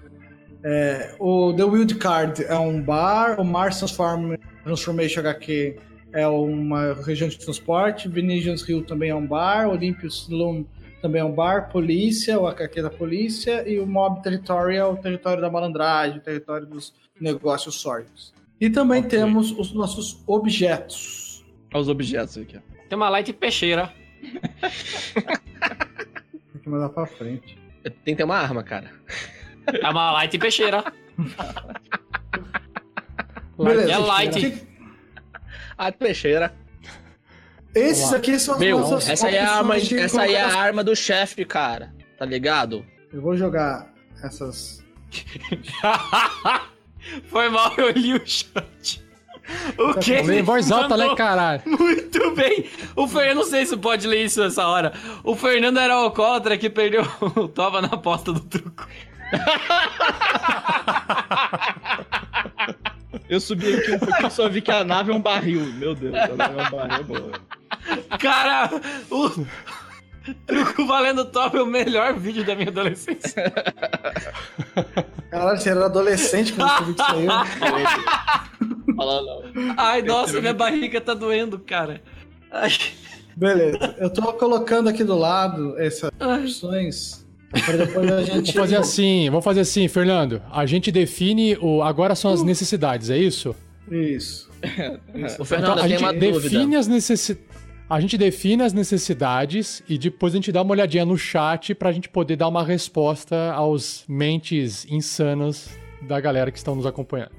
E: é, o The Wild Card é um bar, o Mars Transform, Transformation HQ é uma região de transporte, Venetians Hill também é um bar, Olympus Loom também é um bar, Polícia, o HQ da Polícia, e o Mob Territorial, o território da malandragem, o território dos negócios sórdidos. E também temos os nossos objetos.
F: Olha os objetos aqui. ó.
G: Tem uma light peixeira.
E: Tem que mandar pra frente.
H: Tem que ter uma arma, cara.
G: É uma light peixeira.
E: Beleza.
G: é light.
E: O que-
H: Ah, A peixeira.
E: Esses aqui são as
D: Meu,
E: nossas
H: Essa aí é a arma,
G: um
E: opções de
H: essa aí é a
E: colocar-
H: arma do chefe, cara. Tá ligado?
E: Eu vou jogar essas.
I: *laughs* Foi mal, eu li o chat. O
E: Tá
I: que?
H: é
A: Falei em voz alta, né,
I: Mandou
A: caralho?
I: Muito bem. O Fernando, não sei se pode ler isso nessa hora. O
G: é-
I: Fernando era o alcoólatra que perdeu *laughs* o Toba na aposta do truco.
F: Eu subi aqui um pouquinho e só vi que a nave é um barril. Meu Deus, a nave é um barril boa.
I: Cara, o truco valendo Toba é o melhor vídeo da minha adolescência.
E: Caralho, você era adolescente quando eu vi
A: *laughs*
E: que saiu.
H: Fala não.
I: Ai, nossa, minha barriga tá doendo, cara. Ai,
E: Beleza. Eu tô colocando aqui do lado essas opções. Pra depois a gente.
A: Vamos fazer assim, vamos fazer assim, Fernando. A gente define o. Agora são as necessidades, é isso?
E: Isso.
H: O
A: Então,
H: Fernando, eu
A: a
H: tenho
A: gente
H: uma
A: define
H: dúvida.
A: as necessidades. A gente define as necessidades e depois a gente dá uma olhadinha no chat pra gente poder dar uma resposta aos mentes insanas da galera que estão nos acompanhando.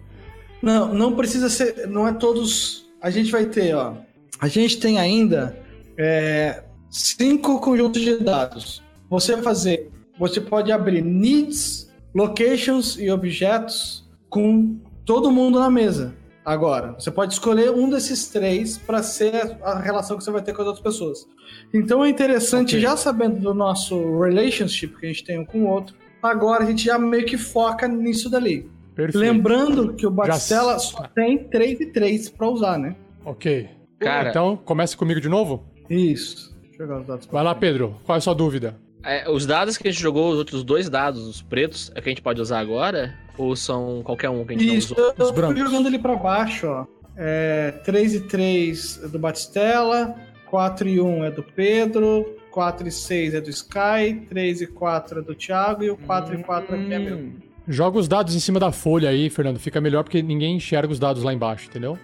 E: Não, não precisa ser. Não é todos. A gente vai ter, ó. A gente tem ainda é, cinco conjuntos de dados. Você vai fazer. Você pode abrir needs, locations e objetos com todo mundo na mesa. Agora, você pode escolher um desses três para ser a a relação que você vai ter com as outras pessoas. Então é interessante, já sabendo do nosso relationship que a gente tem um com o outro, agora a gente já meio que foca nisso dali.
A: Perfeito.
E: Lembrando que o Batistela
A: Já-
E: só tem 3 e 3 pra usar, né?
A: Ok.
H: Cara,
A: Então, começa comigo de novo?
E: Isso. Deixa eu jogar os dados.
A: Vai lá, Pedro. Qual é a sua dúvida?
H: é, os dados que a gente jogou, os outros dois dados, os pretos, é que a gente pode usar agora? Ou são qualquer um que a gente
E: Isso,
H: não usou?
E: eu tô
A: brancos.
E: jogando ele pra baixo, ó. É, 3 e 3 é do Batistela, 4 e 1 é do Pedro, 4 e 6 é do Sky, 3 e 4 é do Thiago e o 4 e 4 aqui é
A: Hum.
E: meu.
A: Joga os dados em cima da folha aí, Fernando. Fica melhor porque ninguém enxerga os dados lá embaixo, entendeu?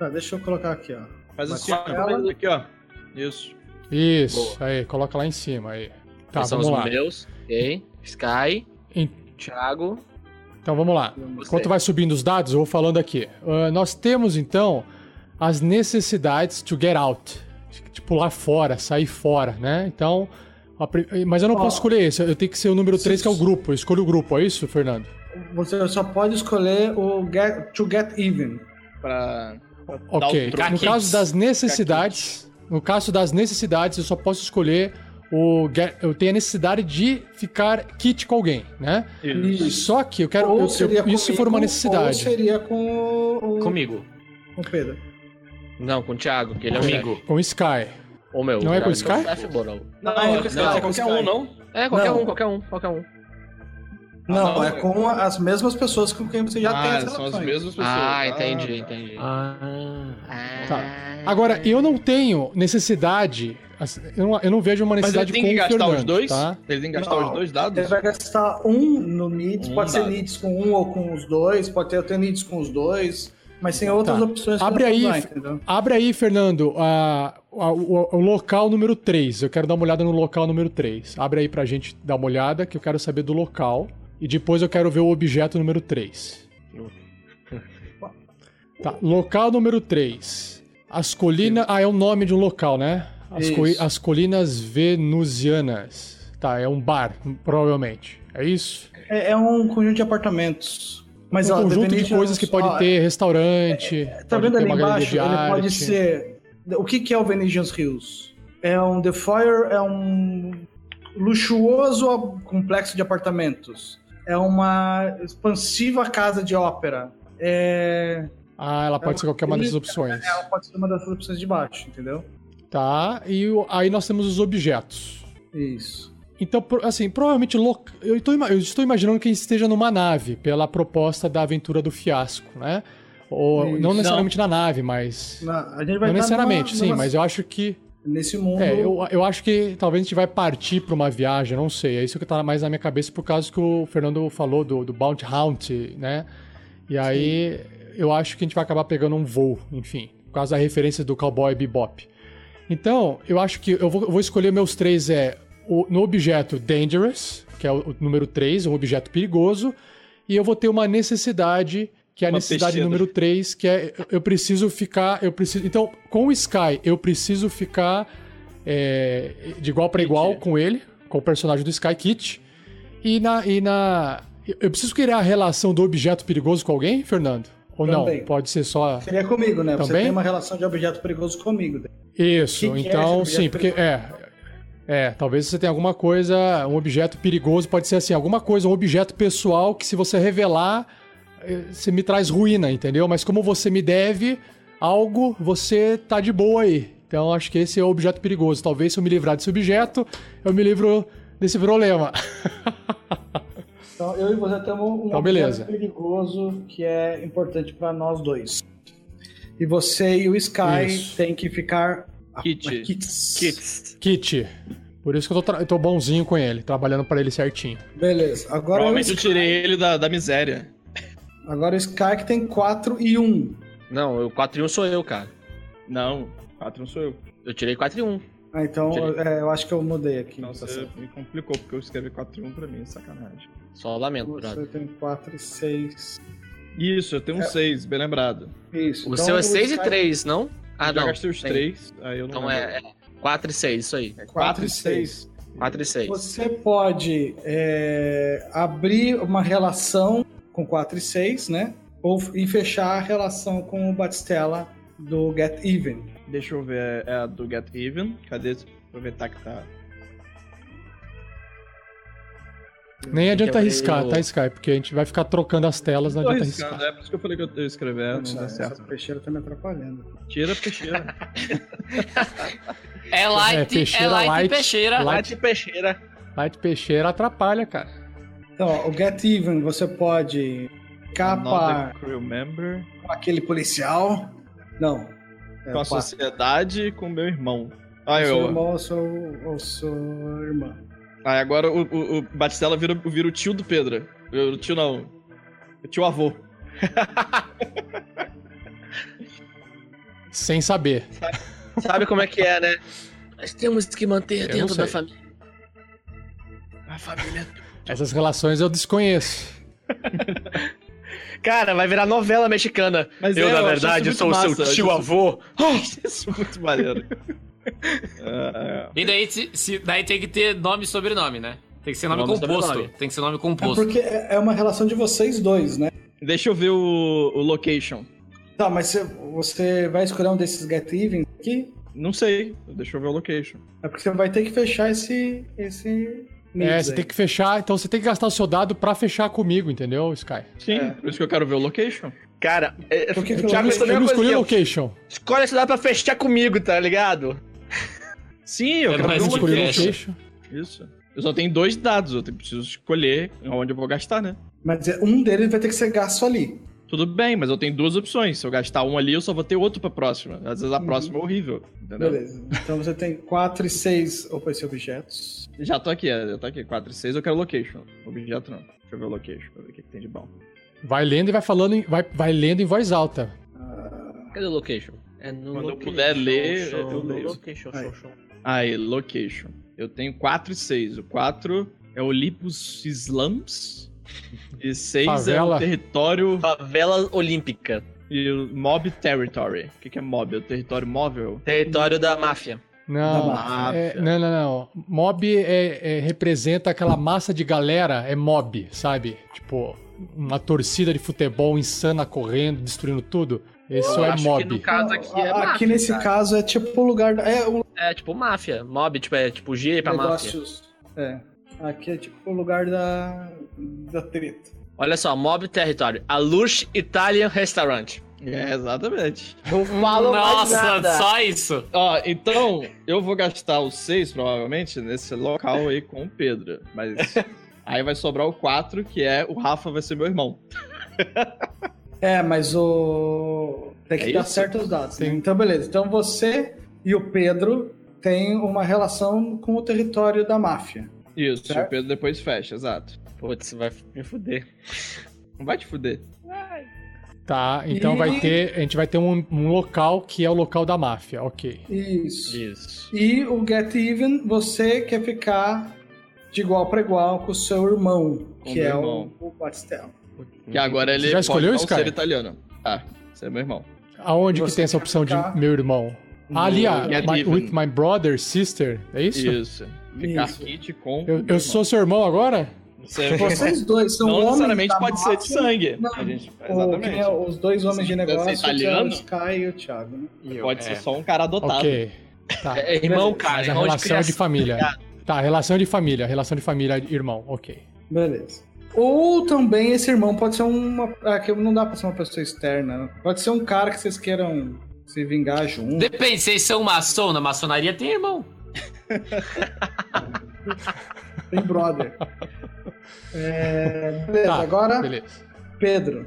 E: Tá, deixa eu colocar aqui, ó.
F: Faz assim,
E: Mas ela-
F: ó. Aqui, ó. Isso.
A: Isso. Aí, coloca lá em cima aí. Tá,
H: Esses são
A: vamos
H: os
A: lá.
H: meus. Ok. Sky.
A: Em-
H: Thiago.
A: Então vamos lá.
H: você.
A: Enquanto vai subindo os dados, eu vou falando aqui. Ah, nós temos então as necessidades to get out. Tipo, lá fora, sair fora, né? Então. a pri- Mas eu não
E: Ó.
A: posso escolher esse, eu tenho que ser o número
E: Se-
A: 3, que é o grupo. Eu escolho o grupo, é isso, Fernando?
E: Você só pode escolher o get, to get even.
F: Pra. Dá o
A: Ok.
F: troco.
A: No caso das necessidades. No caso das necessidades, eu só posso escolher o. get- eu tenho a necessidade de ficar kit com alguém, né? Só que eu quero. eu- eu- isso se for uma
E: Ou
A: necessidade.
E: seria com o, o-
I: comigo.
E: com o Pedro.
H: Não, com o Thiago, que ele é o chefe.
I: Comigo.
A: Com Sky.
H: Ou meu. então,
A: Não é com o
H: o
A: Sky?
H: chefe, Borol.
E: Não,
F: Não,
E: é com
F: não, é
E: Sky.
F: qualquer um, não?
H: É, qualquer
E: Não.
H: um, qualquer um, qualquer um.
E: Não,
F: não,
E: é
F: não.
E: com as mesmas pessoas com quem você já tem
F: Ah,
E: as
F: são
E: relações.
F: as mesmas pessoas.
H: Ah, entendi,
F: tá.
H: entendi.
A: Ah.
H: Ah.
A: Tá. Agora, eu não tenho necessidade. assim, Eu não, eu não vejo uma
F: Mas ele
A: necessidade
F: tem que
A: com o
F: gastar
A: Fernando,
F: os dois?
A: Tá?
F: Ele tem que gastar
E: Não.
F: os dois dados?
E: Ele vai gastar um no needs,
F: Um
E: pode ser
F: dado.
E: needs com um ou com os dois, pode ter até needs com os dois, mas tem outras
A: Tá.
E: opções que
A: Abre
E: dá pra
A: aí,
E: usar,
A: F-
E: entendeu?
A: Abre aí, Fernando, a- a- o, o local número 3. Eu quero dar uma olhada no local número 3. Abre aí pra gente dar uma olhada, que eu quero saber do local. E depois eu quero ver o objeto número 3. Tá, local número 3. As colinas. Ah, é o nome de um local, né? As, co-
E: Isso.
A: as colinas venusianas. Tá, é um bar, provavelmente. É isso?
E: É, é um conjunto de apartamentos. Mas,
A: um
E: ó,
A: conjunto de
E: definition-
A: coisas que pode
E: ó,
A: ter restaurante.
E: Tá
A: pode
E: vendo
A: ter
E: ali
A: uma galeria
E: embaixo?
A: de
E: Ele pode
A: arte.
E: ser. O que, que é o Venetians Hills? É um The Fire, é um luxuoso a- complexo de apartamentos. É uma expansiva casa de ópera. É...
A: Ah, ela pode ser qualquer uma dessas opções.
E: Ela pode ser uma dessas opções de baixo, entendeu?
A: Tá, e o- aí nós temos os objetos.
E: Isso.
A: Então, pro- assim, provavelmente lo- eu, tô ima- eu estou imaginando que esteja numa nave, pela proposta da aventura do fiasco, né? Ou
E: Isso.
A: não necessariamente na nave, mas. Não,
E: Na- a gente vai estar
A: necessariamente,
E: numa-
A: sim,
E: numa-
A: mas eu acho que.
E: Nesse mundo.
A: É, eu, eu acho que talvez a gente vai partir pra uma viagem, não sei. É isso que tá mais na minha cabeça por causa que o Fernando falou do, do Bounty Hunt, né? E aí eu acho que a gente vai acabar pegando um voo, enfim, por causa da referência do Cowboy Bebop. Então, eu acho que eu vou, eu vou escolher meus três é o- no objeto Dangerous, que é o, o número 3, um objeto perigoso, e eu vou ter uma necessidade que é a
F: Uma
A: necessidade
F: peixeira.
A: número 3, que é eu- eu preciso ficar, eu preciso. Então, com o Sky, eu preciso ficar é, de igual para igual com ele, com o personagem do Sky Kit. E na, e na. Eu preciso criar a relação do objeto perigoso com alguém, Fernando? Ou
E: Também.
A: não? Pode ser só.
E: Seria comigo, né? Você
A: Também?
E: tem uma relação de objeto perigoso comigo.
A: Isso,
E: Que que é
A: então
E: esse objeto
A: sim, porque é. É, talvez você tenha alguma coisa, um objeto perigoso, pode ser assim, alguma coisa, um objeto pessoal que se você revelar, eh, você me traz ruína, entendeu? Mas como você me deve algo, você tá de boa aí. Então acho que esse é o objeto perigoso. Talvez se eu me livrar desse objeto, eu me livro desse problema. *laughs*
E: Então eu e você temos um
A: Então,
E: objeto
A: beleza.
E: perigoso que é importante pra nós dois. E você e o Sky
A: Isso.
E: têm que ficar Ah,
F: Kit.
E: kits.
F: Kits.
A: Kit. Por isso que eu tô, tra- eu tô bonzinho com ele, trabalhando pra ele certinho.
E: Beleza. Agora o,
F: Provavelmente eu tirei ele da, da miséria.
E: agora o Sky que tem 4 e 1.
H: Não, o 4 e 1 sou eu, cara.
F: Não, 4 não sou eu.
H: Eu tirei um. 4 e 1.
E: Ah, então
H: Entendi.
E: é, eu acho que eu mudei aqui.
F: Nossa,
E: Tá certo.
F: me complicou, porque eu escrevi 4 e 1 pra mim, é sacanagem.
H: Só
F: é
H: lamento, brother.
E: Você tem 4 e 6.
F: Isso, eu tenho
E: É.
F: um 6, bem lembrado.
E: Isso.
H: O
E: então
H: seu é 6 e
E: Sky-
H: 3, não? Ah,
F: eu
A: assim,
F: já
H: não.
A: né?
F: gastei os
H: tem.
F: 3, aí eu não
H: Então é, é 4 e 6, isso aí.
E: 4 é e 6.
F: 6.
H: 4 e 6.
E: Você pode é, abrir uma relação com 4 e 6, né? Ou, e fechar a relação com o Batistella do Get Even.
F: Deixa eu ver, é a do Get Even. Cadê? Deixa eu Aproveitar que tá.
A: Nem adianta
H: quebrei
A: arriscar,
H: o-
A: tá, Sky? Porque a gente vai ficar trocando as telas, não
F: Tô
A: adianta arriscar.
F: arriscando, é por isso que eu falei que eu ia escrever, não dá Tá certo.
E: Essa peixeira tá me atrapalhando.
F: Tira a
H: *laughs*
F: peixeira.
G: É light,
A: É,
G: é,
A: peixeira,
G: light,
A: light.
G: peixeira.
A: Light.
F: Bate peixeira.
A: Light peixeira atrapalha, cara.
E: Então, ó, o Get Even você pode capar
F: Another crew member.
E: com aquele policial. Não. É,
F: Com a
E: pá,
F: sociedade e com meu irmão. Ah,
E: seu
F: eu.
E: irmão ou seu, ou sua irmã.
F: Aí agora o, o, o Batistela vira, vira o tio do Pedro. O tio não. O tio avô. *laughs*
A: Sem saber.
H: Sabe como é que é, né? Nós temos que manter
A: não
H: dentro da
A: sei.
H: família.
F: A família.
A: Essas relações eu desconheço.
H: Cara, vai virar novela mexicana.
F: Mas
H: eu,
F: é,
H: na
F: eu acho
H: verdade,
F: isso
H: sou o
F: muito
H: seu
F: massa, eu acho isso-
H: tio-avô.
F: Isso é muito maneiro. Ah,
G: E daí, se, se- daí tem que ter nome e sobrenome, né? Tem que ser nome,
H: Nome e
G: composto.
H: sobrenome.
G: Tem que ser nome
E: É
G: composto.
E: porque é é uma relação de vocês dois, né?
F: deixa eu ver o, o location.
E: Tá, mas você- você vai escolher um desses Get Even aqui?
F: Não sei. Deixa eu ver o location.
E: É porque você vai ter que fechar esse. esse mix
A: É,
E: aí.
A: você tem que fechar, então você tem que gastar o seu dado pra fechar comigo, entendeu, Sky?
F: Sim, por isso que eu quero ver o location.
H: É. Cara, é,
E: Por que que
H: o Thiago
E: eu-
H: escolheu
A: Eu
H: a
A: não
H: mesma
A: escolhi
H: coisa
A: o
H: que eu.
A: location.
H: Escolhe esse dá pra fechar comigo, tá ligado?
F: Sim, eu
G: É
F: quero ver
G: mais
A: Eu
F: o
G: que
A: escolhi o
F: location.
G: fecha.
A: location.
F: Isso. Eu só tenho dois dados, eu te- preciso escolher onde eu vou gastar, né?
E: Mas é- um deles vai ter que ser gasto ali.
F: Tudo bem, mas eu tenho duas opções. Se eu gastar um ali, eu só vou ter outro pra próxima. Às
H: Uhum.
F: vezes a próxima é horrível, entendeu?
E: Beleza. Então você tem 4 e 6 opa, esses objetos.
F: Já tô aqui, é, eu tô aqui. 4 e 6, eu quero location. Objeto não. Deixa eu ver o location, pra ver o que, que tem de bom.
A: Vai lendo e vai falando, em- vai, vai lendo em voz alta.
H: Cadê o location? É no
F: Quando eu puder ler, eu
H: no
F: leio.
H: Location, show, show.
F: Aí, location. Eu tenho 4 e 6. O 4 é Olympus Slums. E 6 é o
A: Favela.
F: território
H: Favela Olímpica.
F: e o Mob Territory. O que, que é mob? É o território móvel?
H: Território da máfia.
A: Não,
E: Da
F: máfia.
A: é- não, não, não. Mob é- é- representa aquela massa de galera, é mob, sabe? Tipo, uma torcida de futebol insana correndo, destruindo tudo. Isso
H: Eu
A: é
H: acho
A: mob.
H: que no caso aqui é
E: Ah,
H: máfia.
E: aqui nesse
H: cara.
E: caso é tipo o lugar. É o
H: É tipo máfia. Mob, tipo, é tipo gíria pra máfia.
E: negócios. É. Aqui é tipo o lugar da. da treta.
H: Olha só, Mob Território. A Lush Italian Restaurant.
F: É, exatamente.
H: Não falo mais
G: Nossa,
H: nada.
G: só isso.
F: Ó, então eu vou gastar o 6, provavelmente, nesse local aí com o Pedro. Mas aí vai sobrar o 4, que é o Rafa vai ser meu irmão.
E: É, mas o. Tem que
F: É
E: dar
F: isso?
E: certos dados. né?
A: Sim.
E: Então, beleza. Então você e o Pedro têm uma relação com o território da máfia.
F: Isso,
E: Certo.
F: o Pedro depois fecha, exato.
H: Putz, vai me fuder.
F: Não vai te fuder.
A: Tá, então vai ter. A gente vai ter um, um local que é o local da máfia, ok.
E: Isso.
H: Isso.
E: E o Get Even, você quer ficar de igual para igual com o seu irmão,
F: Com
E: que
F: meu
E: é
F: irmão.
E: o, o Batistella.
F: Que agora ele
A: já escolheu,
F: pode não
A: Sky?
F: ser italiano. Ah, você é meu irmão.
A: Aonde que
E: Você
A: tem essa
E: quer
A: opção de
E: ficar-
A: meu irmão? Ah, ali, ah,
F: Get
A: my-
F: even.
A: with my brother, sister, é isso?
F: Isso. Ficar
E: Isso.
F: kit com.
A: Eu, eu sou seu irmão agora?
F: Você é meu irmão.
E: Vocês dois são
F: Não
E: homens. tá
F: necessariamente
E: da
F: pode ser de
E: máfia,
F: sangue.
E: Não.
F: A gente-
E: ou quem
F: exatamente.
E: é os dois homens de
F: Você deve ser
E: negócio, que é o
F: italiano?
E: Sky e o Thiago. né?
F: Pode ser só um cara adotado.
A: Ok. Tá.
H: É, irmão, cara,
A: Mas a
H: irmão de
A: relação é de
H: criação.
A: família. Tá, relação de família. Relação de família, irmão. Ok.
E: Beleza. Ou também esse irmão pode ser uma. Ah, que não dá pra ser uma pessoa externa. Pode ser um cara que vocês queiram se vingar junto.
G: Depende, vocês são maçom, na maçonaria tem irmão.
E: Tem
F: *laughs*
E: brother. É, beleza,
A: Tá,
E: agora,
A: Beleza.
E: Pedro.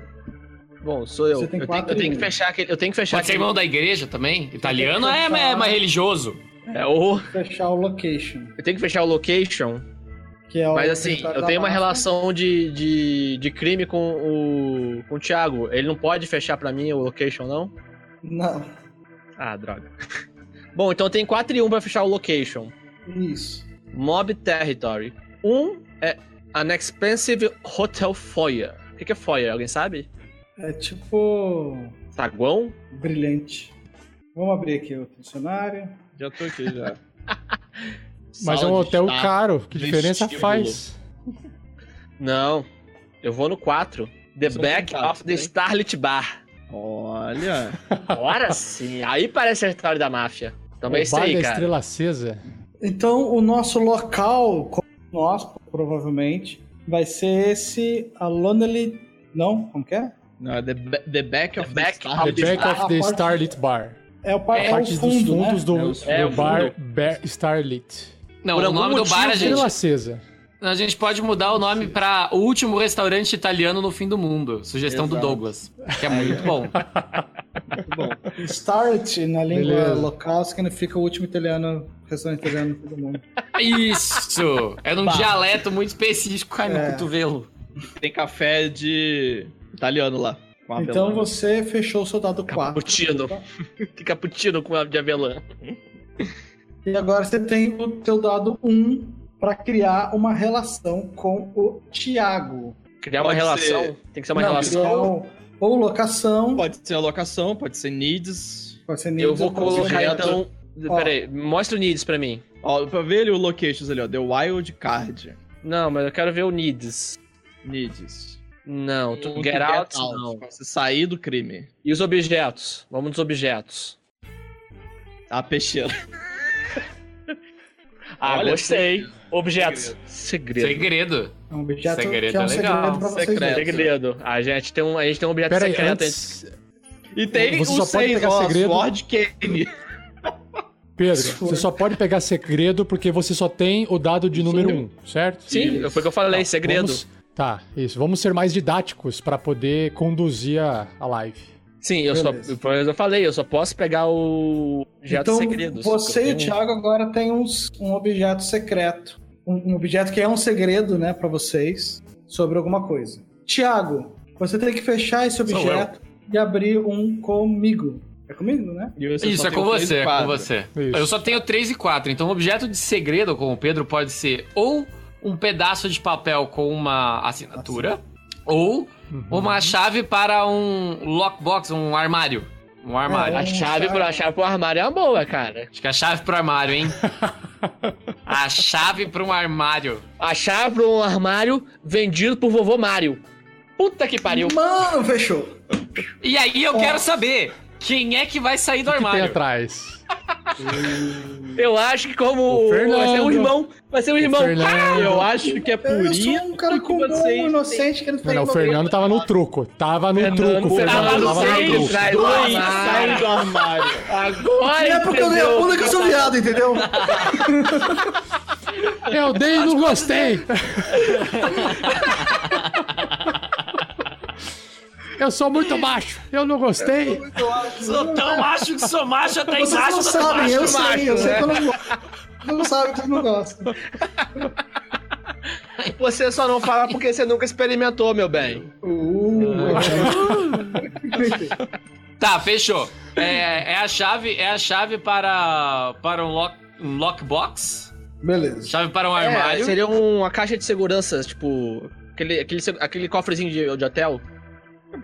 H: Bom, sou eu.
E: Você tem
H: eu, tenho,
E: quatro
H: eu tenho que
E: irmãos.
H: fechar aquele. Eu tenho que fechar
G: Pode ser
H: aquele.
G: irmão da igreja também. Italiano é,
E: pensar.
G: é mais religioso.
H: É, ou-
E: Fechar o location.
H: eu tenho que fechar o location.
E: Que é o
H: Mas assim,
E: território
H: eu
E: da
H: tenho uma
E: máfia.
H: relação de, de, de crime com o, com o Thiago. Ele não pode fechar pra mim o location, não?
E: Não.
H: Ah, droga. *laughs* Bom, então tem 4 e 1 pra fechar o location.
E: Isso.
H: Mob Territory. Um é An Expensive Hotel Foyer. O que que é foyer? Alguém sabe?
E: É tipo.
H: Saguão?
E: Brilhante. Vamos abrir aqui o funcionário.
F: Já tô aqui já.
A: Mas é um
F: Sala de
A: hotel
F: estar.
A: caro. Que
F: de
A: diferença
F: estímulo.
A: faz?
H: Não. Eu vou no 4. The
A: é um
F: São
H: Back
F: quatro,
H: of the
F: né?
H: Starlit Bar.
F: Olha.
H: Agora
A: *laughs*
H: sim. Aí parece a história da máfia. Também é
A: o
H: isso
A: bar
H: aí,
A: da
H: cara.
A: estrela acesa.
E: Então, o nosso local, como nós, provavelmente, vai ser esse. A Lonely. Não? Como que é?
F: Não, é the, ba- the back of the,
H: Back
F: Star.
A: The
H: of
A: Back
E: a
A: of the
E: parte-
A: Starlit Bar.
E: É o, par...
A: A
E: é o
A: parte dos
E: fundo, né?
A: fundos do,
F: É o
A: do
H: fundo.
A: bar, Bar- Starlit.
G: Não,
H: Por
G: o
H: algum
G: nome do bar a
H: motivo,
G: gente,
A: Estrela acesa.
G: a gente pode mudar o nome pra O Último Restaurante Italiano no Fim do Mundo. Sugestão do
F: Exato.
G: Douglas, que é muito bom.
E: Start, na língua
A: Beleza.
E: local, significa o último italiano, restaurante italiano do mundo.
G: Isso! É num dialeto muito específico. Ai,
E: É.
G: meu cotovelo.
F: Tem café de italiano lá. com avelã.
E: Então você fechou o soldado 4.
H: Cappuccino. Que cappuccino com a de avelã.
E: E agora você tem o teu dado 1 para criar uma relação com o Tiago.
H: Criar uma
F: Pode
H: relação.
F: ser.
H: Tem que ser uma
E: Não,
H: relação.
E: criar o- Ou locação.
F: Pode ser a locação, pode ser needs.
E: Pode ser
H: Eu
E: nível,
H: vou
E: pode ser
H: colocar
E: objeto.
H: então. Peraí, mostra o Needs pra mim.
F: Ó, pra ver ali o locations ali, ó. The Wild Card.
H: Não, mas eu quero ver o Needs.
F: Needs.
H: Não, tu,
F: Ou
H: get, out, não.
F: pra Você sair do crime.
H: E os objetos? Vamos nos objetos.
F: A peixeira.
H: Ah,
F: Olha,
H: gostei. Objetos.
F: Segredo.
H: Segredo. Segredo.
G: Segredo.
E: É um objeto
G: Segredo
E: que é um
G: é
E: segredo
G: legal.
E: pra vocês
F: Secreto.
E: dois.
H: A gente tem um, a gente tem um objeto
A: Pera aí,
H: secreto.
A: antes...
F: E tem
A: Você
F: o
A: só pode
F: seis,
A: pegar
F: ó,
A: segredo.
F: Sword Kane.
A: Pedro,
E: Isso
A: você
E: foi.
A: só pode pegar segredo porque você só tem o dado de número 1, um, certo?
H: Sim, foi o que eu falei,
A: Tá,
H: segredo.
A: vamos- tá, isso. Vamos ser mais didáticos pra poder conduzir a, a live.
H: Sim, eu só,
E: Beleza.
H: foi o que eu falei, eu só posso pegar o objeto
E: Então
H: segredo.
E: você e o
F: um-
H: Thiago.
E: Thiago agora tem uns- um objeto secreto. Um, um objeto que é um segredo, né, pra vocês, sobre alguma coisa. Thiago, você tem que fechar esse objeto e abrir um comigo. É comigo, né?
F: E você
G: Isso,
F: só
G: é
F: tem
G: com
F: três
G: você, é com
F: quadros.
G: você.
A: Isso.
G: Eu só tenho 3 e 4, então o objeto de segredo com o Pedro pode ser ou um pedaço de papel com uma assinatura, ou uma chave para um lockbox, um armário. Um armário.
H: A
E: É.
H: chave, pro, a chave pro armário é uma boa, cara.
G: Acho que a chave pro armário, hein? a chave para um armário.
H: A chave pro armário vendido por vovô Mário. Puta que pariu.
E: Mano, fechou.
G: E aí eu quero saber quem é que vai sair do
A: O que tem
G: armário.
A: atrás?
H: Eu acho que como.
A: O
H: vai ser
A: Fernando.
H: um irmão. Vai ser um irmão.
A: Fernando.
F: Eu acho que é por
E: Eu
F: isso
E: sou um cara
F: que
E: comum,
F: vocês
E: inocente, que não
A: Não,
E: tem
A: não, o
E: problema.
A: Fernando tá- tava no truco. Tava no
H: Fernando,
A: truco,
H: tava
A: Fernando.
H: no
A: Tava no
H: seio,
A: truco.
H: trai-
F: dois
H: Ah.
F: saem do armário.
H: Agora
E: Não é porque eu dei a
H: entendeu.
E: bunda que eu sou viado, entendeu?
A: Eu dei e não gostei. Eu sou muito baixo. Eu não gostei.
G: Sou tão macho que sou macho até
E: Vocês
G: embaixo
E: não
G: do
E: sabem,
G: macho. né?
E: eu sei, eu sei que eu não gosto. Vocês Não sabem que eu não gosto.
H: Você só não fala porque você nunca experimentou, meu bem.
E: Uh.
G: Tá, fechou. É, é a chave, é a chave para para um lock, um lockbox,
E: Beleza.
G: chave para um
H: É,
G: armário.
H: seria uma caixa de segurança, tipo, Aquele, aquele, aquele cofrezinho de, de hotel.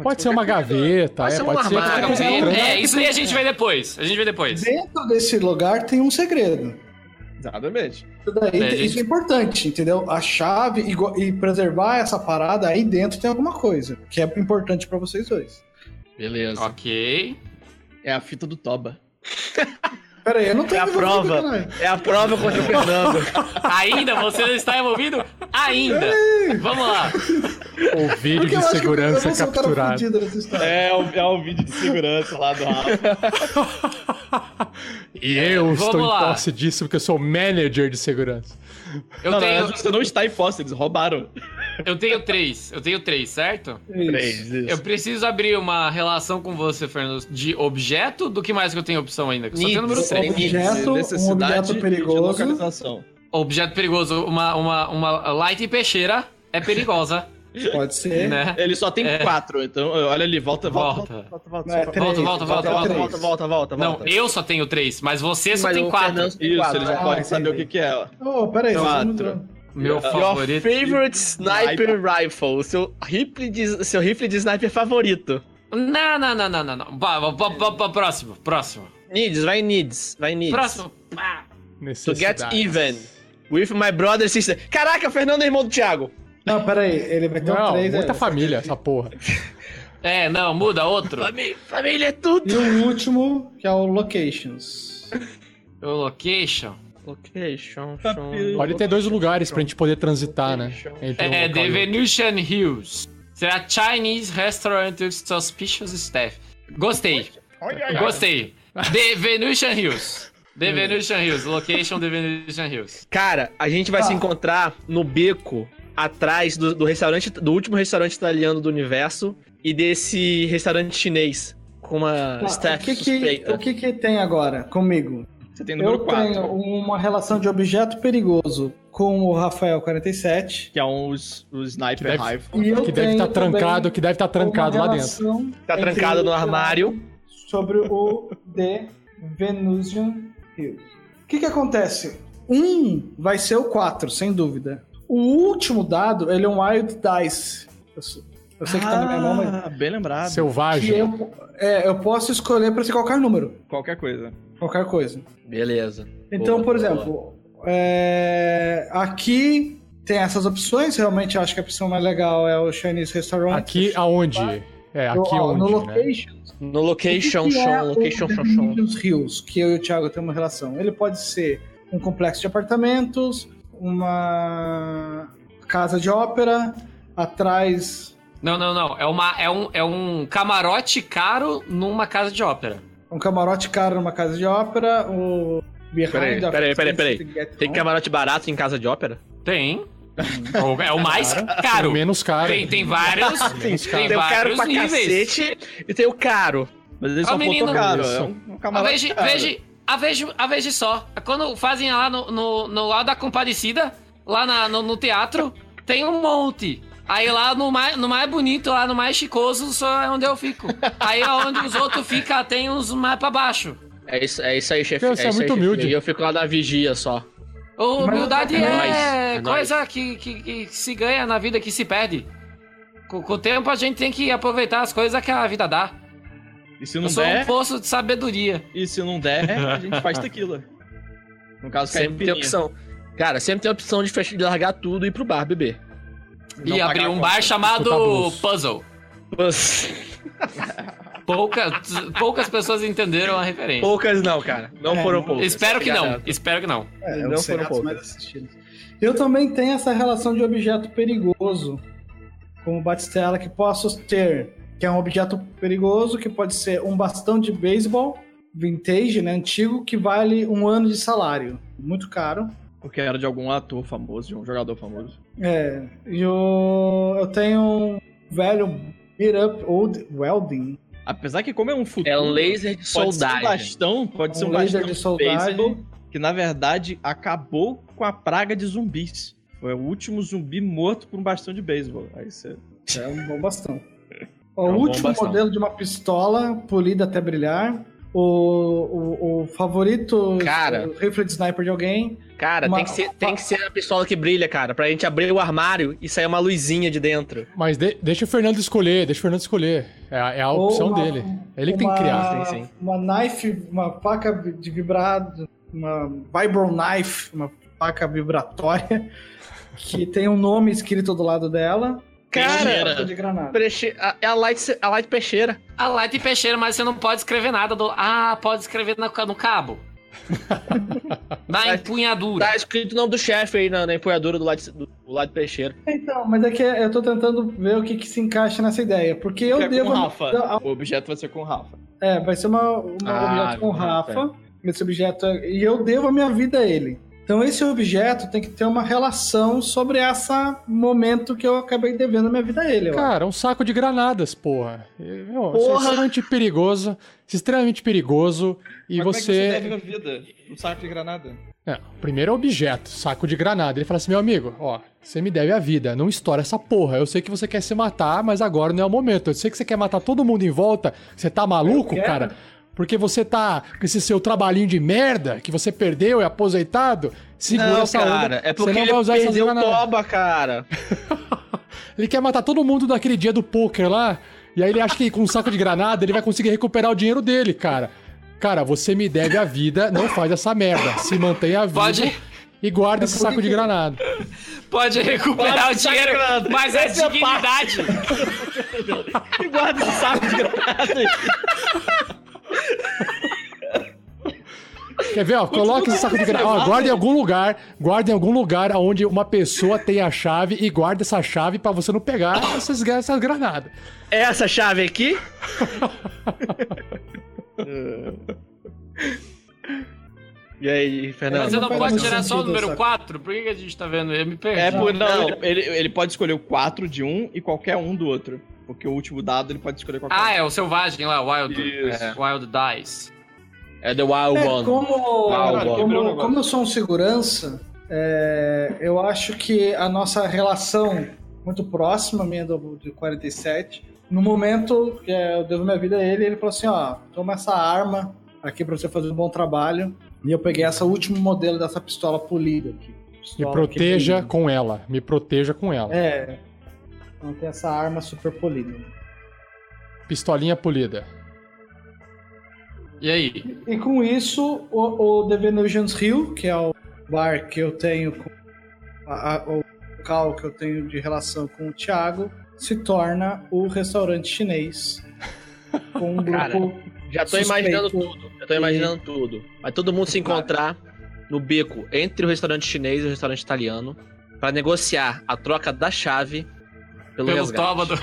A: Pode ser uma gaveta,
H: Pode
A: é,
H: ser
A: pode
H: uma
A: ser qualquer
H: maca,
A: coisa
H: bem-
A: grande.
G: É, isso aí a gente vê depois. A gente vê depois.
E: Dentro desse lugar tem um segredo.
F: Exatamente.
E: Isso daí
G: É,
E: tem-
G: gente.
E: isso é importante, entendeu? A chave e, go- e preservar essa parada aí dentro tem alguma coisa que é importante pra vocês dois.
H: Beleza.
G: Ok.
F: É a fita do Toba.
E: Pera aí, eu não tenho
J: É a
E: que ver o
J: prova.
E: caralho.
J: É a prova
H: *laughs*
J: contra o Fernando.
G: Ainda? Você não está envolvido? Ainda. Vamos lá. É.
A: O vídeo
E: Porque eu
A: de
E: acho que eu- eu
A: segurança
E: não sou o cara
A: capturado.
E: fudido nessa história.
F: É, o, é o vídeo de segurança lá do Rafa.
A: E eu
G: Vamos
A: estou
G: lá.
A: em posse disso porque eu sou manager de segurança.
G: Eu,
F: Não, na
G: tenho,
F: verdade, você não está em posse, eles roubaram.
G: eu tenho três. Eu tenho três, certo?
E: Isso.
G: Eu preciso abrir uma relação com você, Fernando, de objeto. Do que mais que eu tenho opção ainda? Que Só tem o número
H: Needs.
G: três.
E: Objeto, um
F: Necessidade
E: objeto
F: de
E: perigoso.
F: localização.
G: Objeto perigoso. Uma, uma, uma light peixeira é perigosa,
E: Pode ser.
G: né?
F: Ele só tem
G: É.
F: quatro, então olha ali, volta, volta.
G: Volta.
F: Volta, volta,
E: Não, é três.
G: Volta, volta, volta,
E: É
G: volta,
E: três.
F: volta, volta, volta,
G: Não,
F: volta.
G: eu só tenho três, mas você só
H: Mas
G: tem
H: o
G: quatro.
H: Fernando-
F: Isso,
H: Quatro.
F: eles
E: Ah,
F: já podem
E: entendi.
F: saber o que, que é. ó.
E: Oh, pera aí, vocês não-
F: Quatro.
G: Meu
J: Your
G: favorito.
J: favorite sniper rifle. O seu rifle de, seu rifle de sniper favorito.
G: Não, não, não, não, não. não. Ba- ba- ba- ba- ba- Próximo, próximo.
J: Needs, vai needs, vai needs.
G: Próximo. Pá.
J: To get
A: Necessidade.
J: even. With my brother and sister. Caraca, Fernando é irmão do Thiago.
E: Não, pera aí, ele meteu um
A: Não,
E: 3
A: muita família essa porra.
G: É, não, muda outro.
J: Família, família é tudo.
E: E o último, que é o Locations.
G: O location.
H: Location,
E: Tá
A: Pode ter dois lugares pra gente poder transitar, né? Entre um
G: É,
A: local e outro.
G: Devenution Hills. Será Chinese Restaurant with Suspicious Staff. Gostei. Gostei. Devenution Hills. Devenution Hills. Location Devenution Hills.
H: Cara, a gente vai
E: Tá.
H: se encontrar no beco atrás do, do restaurante, do último restaurante italiano do universo e desse restaurante chinês com uma
E: Tá,
H: staff
E: o que, que,
H: suspeita.
E: o que que tem agora comigo?
F: Você tem número
E: Eu
F: 4,
E: tenho uma relação de objeto perigoso com o Rafael 47.
F: que é um os, os sniper
A: Deve-
F: rifle.
E: E eu
A: Que deve
E: tenho
A: estar
E: também
A: trancado, que deve estar trancado
E: uma
A: lá dentro.
E: relação
H: Tá
E: entre
H: trancado
E: o
H: no
E: Thiago
H: armário.
E: Sobre o *laughs* The Venusian Hills. O que que acontece? Um vai ser o 4, sem dúvida. O último dado, ele é um Wild Dice. Eu, sou- eu sei que tá na minha mão, mas...
F: Ah, bem lembrado.
E: Que
A: Selvagem.
E: eu, é, eu posso escolher pra ser qualquer número.
F: Qualquer coisa.
E: Qualquer coisa.
H: Beleza.
E: Então,
H: Boa,
E: por
H: boa.
E: exemplo, é, aqui tem essas opções. Realmente acho que a opção mais legal é o Chinese Restaurant.
A: Aqui aonde? É,
E: No-
A: aqui
E: ó, no
A: onde, né?
E: location.
H: No location,
E: O que que é
H: show, location,
E: o
H: show, show.
E: Dominion Hills, que eu e o Thiago temos relação. Ele pode ser um complexo de apartamentos, uma casa de ópera, atrás
G: Não, não, não. É, uma, é, um, é um camarote caro numa casa de ópera.
E: um camarote caro numa casa de ópera, o
H: Peraí, peraí, peraí, peraí. Tem
E: que
H: camarote barato em casa de ópera?
G: Tem. Ou- É o mais
A: Pelo
G: caro.
A: Menos caro.
G: Tem, tem vários. tem
H: Tem o caro
G: vários
H: pra
G: níveis.
H: cacete e tem o caro.
F: Mas eles
G: Ó,
F: só
G: menino.
F: botou caro.
A: Isso.
F: É um, um
G: A
F: camarada.
G: veja,
F: caro.
G: veja, a veja, a veja só. Quando fazem lá no, no, no lado da Compadecida, lá na- no, no teatro, tem um monte. Aí lá no mais, no mais bonito, lá no mais chicoso, só é onde eu fico. Aí é onde os outros ficam, tem uns mais pra baixo.
H: É isso, é isso aí, chefe.
A: Meu, você é
H: isso aí,
A: muito
H: chefe.
A: humilde.
H: E eu fico lá na vigia só.
G: Ô, Humildade é,
H: nóis, é
G: coisa Que, que, que se ganha na vida, que se perde. Com, com o tempo a gente tem que aproveitar as coisas que a vida dá.
F: E se
G: Eu
F: não
G: sou um
F: der,
G: poço de sabedoria.
F: e se não der, a gente faz tequila. No caso,
H: Sempre tem
F: caipirinha.
H: opção. Cara, sempre tem a opção de, fech- de largar tudo e ir pro bar beber.
F: Não
G: e
F: pagar
G: abrir
F: a
G: um
F: conta.
G: bar chamado
A: Escutar blues.
G: Puzzle.
H: Mas-
G: Pouca, poucas pessoas entenderam a referência.
H: Poucas não, cara. Não
E: É,
H: foram
E: não-
H: poucas.
G: Espero que não,
H: Garanto.
G: espero que não.
E: É,
H: Não
E: não
H: foram
E: foram
H: poucas.
E: mais assistidos. Eu também tenho essa relação de objeto perigoso, como Batistela, que posso ter, que é um objeto perigoso, que pode ser um bastão de beisebol, vintage, né, antigo, que vale um ano de salário. Muito caro.
F: Porque era de algum ator famoso, de um jogador famoso.
E: É, e o- eu tenho um velho beat up old welding,
F: Apesar que como é um futuro...
H: É um laser de
F: Pode ser um
H: soldagem.
F: bastão, pode ser
E: um
F: um
E: laser
F: bastão
E: de
F: beisebol,
E: soldagem.
F: que na verdade acabou com a praga de zumbis. Foi o último zumbi morto por um bastão de beisebol. Aí você...
E: É um bom bastão. O
F: É um bom
E: último
F: bastão.
E: modelo de uma pistola polida até brilhar. o, o, o favorito
H: Cara.
E: o rifle de sniper de alguém.
H: Cara,
E: Uma-
H: tem, que ser, tem que ser a pistola que brilha, cara, pra gente abrir o armário e sair uma luzinha de dentro.
A: Mas de- deixa o Fernando escolher, deixa o Fernando escolher. É, a- é a
E: Ou
A: opção
E: uma-
A: dele. É ele que tem que criar.
E: uma-
H: Sim, sim.
E: Uma knife, uma faca de vibrado, uma vibro knife, uma faca vibratória, que tem um nome escrito do lado dela.
H: Cara,
D: Peixeira.
E: de granada.
H: preche- a- é a light, a light peixeira.
G: A light e peixeira, mas você não pode escrever nada do. Ah, pode escrever na- no cabo. Na empunhadura.
H: Tá escrito o nome do chefe aí na, na empunhadura do light, do, do light peixeira.
E: Então, mas é que eu tô tentando ver o que, que se encaixa nessa ideia. Porque eu
F: É com
E: devo.
F: o Rafa.
E: eu-
F: O objeto vai ser com o Rafa.
E: É, vai ser uma, uma
F: Ah,
E: objeto com
F: tá,
E: Rafa. Esse objeto. é- E eu devo a minha vida a ele. Então esse objeto tem que ter uma relação sobre esse momento que eu acabei devendo a minha vida a ele. eu acho.
A: Cara, é um saco de granadas, porra. É, meu, Isso é
H: Porra!
A: extremamente perigoso. Isso é extremamente perigoso. E
F: Mas
A: você.
F: Como é que você deve a vida? Um saco de granada?
A: É, o primeiro é objeto, saco de granada. Ele fala assim: meu amigo, ó, você me deve a vida, não estoura essa porra. Eu sei que você quer se matar, mas agora não é o momento. Eu sei que você quer matar todo mundo em volta. Você tá maluco,
E: quero.
A: cara? Porque você tá com esse seu trabalhinho de merda que você perdeu e aposentado. Segura
F: Não,
A: essa
F: cara,
A: onda.
F: é
A: você
F: porque
A: não
F: ele
A: vai usar essas
H: Perdeu o
A: granadas.
H: toba, cara.
A: Ele quer matar todo mundo daquele dia do poker lá. E aí ele acha que com um saco de granada ele vai conseguir recuperar o dinheiro dele, cara. Cara, você me deve a vida, não faz essa merda. Se mantenha vivo
G: Pode-
A: e guarda esse saco de granada.
G: Pode recuperar o
H: Pode
G: dinheiro,
H: sagrado.
G: mas é
H: Essa é a
G: dignidade.
H: E guarda esse saco de granada aí.
A: Quer ver, ó? Coloca esse saco de granada. Ó, guarda em algum lugar. Guarda em algum lugar onde uma pessoa tem a chave e guarda essa chave pra você não pegar essas, essas granadas.
F: É
H: Essa chave aqui? *laughs* e aí, Fernando?
G: Mas eu não
E: faz
G: posso
E: muito
G: tirar só o
E: sentido
G: número
E: essa-
G: 4? Por que que a gente tá vendo? Eu me perdi.
F: É, por, não,
H: Não.
F: Ele, ele pode escolher o 4 de um e qualquer um do outro. Porque o último dado ele pode escolher qualquer
G: Ah,
F: um.
G: é o selvagem lá, Wild,
F: Isso.
G: é, Wild Dice.
H: É The Wild
E: É,
H: One.
E: como,
H: Ah,
F: bom. Quebrou o
E: como,
F: negócio.
E: como eu sou um segurança, é, eu acho que a nossa relação muito próxima, minha do, do 47, no momento que é, eu devo minha vida a ele, ele falou assim, ó, toma essa arma aqui pra você fazer um bom trabalho. E eu peguei essa último modelo dessa pistola polida aqui.
A: Me
E: Pistola
A: proteja
E: que
A: com ela. Me proteja com
E: brilha.
A: ela.
E: É, não tem essa arma super polida.
A: Pistolinha polida.
G: E aí?
E: E com isso, o, o The Venusians Hill, que é o bar que eu tenho, com a- a- o local que eu tenho de relação com o Thiago, se torna o
A: *laughs*
E: restaurante chinês. Com um grupo.
H: Cara, Já tô
E: Suspeito.
H: imaginando tudo. Já tô imaginando tudo. Vai todo mundo se encontrar no beco entre o restaurante chinês e o restaurante italiano pra negociar a troca da chave pelo,
G: Pelo
A: *laughs*
H: resgate.
G: toba do...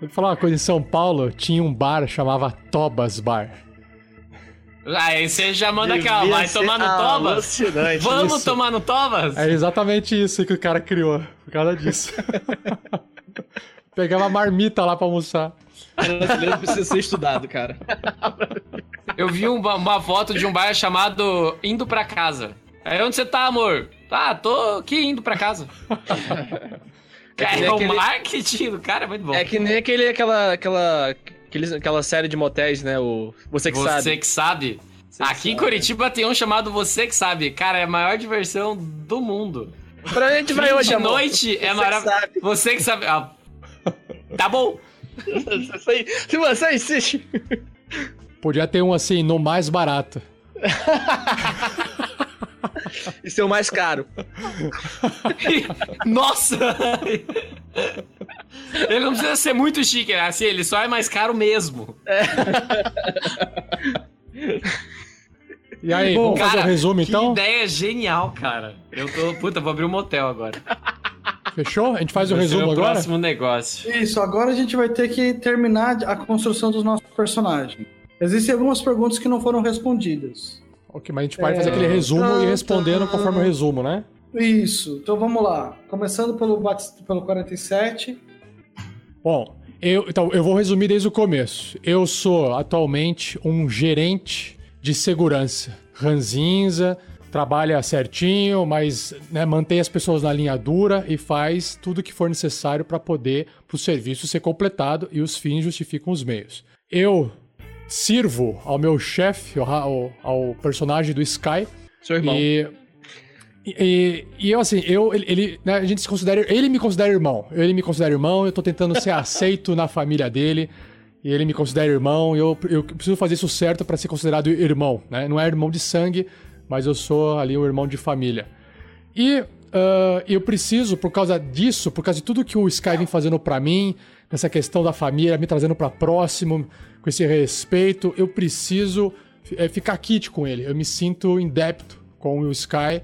A: Vou falar uma coisa, em São Paulo tinha um bar, chamava Tobas Bar.
G: Ah, Aí você já manda aquela,
H: Devia
G: vai
H: ser
G: tomar no Tobas?
H: alucinante
G: Vamos
H: isso.
G: tomar no Tobas?
A: É exatamente isso que o cara criou, por causa
G: *laughs*
A: disso. Pegava marmita lá pra almoçar.
F: O brasileiro precisa ser estudado, cara.
G: Eu vi uma, uma foto de um bar chamado Indo Pra Casa. Aí onde você tá, amor? Ah, tô aqui indo pra casa. Cara,
H: nem
G: é o
H: aquele-
G: marketing do cara, é muito bom.
H: É que nem aquele, aquela, aquela, aqueles- aquela série de motéis, né? O Você que
G: Você
H: sabe.
G: que sabe. Aqui em Curitiba tem um chamado Você que sabe. Cara, é a maior diversão do mundo.
H: Pra onde a gente vai hoje,
G: de
H: amor?
G: noite é
H: Você
G: maravilhoso.
H: sabe.
G: Você que sabe. Ah, tá bom. *laughs*
H: Isso aí. Se você insiste.
A: Podia ter um assim, no mais barato.
H: Isso é o mais caro.
G: Nossa! Ele não precisa ser muito chique, né? assim, ele só é mais caro mesmo.
A: E aí,
E: Bom,
A: vamos fazer o
G: Cara,
A: resumo então?
G: Que ideia genial, cara. Eu tô. Puta, vou abrir um motel agora.
A: Fechou? A gente faz o
G: Vai ser
A: resumo
G: meu
A: agora?
G: é próximo negócio.
E: Isso, agora a gente vai ter que terminar a construção dos nossos personagens. Existem algumas perguntas que não foram respondidas.
A: Ok, mas a gente pode fazer aquele resumo e ir respondendo conforme o resumo, né?
E: Isso, então vamos lá. Começando pelo, Batista, pelo 47.
A: Bom, eu, então, eu vou resumir desde o começo. Eu sou atualmente um gerente de segurança ranzinza, trabalha certinho, mas né, mantém as pessoas na linha dura e faz tudo que for necessário para poder o serviço ser completado e os fins justificam os meios. Eu sirvo ao meu chefe, ao, ao personagem do Sky.
F: um. Seu irmão.
A: E, e, e eu, assim, eu, ele, ele, né, a gente se considera. Ele me considera irmão. Ele me considera irmão, eu tô tentando
F: *laughs*
A: ser aceito na família dele. E ele me considera irmão, e eu, eu preciso fazer isso certo para ser considerado irmão, né? Não é irmão de sangue, mas eu sou ali um irmão de família. E ah, eu preciso, por causa disso, por causa de tudo que o Sky vem fazendo pra mim, nessa questão da família, me trazendo pra próximo, com esse respeito, eu preciso eh, ficar kit com ele. Eu me sinto em débito com o Sky,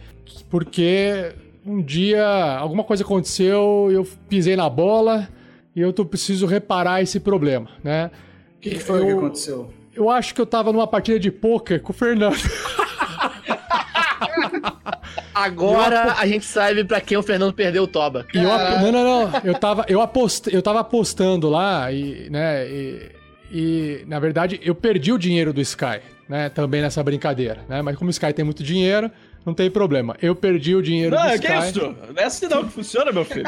A: porque um dia alguma coisa aconteceu, eu pisei na bola e eu tô, preciso reparar esse problema, né?
E: O que, que foi que
A: Eu-
E: aconteceu?
A: Eu acho que eu tava numa partida de pôquer com o Fernando.
D: Agora a gente sabe pra quem o Fernando perdeu o Toba.
A: E eu
F: Ah.
A: ap- Não, não, não. Eu tava, eu apost... eu tava apostando lá e, né, e, e, na verdade, eu perdi o dinheiro do Sky, né, também nessa brincadeira, né? Mas como o Sky tem muito dinheiro, não tem problema. Eu perdi o dinheiro do
F: Não,
A: Sky.
F: que isso? Não é assim não que funciona, meu filho.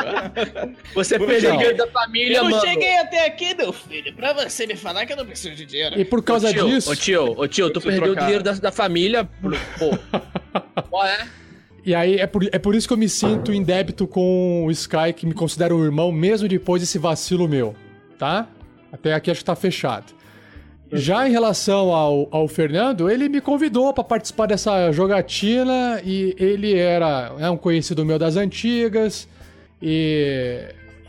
D: Você
F: Não,
D: perdeu
F: não.
D: o dinheiro da família,
H: Eu
D: mano.
H: cheguei
D: até aqui, meu filho, pra você me falar que eu não preciso de dinheiro.
A: *laughs* E por causa
H: Ô, tio,
A: disso,
H: Ô tio, ô tio, tu
F: preciso
H: perdeu
F: trocar.
H: o dinheiro da, da família. Pô.
A: *laughs*
H: Qual é?
A: e aí é por, é por isso que eu me sinto em débito com o Sky, que me considera um irmão, mesmo depois desse vacilo meu, tá? Até aqui acho que tá fechado. Já em relação ao, ao Fernando, ele me convidou para participar dessa jogatina e ele era né, um conhecido meu das antigas. E,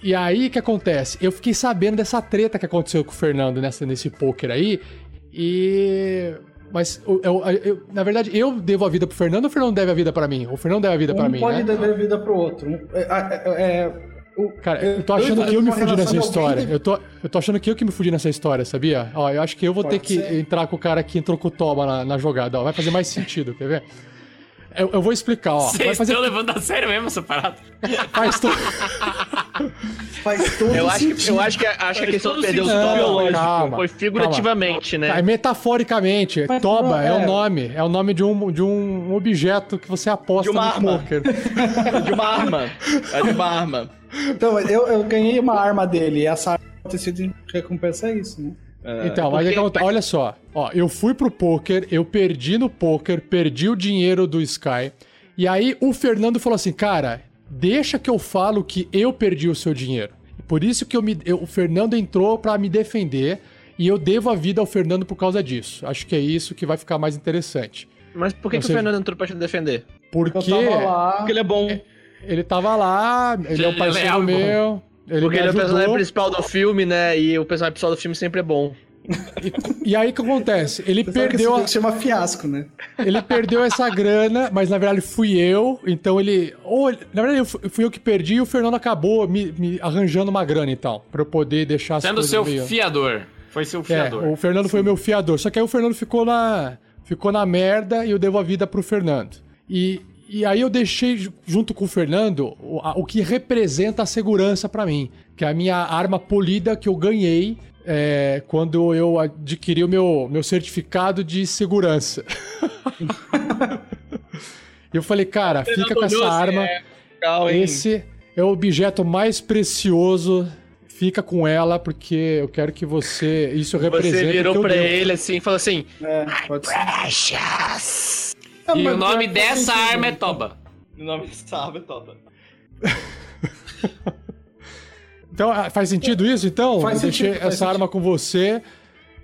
A: e aí o que acontece? Eu fiquei sabendo dessa treta que aconteceu com o Fernando nessa, nesse poker aí. E. Mas, eu- eu- eu- na verdade, eu devo a vida pro Fernando ou o Fernando deve a vida para mim? O Fernando deve a vida para
E: um
A: mim,
E: pode
A: né?
E: dever vida pro outro. Um- é- é- é- o-
A: Cara, eu tô achando que eu me
E: uma
A: fudi nessa
E: relação
A: história.
E: alguém
A: Eu tô, eu tô achando que eu que me fudi nessa história, sabia? Ó, eu acho que eu vou ter
E: Pode
A: que
E: ser.
A: entrar com o cara que entrou com o Toba na, na jogada. Ó, vai fazer mais sentido, quer ver? Eu, eu vou explicar, ó. Vai
I: Vocês
A: fazer,
I: estão levando a sério mesmo essa parada?
A: faz to-
E: Faz todo
H: Eu acho, que-
E: sentido.
H: eu acho que, acho que a questão
F: todo
H: de perder os
A: sentido. Não,
H: biológicos
A: calma,
H: foi figurativamente, né?
A: É metaforicamente,
E: Mas
A: Toba
E: não,
A: é o
E: é.
A: nome. É o nome de um, de um objeto que você aposta
F: De uma
A: no
F: arma.
A: poker.
F: De uma arma. É de uma arma.
E: Então, eu, eu ganhei uma arma dele e essa arma ter sido recompensa é isso, né?
A: Então, mas é que acontece- olha só. Ó, eu fui pro poker, eu perdi no poker, perdi o dinheiro do Sky. E aí o Fernando falou assim: "Cara, deixa que eu falo que eu perdi o seu dinheiro". Por isso que eu me- eu- o Fernando entrou pra me defender e eu devo a vida ao Fernando por causa disso. Acho que é isso que vai ficar mais interessante.
H: Mas por que,
A: Eu
H: que o
A: sei.
H: Fernando entrou pra te defender?
A: Porque
E: Eu tava lá.
F: Porque ele é bom.
A: ele tava lá, ele
I: Ele é
A: é um
I: leal
A: parceiro
I: e bom.
A: meu. Ele
H: Porque
A: me
H: ele é o personagem
A: ajudou.
H: principal do filme, né? E o personagem principal do filme sempre é bom.
A: E aí o que acontece? Ele
E: Você sabe que esse
A: perdeu a,
E: jogo chama fiasco, né?
A: Ele perdeu essa grana, mas na verdade fui eu. Então ele. Ou, ele- na verdade, eu fu- fui eu que perdi e o Fernando acabou me, me arranjando uma grana e tal. Pra eu poder deixar as
I: Sendo
A: coisas
I: seu
A: meio-
I: fiador. Foi seu
A: É,
I: fiador.
A: o Fernando foi o meu fiador. Só que aí o Fernando ficou na. Ficou na merda e eu devo a vida pro Fernando. E, e aí eu deixei ju- junto com o Fernando o, a- o que representa a segurança pra mim. Que é a minha arma polida que eu ganhei é, quando eu adquiri o meu, meu certificado de segurança. E eu falei, cara, fica com essa arma.
F: Legal, hein?
A: Esse é o objeto mais precioso. Fica com ela, porque eu quero que você. Isso represente. é o
H: Você
A: que
H: virou
A: eu
H: pra
A: devo.
H: ele assim e falou assim:
E: É, pode ser. É,
I: E
E: mas
I: o nome
E: faz
I: dessa
E: sentido.
I: arma é Toba.
F: O nome dessa arma é Toba.
A: Então, ah, faz sentido isso, então?
E: Faz
A: eu deixei
E: sentido, Ah, faz
A: essa arma com você.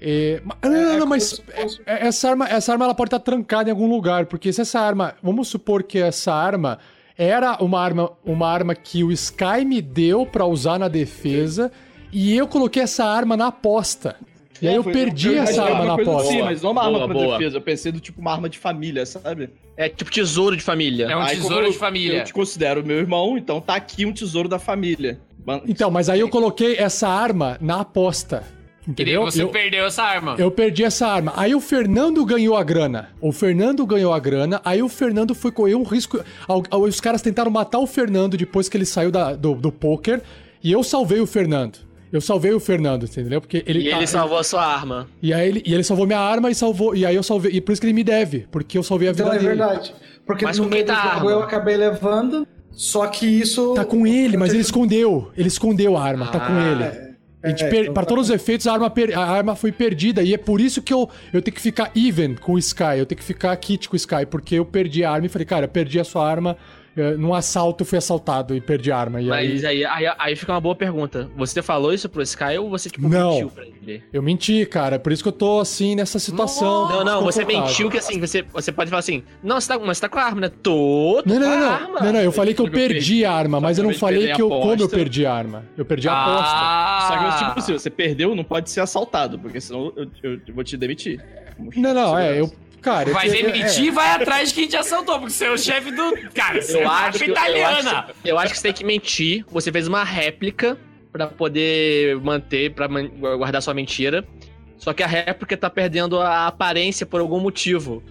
A: e- Ma- Não, não, não, mas é- essa arma, essa arma ela pode estar trancada em algum lugar, porque se essa arma, vamos supor que essa arma era uma arma, uma arma que o Sky me deu pra usar na defesa e eu coloquei essa arma na aposta. E
H: É,
A: aí eu perdi essa arma na aposta.
H: assim, né?
F: Sim, assim, mas não é uma arma
H: Boa,
F: pra
H: boa.
F: defesa. Eu pensei do tipo uma arma de família, sabe?
H: é tipo tesouro de família.
I: É um
F: Aí, como
I: tesouro
F: eu-
I: de família.
F: Eu te considero meu irmão, então tá aqui um tesouro da família. Mano,
A: Então, mas aí eu coloquei essa arma na aposta.
I: Entendeu?
A: Entendeu?
I: Você
A: Eu-
I: perdeu essa arma.
A: Eu perdi essa arma. Aí o Fernando ganhou a grana. O Fernando ganhou a grana. Aí o Fernando foi correr um risco. Al- al- Os caras tentaram matar o Fernando depois que ele saiu da- do, do poker. E eu salvei o Fernando. Eu salvei o Fernando, entendeu? Porque ele.
H: E
A: tá-
H: ele salvou a sua arma.
A: e aí ele, e ele salvou minha arma e salvou. E aí eu salvei. E por isso que ele me deve. Porque eu salvei a
E: Então
A: vida
E: é
A: dele.
E: verdade. Porque
H: Mas
E: no
H: com
E: meio
H: quem
E: do
H: tá a
E: jogo
H: arma?
E: eu acabei levando. Só que isso.
A: Tá com ele, mas ele escondeu. Ele escondeu a arma, tá com
H: Ah,
A: ele. A gente
E: é,
A: per-
E: então
A: Para
E: tá
A: todos os efeitos, a arma, per- a arma foi perdida. E é por isso que eu, eu tenho que ficar even com o Sky. Eu tenho que ficar kit com o Sky. Porque eu perdi a arma e falei, cara, eu perdi a sua arma. eh, Num assalto, eu fui assaltado e perdi a arma. E aí,
H: Mas aí, aí, aí fica uma boa pergunta. Você falou isso pro Sky ou você, tipo,
A: Não.
H: mentiu pra ele?
A: eu menti, cara. Por isso que eu tô assim nessa situação.
H: Não, não, você
A: desconfortável.
H: mentiu que assim, você, você pode falar assim, não, você tá, mas você tá com a arma, né? Tô, tô
A: Não,
H: com
A: não,
H: a
A: não,
H: arma.
A: não. Não, não, eu falei que eu
F: Eu perdi.
A: perdi a arma, mas eu não
F: Acabei de perder
A: falei
F: a
A: que eu como eu
F: aposta.
A: perdi a arma. Eu perdi a aposta.
F: Só que eu,
G: Ah,
F: tipo assim, você perdeu, não pode ser assaltado, porque senão eu, eu- eu vou te demitir.
A: Não, não, é, eu. Cara, eu- é,
G: vai
A: eu-
G: demitir e vai atrás de quem te assaltou, porque você é o chefe do. Cara, você é
H: Eu
G: acho,
H: acho, que, eu,
G: italiana.
H: acho, eu acho que você tem que mentir. Você fez uma réplica pra poder manter, pra man- guardar sua mentira. Só que a réplica tá perdendo a aparência por algum motivo.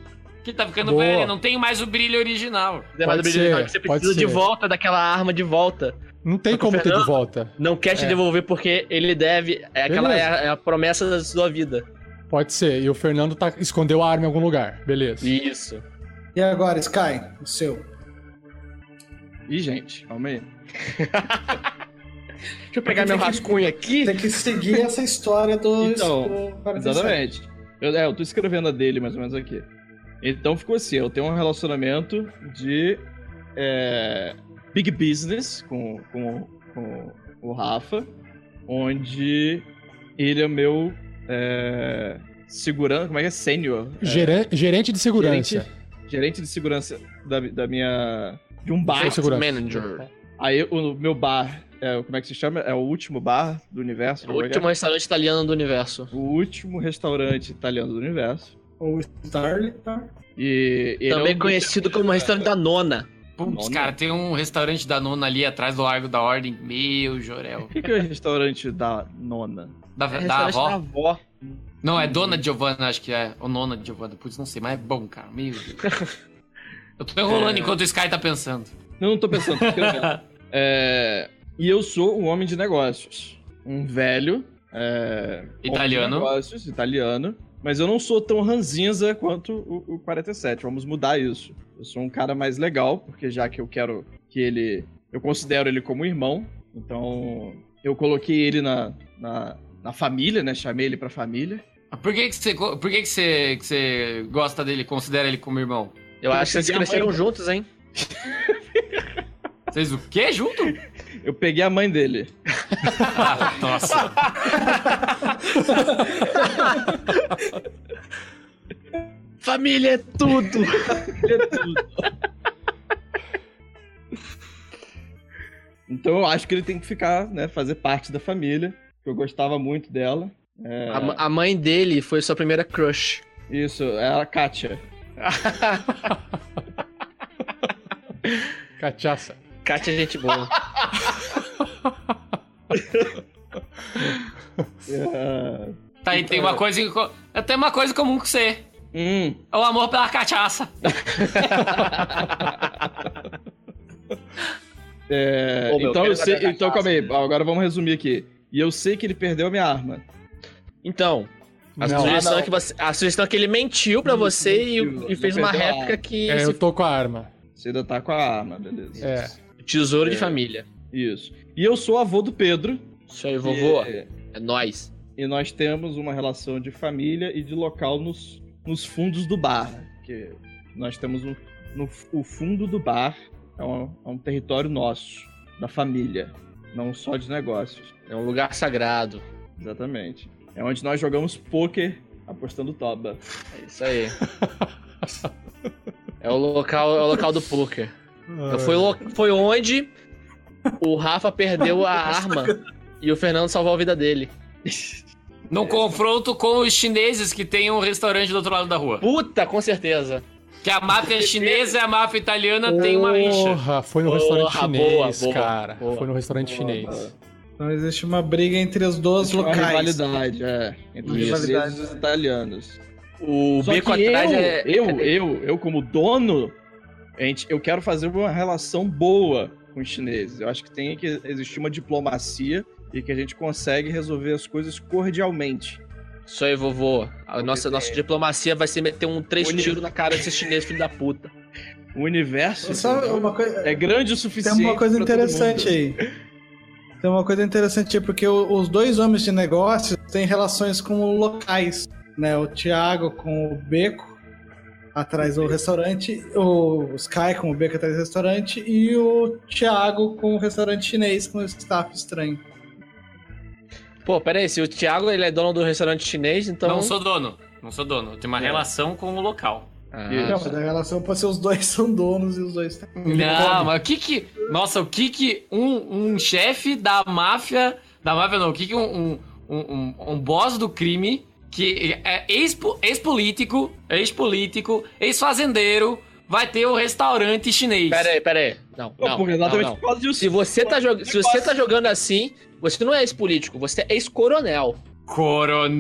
G: Que tá ficando
A: Boa.
G: velho, não tem mais o brilho original.
H: Não é mais
A: Pode
H: original,
A: ser,
H: que você
A: pode
H: precisa
A: ser.
H: de volta daquela arma de volta.
A: Não tem
H: Eu tô
A: como ter de
H: ferrando.
A: volta.
H: Não quer te devolver porque ele deve. É aquela é
A: Beleza.
H: a, é a promessa da sua vida.
A: Pode ser. E o Fernando tá, escondeu a arma em algum lugar. Beleza.
H: Isso.
E: E agora, Sky, o seu.
F: Ih, gente, calma aí.
H: Deixa eu pegar meu rascunho aqui.
E: Tem que seguir essa história do.
F: Então,
E: do 47.
F: Exatamente. Eu, é, eu tô escrevendo a dele mais ou menos aqui. Então ficou assim: eu tenho um relacionamento de é, big business com, com, com o Rafa, onde ele é meu é, segurança. Como é que é? Sênior. É,
A: Geran- gerente de segurança.
F: Gerente, gerente de segurança da, da minha. De um
A: Sou
F: bar.
A: segurança.
H: Manager.
F: Aí o meu bar, é, como é que se chama? É o último bar do universo.
H: O
F: como é que é?
H: último restaurante italiano do universo.
F: o último restaurante italiano do universo.
E: Ou Starling, tá?
F: E ele
H: Também
F: é um-
H: conhecido como restaurante da nona.
G: Putz,
F: Nona.
G: cara, tem um restaurante da nona ali atrás do Largo da Ordem. Meu, Jorel.
F: O que que é o restaurante da nona?
G: Da,
H: É
G: da
H: restaurante
G: avó.
H: da avó.
G: Não, é Dona Giovanna, acho que é. Ou Nona Giovanna. Putz, não sei, mas é bom, cara. Meu Deus.
H: *laughs*
G: Eu tô
H: É.
G: enrolando enquanto o Sky tá pensando.
F: Não, não tô pensando, tô
H: *laughs*
F: escrevendo. É, E eu sou um homem de negócios. Um velho. é, homem de
G: Italiano.
F: negócios, italiano. Mas eu não sou tão ranzinza quanto o, o 47. Vamos mudar isso. Eu sou um cara mais legal, porque já que eu quero que ele. Eu considero ele como irmão. Então, eu coloquei ele na, na, na família, né? Chamei ele pra família.
G: Por que que você, co- por que que você, que você gosta dele, considera ele como irmão?
H: Eu acho que vocês cresceram juntos, hein?
G: Vocês o quê
H: *laughs*
G: junto?
F: Eu peguei a mãe dele.
G: Ah, nossa.
H: Família é tudo!
F: Então eu acho que ele tem que ficar, né? Fazer parte da família. Que eu gostava muito dela. É,
H: *laughs* A, ma- a mãe dele foi sua primeira crush.
F: Isso, era a Kátia.
A: Cachaça.
H: Kátia é gente *laughs* boa.
F: É,
G: Tá aí, tem uma
H: Então,
G: coisa. em co- Tem uma coisa em comum com você.
F: Hum,
G: É o amor pela cachaça.
F: é,
H: Ô, meu,
F: então
H: quero
F: eu sei.
H: saber a
F: Então,
H: cachaça.
F: calma aí, agora vamos resumir aqui. E eu sei que ele perdeu a minha arma.
H: Então, a,
A: Não,
H: sugestão
E: não.
H: É que você, a sugestão é que ele mentiu pra você e-
F: mentiu,
H: e,
F: ele
H: fez uma
F: perdeu a
H: réplica que
A: É,
H: se-
A: eu tô com a arma.
F: Você ainda tá com a arma, beleza.
A: É.
H: tesouro de família.
F: Isso. E eu sou avô do Pedro.
H: Isso aí, vovô.
F: E,
H: É nóis.
F: e nós temos uma relação de família e de local nos, nos fundos do bar. Que nós temos um, no, o fundo do bar é um, é um território nosso, da família, não só de negócios.
H: É um lugar sagrado.
F: Exatamente. É onde nós jogamos pôquer apostando toba.
H: É isso aí. é, o local, é o local do poker. Então Foi, lo- foi onde o Rafa perdeu a *laughs* arma e o Fernando salvou a vida dele.
G: Num
H: É.
G: confronto com os chineses que tem um restaurante do outro lado da rua.
H: Puta, com certeza.
G: Que a máfia chinesa e a máfia italiana tem uma rixa.
A: Porra, foi no
H: Porra,
A: restaurante
H: boa,
A: chinês,
H: boa,
A: cara.
H: boa.
A: foi no restaurante chinês.
E: Então existe uma briga entre os dois
F: Uma
E: locais.
F: rivalidade, é. Entre os
E: Rivalidade.
F: chineses e os italianos.
H: O
F: Só
H: beco
F: que
H: atrás
F: eu,
H: é.
F: eu, eu, eu como dono, gente, eu quero fazer uma relação boa com os chineses. Eu acho que tem que existir uma diplomacia e que a gente consegue resolver as coisas cordialmente.
H: Isso aí, É. vovô. A nossa, nossa diplomacia vai ser meter um três
F: Bonito.
H: tiros na cara desses chineses, filho da puta.
F: O universo
E: Sabe uma coisa.
F: é grande o suficiente.
E: Tem uma coisa
F: pra todo
E: interessante
F: mundo.
E: aí. Tem uma coisa interessante aí, porque o- os dois homens de negócios têm relações com locais, né? O Thiago com o Beco atrás do restaurante, o Sky com o Beco atrás do restaurante e o Thiago com o restaurante chinês com o staff estranho.
H: Pô, pera aí, se o Thiago ele é dono do restaurante chinês, então. É.
I: Não sou dono. Não sou dono. Eu tenho uma relação com o local.
H: Ah.
E: Não, mas a relação pode ser os dois são donos e os dois têm. um
I: não, mas o que que. Nossa, o que que um, um chefe da máfia. Da máfia não, o que que um, um, um, um- um boss do crime, que é ex-po- ex-político, ex-político, ex-fazendeiro, vai ter o restaurante chinês.
H: Pera aí, pera aí. Não,
F: Pô,
H: não,
F: porque
H: não,
F: exatamente
H: não.
F: por causa disso.
H: Se você, tá jog... se você tá jogando assim, você não é ex-político, você é ex-coronel.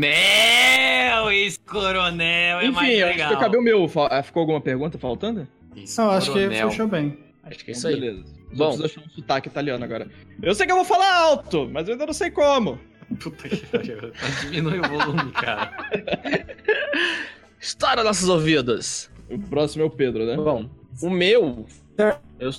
I: Coronel! Ex-coronel, é
F: Enfim,
I: mais
F: eu acho
I: legal.
F: que acabei o meu. Fa- ah, Ficou alguma pergunta faltando? Então,
E: Não, acho que
I: Coronel.
E: fechou bem.
H: Acho que é isso aí.
F: Beleza. Só
H: Bom.
F: preciso achar um sotaque italiano agora. Eu sei que eu vou falar alto, mas eu ainda não sei como.
I: Puta que pariu. Diminui o volume, *laughs* cara.
H: Estoura nossos ouvidos.
F: O próximo é o Pedro, né?
H: Bom, o meu. Eu...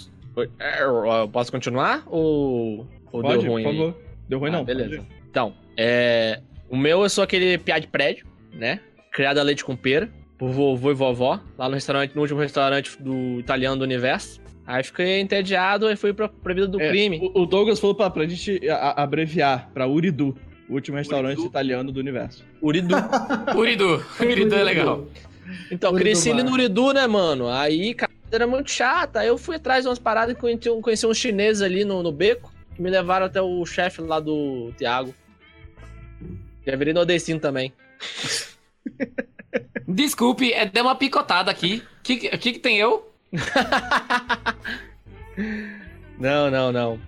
H: é, eu posso continuar? Ou, ou
F: Pode,
H: deu ruim?
F: por
H: aí?
F: favor. Deu ruim
H: Ah,
F: não.
H: beleza.
F: pode.
H: Então, é. O meu eu sou aquele piá de prédio, né? Criado a leite com pera, por vovô e vovó, lá no restaurante, no último restaurante do italiano do universo. Aí fiquei entediado e fui pra, pra vida do
F: É,
H: crime.
F: O, o Douglas falou pra, pra gente a- a- abreviar pra Uridu, o último restaurante
I: Uridu?
F: italiano do universo.
H: Uridu. *laughs*
I: Uridu. Uridu é legal.
H: Então,
E: Uridu
H: cresci ali
E: Bar.
H: no Uridu, né, mano? Aí, cara, era muito chata. Aí eu fui atrás de umas paradas e conheci, um- conheci uns chineses ali no, no beco, que me levaram até o chefe lá do Thiago. Já virei nordestino também.
I: Desculpe, é, deu uma picotada aqui. O que, que, que tem eu?
H: Não, não, não.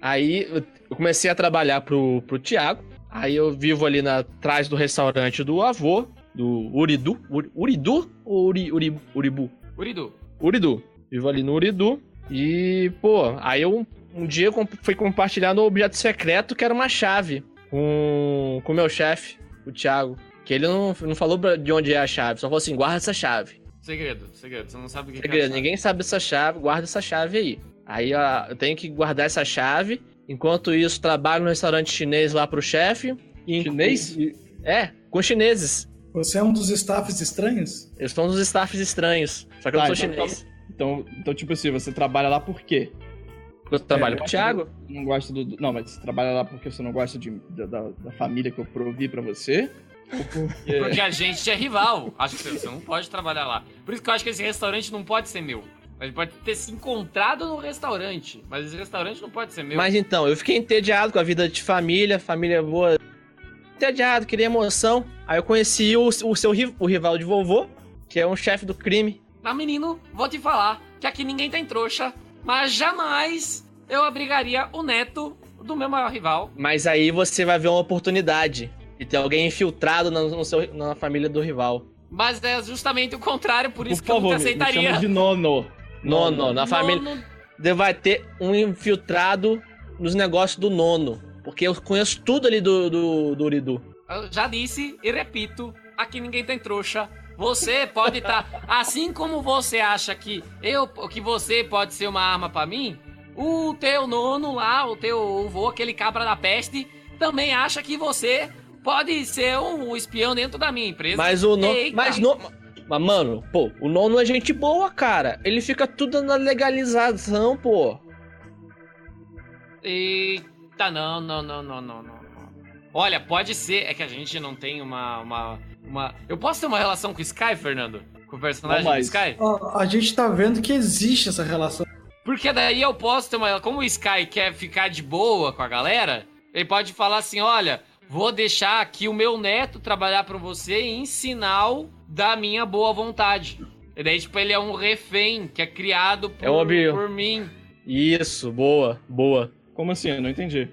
H: Aí eu eu comecei a trabalhar pro, pro Thiago. Aí eu vivo ali na- atrás do restaurante do avô, do Uridu. Uri- Uridu ou Uri, Uri- Uribu?
I: Uridu.
H: Uridu. Vivo ali no Uridu. E, pô, aí eu, um dia eu comp- fui compartilhar no objeto secreto que era uma chave com o meu chefe, o Thiago. Que ele não, não falou pra- de onde é a chave, só falou assim: guarda essa chave.
I: Segredo, segredo. Você não sabe o que,
H: Segredo,
I: que é.
H: ninguém sabe essa chave, guarda essa chave aí. Aí ó, eu tenho que guardar essa chave. Enquanto isso, trabalho no restaurante chinês lá pro chefe. E-
F: Chinês?
H: e- é, com chineses.
E: Você é um dos staffs estranhos?
H: Eles são dos staffs estranhos. Só que eu
F: Tá,
H: não sou
F: então
H: chinês.
F: Então, então, tipo assim, você trabalha lá por quê?
H: Eu trabalho
F: é,
H: com o Thiago.
F: Não gosta do. Não, mas você trabalha lá porque você não gosta de, da- da, da família que eu provi pra você? Ou porque.
I: Porque a gente é rival. Acho que você, você não pode trabalhar lá. Por isso que eu acho que esse restaurante não pode ser meu. A gente pode ter se encontrado no restaurante, mas esse restaurante não pode ser meu.
H: Mas então, eu fiquei entediado com a vida de família, família boa. Entediado, queria emoção. Aí eu conheci o, o seu ri- o rival de vovô, que é um chefe do crime.
G: Mas, menino, vou te falar que aqui ninguém tem trouxa, mas jamais eu abrigaria o neto do meu maior rival.
H: Mas aí você vai ver uma oportunidade. E tem alguém infiltrado na, no seu- na família do rival.
G: Mas é justamente o contrário, por isso
F: Por
G: que eu
F: favor,
G: nunca
F: me, me
G: aceitaria.
F: chama de nono.
H: Nono, na família.
G: Nono,
H: de- Vai ter um infiltrado nos negócios do nono. Porque eu conheço tudo ali do, do, do Uridu.
G: eu já disse e repito, aqui ninguém tem trouxa. Você pode estar, *laughs* assim como você acha que eu, que você pode ser uma arma pra mim, o teu nono lá, o teu avô, aquele cabra da peste, também acha que você pode ser um espião dentro da minha empresa.
H: Mas o nono.
G: Eita.
H: Mas no. Mas, mano, pô, o nono é gente boa, cara. Ele fica tudo na legalização, pô.
G: Eita, não, não, não, não, não, não.
I: Olha, pode ser. É que a gente não tem uma. uma, uma... Eu posso ter uma relação com o Sky, Fernando? Com o personagem
F: Não
I: do
F: mais.
I: Sky?
E: Ó, a gente tá vendo que existe essa relação.
I: Porque daí eu posso ter uma. Como o Sky quer ficar de boa com a galera, ele pode falar assim: olha, vou deixar aqui o meu neto trabalhar pra você em sinal da minha boa vontade. E daí, tipo, ele é um refém que é criado por,
H: É um avião.
I: por mim.
H: Isso, boa, boa.
F: Como assim? Eu não entendi.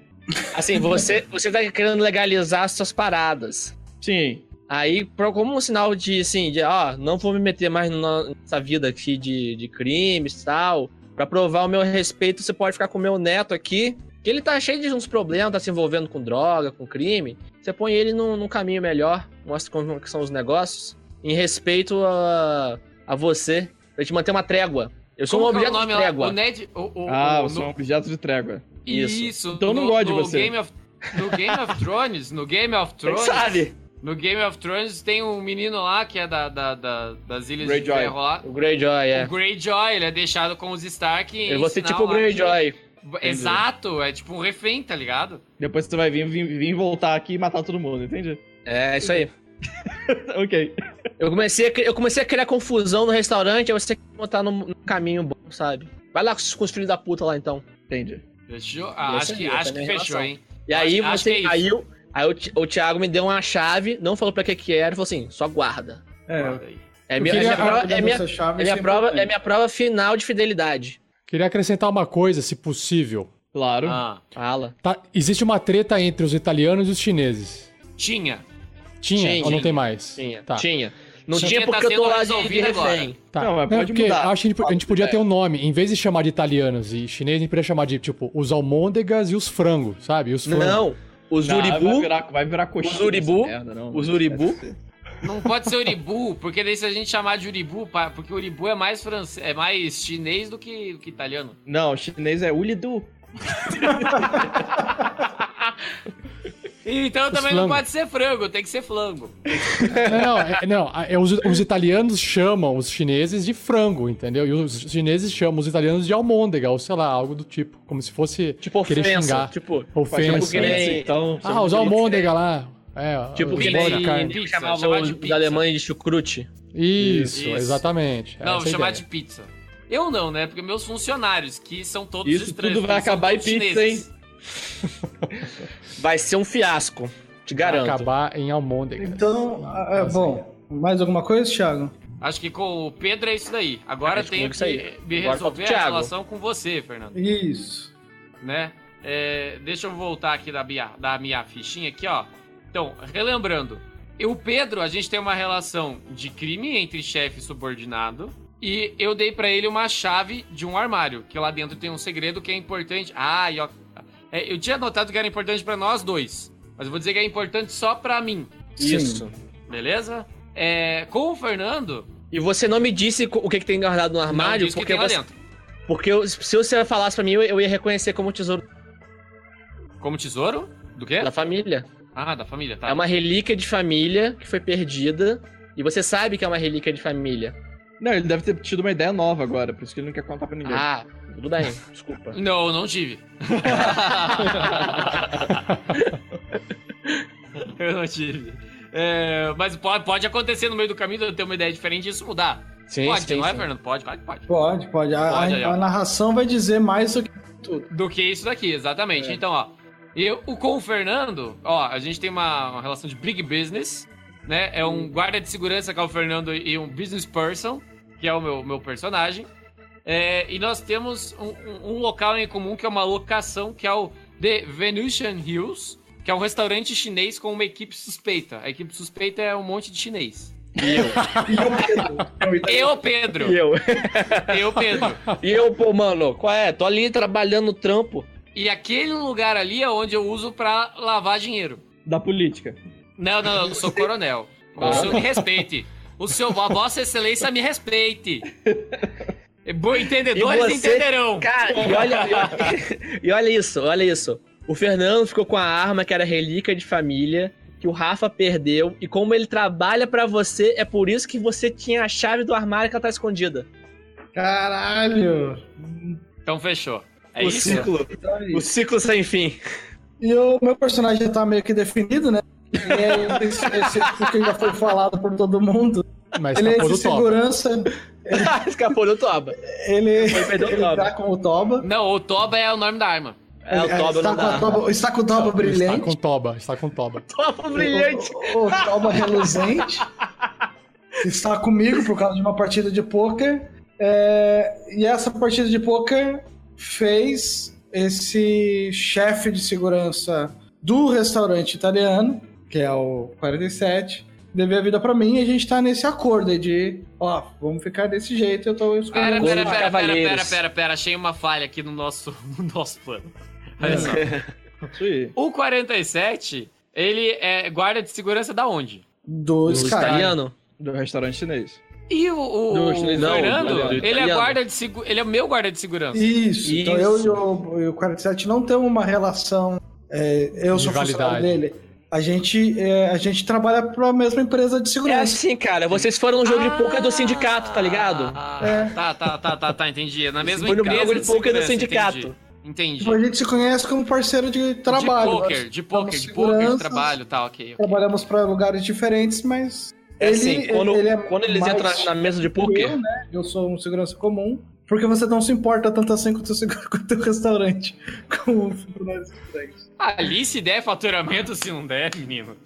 H: Assim, você, você tá querendo legalizar suas paradas.
F: Sim.
H: Aí, pro- como um sinal de, assim, de, ó, não vou me meter mais na- nessa vida aqui de, de crimes e tal. Pra provar o meu respeito, você pode ficar com o meu neto aqui. Que ele tá cheio de uns problemas, tá se envolvendo com droga, com crime. Você põe ele num, num caminho melhor, mostra como que são os negócios. Em respeito a, a você, pra te manter uma trégua. Eu sou um
G: Como que é
H: objeto de
G: lá?
H: trégua.
G: O Ned. O, o-
F: Ah,
G: o-
F: você é um
G: no-
F: objeto de trégua.
H: Isso.
G: Isso.
F: Então eu não
G: no-
F: gosto de
G: no
F: você.
G: Game of- no Game of Thrones, no Game
F: *laughs*
G: of
K: Quem
G: Thrones.
K: sabe?
G: No Game of Thrones tem um menino lá que é da, da- da- das Ilhas de
F: Greyjoy.
G: Ferro lá.
H: O Greyjoy, é.
G: O Greyjoy, ele é deixado com os Stark. e
H: Eu
F: é
H: vou ser
G: sinal
H: tipo o
G: lá que-
H: Greyjoy.
G: Exato, é tipo um refém, tá ligado?
F: Depois você vai vir, vir, vir voltar aqui e matar todo mundo, entende?
H: É, isso aí.
F: ok.
H: Eu comecei, a, cri- eu comecei a criar confusão no restaurante, aí você tem que botar no, no caminho bom, sabe? Vai lá com os, com os filhos da puta lá, então.
F: Entendi.
G: Fechou? Ah,
H: Essa
G: acho que,
H: aí, essa
G: acho
H: é a
G: que
H: minha
G: fechou,
H: relação.
G: hein?
H: E aí,
G: Acho- acho
H: você,
G: que é isso.
H: aí, o- aí o, Ti- o Thiago me deu uma chave, não falou pra que que era, e falou assim, só guarda.
E: É,
H: É
E: eu
H: minha, é
E: queria
H: minha prova,
E: guardar
H: é minha-
E: essa chave
H: é minha
E: sempre
H: prova-
E: tem.
H: é minha prova final de fidelidade.
A: Queria acrescentar uma coisa, se possível.
F: Claro.
G: Ah,
H: Fala.
A: Tá- existe uma treta entre os italianos e os chineses.
G: tinha.
A: Tinha
H: Tinha.
A: ou não tem mais?
H: Tinha,
A: tá.
H: tinha. Não
G: Tinha
H: tinha,
G: tá
H: porque eu
G: sendo
H: tô lá de, de
G: resolvido
H: refém.
A: Tá.
F: Não, mas pode
A: porque
F: mudar. É.
A: Acho que a gente, a gente podia ter um nome. Em vez de chamar de italianos e chinês, a gente podia chamar de, tipo, os almôndegas e os frangos, sabe? E os frangos.
H: Não, o
G: Tá,
F: Não, Vai
H: Zuribu,
F: virar, vai virar coxinha.
H: Os Uribu?
F: essa merda, não.
H: o Zuribu,
G: Não pode ser Uribu, *laughs* porque daí se a gente chamar de Uribu, pá, porque Uribu é mais francês, é mais chinês do que, do que italiano.
F: Não, o chinês é Ulidu.
G: Então
A: Os
G: também
A: flango.
G: não pode ser frango, tem que ser flango.
A: Não, não, é- não, é os, os italianos chamam os chineses de frango, entendeu? E os chineses chamam os italianos de almôndega, ou sei lá, algo do tipo. Como se fosse
H: tipo
A: querer
H: ofensa,
A: xingar.
H: tipo...
A: ofensa.
H: tipo que nem-
F: Então,
A: Ah, os almôndega lá. É,
H: Tipo
A: os
H: que
A: bolas
G: nem-
A: de carne.
G: pizza,
H: chamavam
G: chamava de
H: os, os
G: pizza.
H: alemães de chucrute.
A: Isso,
G: Isso.
A: exatamente.
G: não,
A: Essa é a
G: chamar
A: ideia.
G: de pizza. Eu não, né? Porque meus funcionários, que são todos
F: Isso
G: estranhos.
F: tudo vai
G: eles são
F: acabar em
G: todos
F: pizza,
G: chineses.
H: Vai ser um fiasco, te
A: Vai
H: garanto.
A: acabar em almôndega.
E: Então, ah, é, bom, mais alguma coisa, Thiago?
G: Acho que com o Pedro é isso daí. Agora
H: Acho que
G: tenho
H: é
G: que
H: isso aí.
G: me
H: Agora falta o
G: resolver a
H: Thiago.
G: relação com você, Fernando.
E: Isso.
G: né? É, deixa eu voltar aqui da minha, da minha fichinha aqui, ó. Então, relembrando, eu, Pedro, a gente tem uma relação de crime entre chefe e subordinado. E eu dei pra ele uma chave de um armário, que lá dentro tem um segredo que é importante. Ah, e ó, é, eu tinha notado que era importante pra nós dois, mas eu vou dizer que é importante só pra mim,
H: Isso.
G: beleza? É, com o Fernando,
H: E você não me disse co- o que, que tem guardado no
G: não
H: armário,
G: diz que
H: porque,
G: tem lá
H: você,
G: dentro.
H: porque eu- se você falasse pra mim, eu, eu ia reconhecer como tesouro
G: Como tesouro? Do quê?
H: da família.
G: Ah, da família, tá.
H: É uma relíquia de família que foi perdida. E você sabe que é uma relíquia de família.
F: Não, ele deve ter tido uma ideia nova agora, por isso que ele não quer contar pra ninguém.
H: Ah, tudo bem, desculpa.
G: Não, não
H: *laughs*
G: tive. eu não tive. É, mas pode, pode acontecer no meio do caminho de eu ter uma ideia diferente e isso mudar.
H: Sim,
G: pode,
H: sim,
G: não é,
H: sim.
G: Fernando? Pode, pode, pode.
E: Pode, pode. A,
G: Pode,
E: a-
G: aí,
E: a
G: ó.
E: narração vai dizer mais do que tudo.
G: Do que isso daqui, exatamente. Então, ó. Eu, o- com o Fernando, ó, a gente tem uma, uma relação de big business, né? É um guarda de segurança que é o Fernando e um business person, que é o meu, meu personagem. É, e nós temos um, um- um local em comum que é uma locação, que é o The Venusian Hills, que é um restaurante chinês com uma equipe suspeita. A equipe suspeita é um monte de chinês. E eu. eu,
H: *laughs*
F: *laughs*
G: Pedro.
H: E eu?
G: Eu, Pedro.
H: E eu, pô, mano, qual é? Tô ali trabalhando no trampo.
G: E aquele lugar ali é onde eu uso pra lavar dinheiro.
F: Da política.
G: Não, não, não, eu sou coronel. O senhor me respeite. O seu, a vossa excelência me respeite. Bom, entendedores
H: E você-
G: entenderão.
H: Cara, e olha, *laughs* e olha isso, olha isso. O Fernando ficou com a arma que era relíquia de família, que o Rafa perdeu. E como ele trabalha pra você, é por isso que você tinha a chave do armário que ela tá escondida.
E: Caralho!
G: Então fechou. É
H: o
G: isso?
H: ciclo. O ciclo sem fim. *laughs*
E: E o meu personagem já tá meio que definido, né? E é esse, esse, porque já foi falado por todo mundo.
A: Mas
E: Ele é
A: tá por do
E: esse
A: top.
E: segurança,
H: Escapou do Toba.
E: ele,
H: Foi perder o
E: ele
H: Toba.
E: tá com o Toba.
G: Não, o Toba é o nome da arma.
H: É, o
E: Ele-
H: Toba
E: está,
G: tá
H: não
E: com a
H: dá.
E: toba está com o Toba
A: Está
E: brilhante.
A: com toba, está com toba.
H: Toba brilhante.
E: O, o- o Toba reluzente. Está comigo por causa de uma partida de pôquer. É, e essa partida de pôquer fez esse chefe de segurança do restaurante italiano, que é o 47, dever a vida pra mim. E a gente tá nesse acordo aí de, ó, vamos ficar desse jeito. Eu tô
G: Pera,
E: escolhendo.
G: pera,
H: de
G: pera, pera,
H: cavaleiros.
G: pera, pera, pera. Achei uma falha aqui no nosso, *laughs* no nosso plano. Olha
F: É.
G: só.
F: Isso aí.
G: O 47, ele é guarda de segurança da onde?
E: Do
H: O
E: Sky.
H: italiano.
F: Do restaurante chinês.
G: E o, o,
F: Do-
G: o
F: não,
G: Fernando,
F: do- do
G: ele é
F: italiano.
G: guarda de segu... ele é o meu guarda de segurança.
E: Isso. Então eu
F: Isso.
E: e o, e o 47 não temos uma relação. é, eu sou funcionário
A: Rivalidade.
E: dele. A gente, é, a gente trabalha para a mesma empresa de
H: É
E: segurança.
H: assim, cara. Vocês foram no jogo de poker do sindicato, tá ligado?
G: Ah,
E: É.
G: Tá, tá, tá, tá, tá, entendi. É na mesma
H: Foi no
G: empresa
H: jogo de poker do
G: segurança,
H: sindicato.
G: Entendi.
E: Tipo, a
G: entendi.
E: gente se conhece como parceiro de trabalho.
G: de
E: Nós
G: poker, de poker, de
E: somos
G: poker, de
E: seguranças,
G: trabalho, tá, ok. ok.
E: Trabalhamos para lugares diferentes, mas.
H: É assim, quando,
E: é
H: quando eles
E: mais
H: entram na mesa de poker,
E: Eu, né? eu sou um segurança comum. Porque você não se importa tanto assim com o teu, segu- *laughs* com o teu restaurante. Com o funcionário de segurança.
G: Ali se der faturamento, se não der, menino.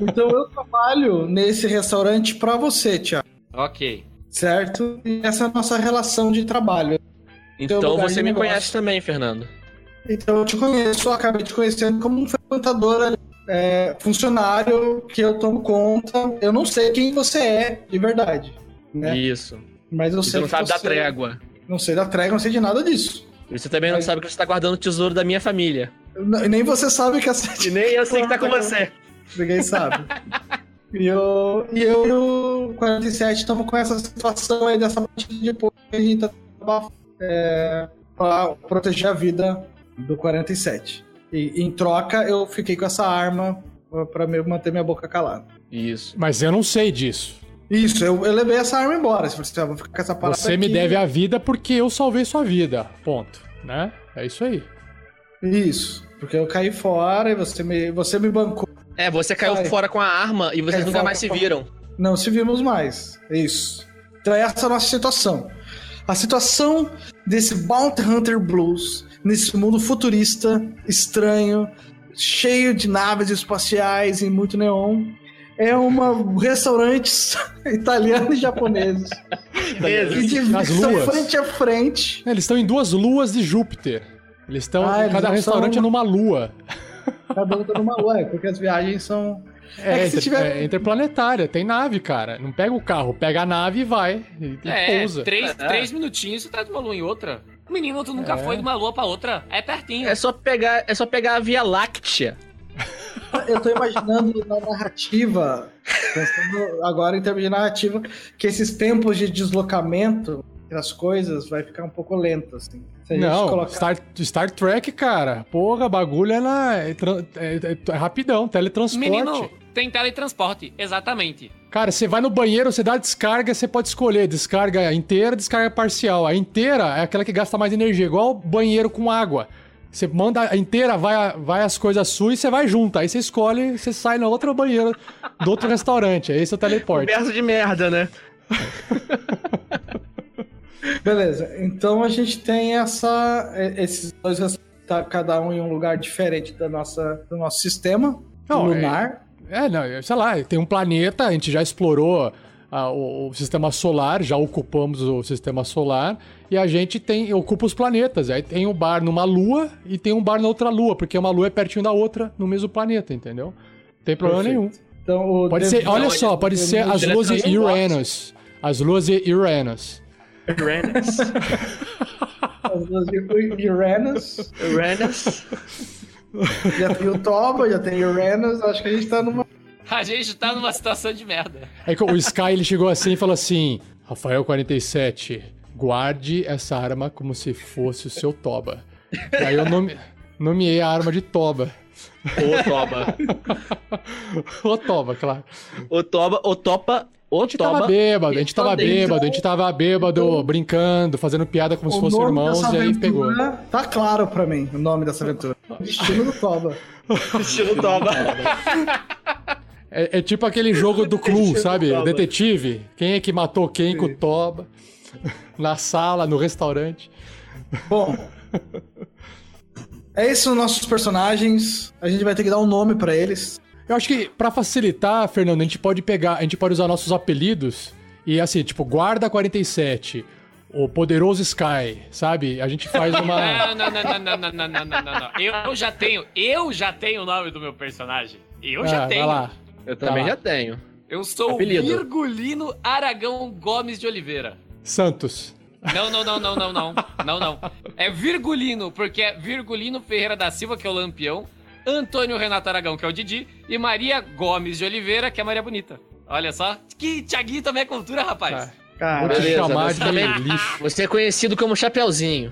E: Então eu trabalho nesse restaurante pra você, Tiago,
G: Ok.
E: certo? E essa é a nossa relação de trabalho. tem um
H: então
E: lugar
H: você
E: de
H: me
E: negócio.
H: conhece também, Fernando.
E: Então eu te conheço, eu acabei te conhecendo como um frequentador, é, funcionário que eu tomo conta. Eu não sei quem você é de verdade, né?
H: Isso.
E: Mas eu
H: Você
E: sei
H: não
E: que
H: sabe da
E: você-
H: trégua.
E: Não sei da trégua, não sei de nada disso.
H: E você também não
E: Mas-
H: sabe que você tá guardando o tesouro da minha família.
E: Eu não- Nem você sabe que essa.
H: E nem eu sei que tá com você.
E: Ninguém sabe. E eu, e eu e o 47 estamos com essa situação aí dessa partida de pouco que a gente tá abafando, é, pra proteger a vida do 47. E em troca, eu fiquei com essa arma pra- pra me manter minha boca calada.
H: Isso.
A: Mas eu não sei disso.
E: Isso, eu, eu levei essa arma embora. Se você ah, vou ficar com essa parada.
A: Você me
E: aqui.
A: deve a vida porque eu salvei sua vida. Ponto. Né? É isso aí.
E: Isso. Porque eu caí fora e você me, você me bancou.
H: É, você caiu
E: Sai.
H: fora com a arma e vocês
E: Caiu
H: nunca
E: É, fora
H: mais se
E: com a-
H: viram.
E: Não se vimos mais. É Isso. Então essa é a nossa situação. A situação desse Bounty Hunter Blues, nesse mundo futurista, estranho, cheio de naves espaciais e muito neon, é uma um restaurante *laughs* italiano e japonês. que
A: Nas
E: divisam
A: luas.
E: frente a frente.
A: É, Eles estão em duas luas de Júpiter. Eles estão.
E: Ah, eles
A: cada
E: não
A: restaurante
E: são-
A: é numa lua.
E: Cada um tá numa lua, é, porque as viagens são.
A: É,
E: que se
A: inter-
E: tiver-
A: é interplanetária, tem nave, cara. Não pega o carro, pega a nave e vai. E, e
G: É,
A: pousa.
G: três, três minutinhos, você tá de uma lua em outra. Menino, tu nunca
A: É.
G: foi de uma lua pra outra. É pertinho.
H: É só pegar, é só pegar a Via Láctea.
E: Eu tô imaginando na narrativa, pensando agora em termos de narrativa, que esses tempos de deslocamento das coisas vai ficar um pouco lento, assim. Se a gente
A: Não,
E: colocar-
A: Star, Star Trek, cara. Porra, bagulho é, na, é, tran- é- é- é rapidão, teletransporte.
G: Menino, tem teletransporte, exatamente.
A: Cara, você vai no banheiro, você dá a descarga, você pode escolher descarga inteira, descarga parcial. A inteira é aquela que gasta mais energia, igual banheiro com água. Você manda a inteira, vai, a- vai as coisas suas e você vai junto. Aí você escolhe, você sai no outro banheiro do outro restaurante. Aí você teleporte.
H: Conversa de merda, né?
E: Beleza. Então a gente tem essa, e- esses dois tá cada um em um lugar diferente da nossa, do nosso sistema
A: Não,
E: lunar.
A: É, não, eu- sei lá, tem um planeta, a gente já explorou ah, o, o sistema solar, já ocupamos o sistema solar, e a gente tem, ocupa os planetas. Aí tem um bar numa lua e tem um bar na outra lua, porque uma lua é pertinho da outra no mesmo planeta, entendeu? Não tem problema
E: Perfeito.
A: nenhum.
E: Então, o
A: Pode
E: Dev-
A: ser, olha só, pode ser as
H: ele
A: luas
H: é
A: de Uranus. As luas de Uranus.
H: Uranus.
E: as duas de Uranus,
H: Uranus.
E: já tem o Toba, já tem Uranus, acho que a gente tá numa...
G: A gente tá numa situação de merda.
A: Aí que o Sky ele chegou assim e falou assim: Rafael 47, guarde essa arma como se fosse o seu Toba. E aí eu nome- nomeei a arma de Toba.
H: Ô, Toba.
A: Ô Toba, claro.
H: Ô, Toba. Ô, Topa. Ô,
A: A gente tava
H: Toba.
A: bêbado, a gente tava
H: Então,
A: bêbado, a gente tava bêbado, brincando, fazendo piada como se
E: O
A: fossem
E: nome
A: irmãos,
E: dessa
A: e aí pegou.
E: aventura Tá claro pra mim o nome dessa aventura. Destino do Toba.
H: Estilo Toba.
A: É, é tipo aquele jogo
E: *laughs*
A: do Clue, sabe?
H: Toba.
A: Detetive. Quem é que matou quem com o Toba? *laughs* Na sala, no restaurante.
E: Bom. É isso, nossos personagens. A gente vai ter que dar um nome pra eles.
A: Eu acho que pra facilitar, Fernando, a gente pode pegar, a gente pode usar nossos apelidos e assim, tipo, guarda 47, o poderoso Sky, sabe? A gente faz uma
G: Não, não, não, não, não, não, não, não, não, não, não. Eu já tenho, eu já tenho o nome do meu personagem. *laughs* Eu
A: Ah,
G: já
A: vai
G: tenho.
A: lá.
H: Eu também
A: Tá lá.
H: já tenho.
G: Eu sou o
H: Apelido.
G: Virgulino Aragão Gomes de Oliveira.
A: Santos.
G: Não, não, não, não, não, não. Não, não. É Virgulino, porque é Virgulino Ferreira da Silva, que é o Lampião, Antônio Renato Aragão, que é o Didi, e Maria Gomes de Oliveira, que é a Maria Bonita. Olha só. Que Thiaguinho também é cultura, rapaz.
A: Tá. Vou
F: Cara,
A: te
H: beleza,
A: chamar
H: mas
A: de
H: também-
A: lixo.
H: Você é conhecido como Chapeuzinho.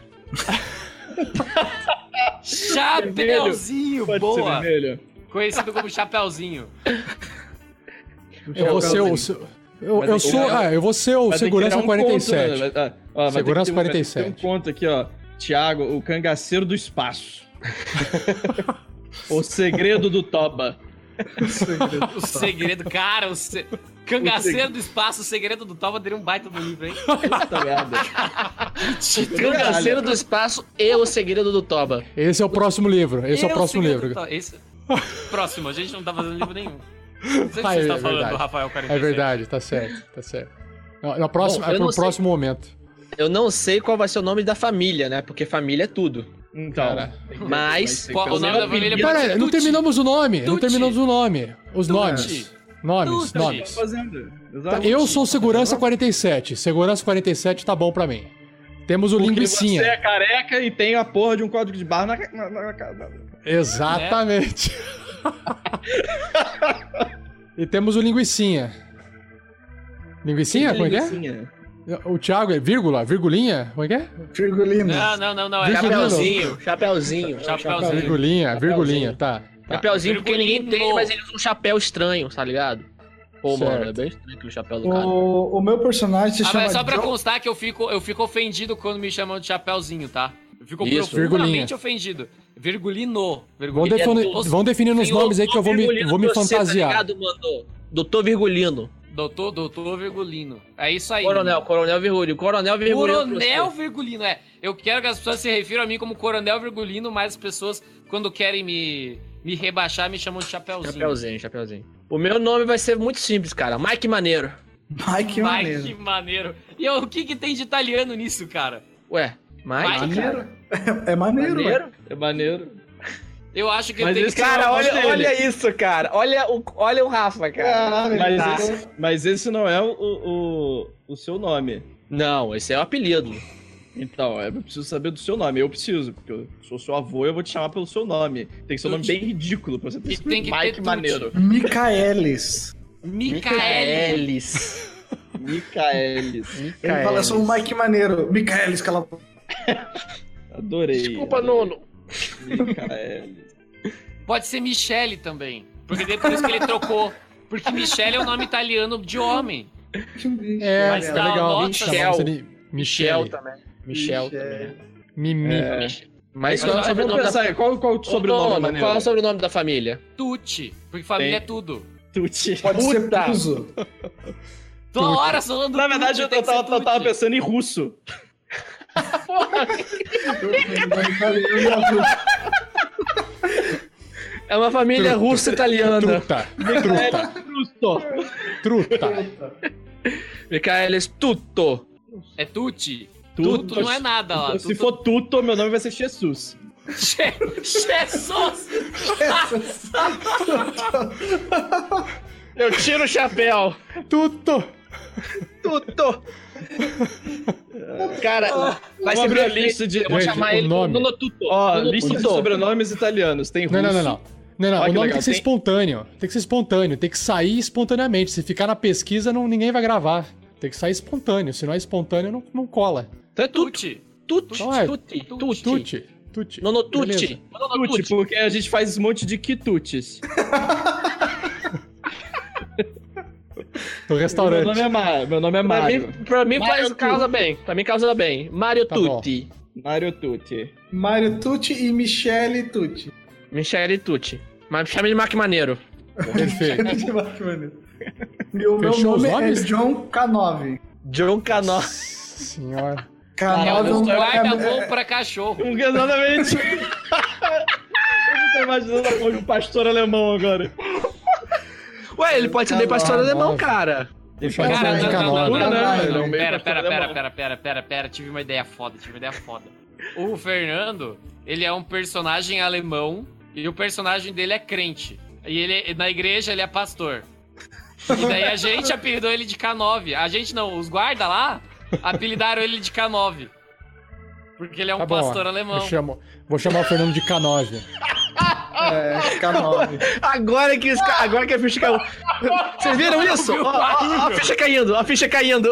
G: Chapeuzinho,
F: pode ser
G: boa.
F: vermelho.
G: Conhecido como Chapeuzinho.
A: Eu vou ser o. seu- Eu,
F: Mas
A: eu
F: tem que
A: sou.
F: tirar-
A: Ah, eu vou ser o
F: Vai ter que
A: segurança
F: criar um
A: 47.
F: conto, né? Vai- ah, ó, vai ter
A: Segurança
F: que ter um- vai ter que ter
A: 47.
F: Um conto aqui, ó. Tiago, o cangaceiro
A: *laughs*
F: do espaço. o segredo do Toba.
G: O segredo, cara, o se- Cangaceiro do Espaço, o segredo do Tova teria um baita do livro, hein?
F: Puta merda.
H: Cangaceiro do espaço e o segredo do Toba.
A: Esse é o próximo livro. Esse é o
G: Eu,
A: próximo
G: segredo
A: livro.
G: do Tova. Esse... Próximo, a gente não tá fazendo livro nenhum. Não sei o
A: Ah,
G: que você
A: é
G: tá falando,
A: verdade.
G: Rafael 47.
A: É verdade, tá certo, tá certo. Na na próxima,
H: Bom, eu
A: é pro
H: não sei.
A: próximo momento.
H: Eu não sei qual vai ser o nome da família, né? Porque família é tudo.
F: Então,
A: Cara.
F: tem que-
H: Mas-
F: tem que
G: Qual-
F: fazer
G: o nome
F: um
G: da família
F: apelido.
G: é-
A: Pera, aí, não
G: Tuti.
A: terminamos o nome. Não
G: Tuti.
A: terminamos o nome. Os nomes.
G: Tuti.
A: Nomes,
G: Tuti.
A: nomes.
F: Fazendo.
A: Tá,
F: Exato.
A: Eu sou segurança 47. Segurança 47 tá bom pra mim. Temos o
F: Porque você
A: linguicinha.
F: é careca e tem a porra de um código de barra na, na, na, na-
A: Exatamente. e temos o linguicinha. Linguicinha? Como é que é?
F: Linguicinha.
A: O Thiago é vírgula? Virgulinha? Como é que é?
E: Virgulina.
G: Não, não, não, não. É
A: Deixa eu ver.
G: Chapeuzinho.
H: Chapeuzinho, Chapeuzinho.
G: Chapeuzinho.
A: Virgulinha, virgulinha, tá. tá.
H: Chapeuzinho porque ninguém tem,
G: Virgulino.
H: mas ele usa um chapéu estranho, tá ligado? Pô, mano, é
A: Certo.
H: bem estranho aquele chapéu do cara.
E: O, o meu personagem se
G: Ah,
E: chama.
G: mas só pra
E: John-
G: constar que eu fico, eu fico ofendido quando me chamam de Chapeuzinho, tá? Eu fico
H: Isso.
G: profundamente ofendido. Virgulino.
A: Vão,
G: Virgulino.
A: defini-
G: Doutor-
A: vão definindo os
H: Tem o
A: nomes aí que eu vou me,
H: Virgulino
A: vou me
H: pra você, Tá
A: fantasiar.
H: ligado, mano? Doutor Virgulino.
G: Doutor, doutor Virgulino. É isso aí.
H: Coronel, Coronel Virgulino. Coronel Virgulino. pra
G: Coronel
H: você.
G: Virgulino, é. Eu quero que as pessoas se refiram a mim como Coronel Virgulino, mas as pessoas, quando querem me, me rebaixar, me chamam de Chapeuzinho.
H: Chapeuzinho, Chapeuzinho. O meu nome vai ser muito simples, cara. Mike Maneiro.
E: Ai, que
G: Vai,
E: maneiro.
G: que maneiro. E o que, que tem de italiano nisso, cara?
H: Ué, Mike?
G: Mike?
E: Maneiro. É maneiro, velho.
F: É maneiro.
G: Eu acho que
F: Mas
G: tem que
F: esse é cara,
G: o nome
F: olha-
G: dele.
F: olha
H: isso, cara. Olha o, olha o Rafa, Ah,
E: Caralho,
F: Mas,
E: tá.
F: esse, mas esse não é o, o, o seu nome.
H: Não, esse é o apelido.
F: Então, eu preciso saber do seu nome. Eu preciso, porque eu sou seu avô e eu vou te chamar pelo seu nome. Tem que ser um nome
G: Tuti.
F: bem ridículo pra você ter
G: E
F: esse
G: tem que ter
F: Mike
G: Tuti.
F: maneiro.
E: Micaelis.
G: Micaele.
F: *laughs* Micaelis.
E: Ele fala, sou um o Mike Maneiro. Micaelis, cala
F: Adorei.
H: Desculpa,
F: adorei.
H: Nuno.
F: Micaelis.
G: Pode ser Michele também. Porque depois que ele trocou. Porque Michele é o nome italiano de homem.
A: É,
G: Mas
A: é
G: tá,
A: legal.
G: nossa,
A: Chamar você de
H: Michel
A: Michel. né?
H: também. Michel também.
A: Mimi.
F: É.
H: Mas
F: Mas
H: qual é o
F: vamos
H: sobrenome da
F: pensar aí, qual, qual o sobrenome
H: Ô, Nuno,
F: maneiro?
H: Qual é o sobrenome da família?
G: Tutti. Porque família
F: Tem.
G: é tudo.
F: Tuti.
E: Pode ser
H: Puta.
E: Puzo.
G: Tô hora
F: *laughs*
G: falando
F: Na verdade, eu,
G: Tutti, tem que
F: tava,
G: ser
F: eu tava
G: Tutti.
F: pensando em russo.
H: É uma família russa-italiana.
A: Truta.
F: Micaelis russo.
A: Truta.
H: Michaelis Tutto.
G: É Tutti.
F: Tuto.
G: Tuto não é nada lá.
F: Se
G: Tuto-
F: for Tuto, meu nome vai ser Jesus.
G: *laughs* Che- Jesus!
H: Eu tiro o chapéu.
A: Tuto.
H: Tutto. Cara, vai
F: Vamos
H: ser
F: abrir a
H: perfeito.
F: lista de.
H: Eu vou
A: Gente,
H: chamar
A: o
H: ele
A: nome-
H: Nuno Tutto.
F: Ó,
H: Nuno
F: lista de
H: Tutto.
F: sobrenomes italianos. Tem russo.
A: Não, não, não, não. Não, não,
F: Olha
A: o
F: que
A: nome
F: legal,
A: tem que ser
F: tem-
A: espontâneo. Tem que ser espontâneo. Tem que sair espontaneamente. Se ficar na pesquisa, não, ninguém vai gravar. Tem que sair espontâneo. Se não é espontâneo, não, não cola.
H: Então é Tutto.
G: Tutti.
H: Tutti.
A: Então é-
H: Tutti. Tutti. Tutti.
A: Tuti. Tuti.
H: Nono
A: Beleza.
H: Tutti. Nono
F: Tuti,
H: Tutti.
F: porque a gente faz um monte de quitutes.
A: No
F: Meu
A: restaurante.
F: nome é Mário. Meu nome é
H: Pra
F: Mário.
H: mim, pra mim
F: Mario
H: faz,
F: Tutti.
H: causa bem. Pra mim causa bem. Mario
A: Tá bom.
H: Tutti.
F: Mário Tuti.
E: Mário Tucci e Michele Tucci.
G: *laughs*
H: Michele Tutti. Mas chama de Mac Maneiro.
F: é
A: Perfeito.
E: Que maneiro. E o meu
A: Fechou os
E: nome é
A: nomes?
E: John K9.
H: John Canó.
A: Senhora.
G: É
E: K9 é
G: um
E: um
G: guarda
E: é-
G: bom pra cachorro.
F: Exatamente. Eu tô imaginando a porra de um pastor alemão agora.
H: Ué, ele
A: Tá
H: pode ser bem pastor
A: Canó.
H: alemão, cara.
A: Pode
E: Cara,
A: chamar de
E: não, não,
A: Canova.
E: não, não.
F: não, meio
G: Pera, pera,
F: pastor
G: pera,
F: alemão.
G: pera, pera, pera, pera. Tive uma ideia foda, tive uma ideia foda. O Fernando, ele é um personagem alemão e o personagem dele é crente. E ele, na igreja, ele é pastor. E daí a gente apelidou ele de K9. A gente não, os guarda lá apelidaram ele de K9. Porque ele é um
A: Tá bom,
G: pastor
A: ó. Eu
G: alemão.
A: chamo- vou chamar o Fernando de K9.
E: É, K9.
D: Agora que, os ca- agora que a ficha
H: *laughs*
D: caiu. Vocês viram isso? Ó, ó, ó, a ficha caindo, a ficha
H: *laughs*
D: caindo.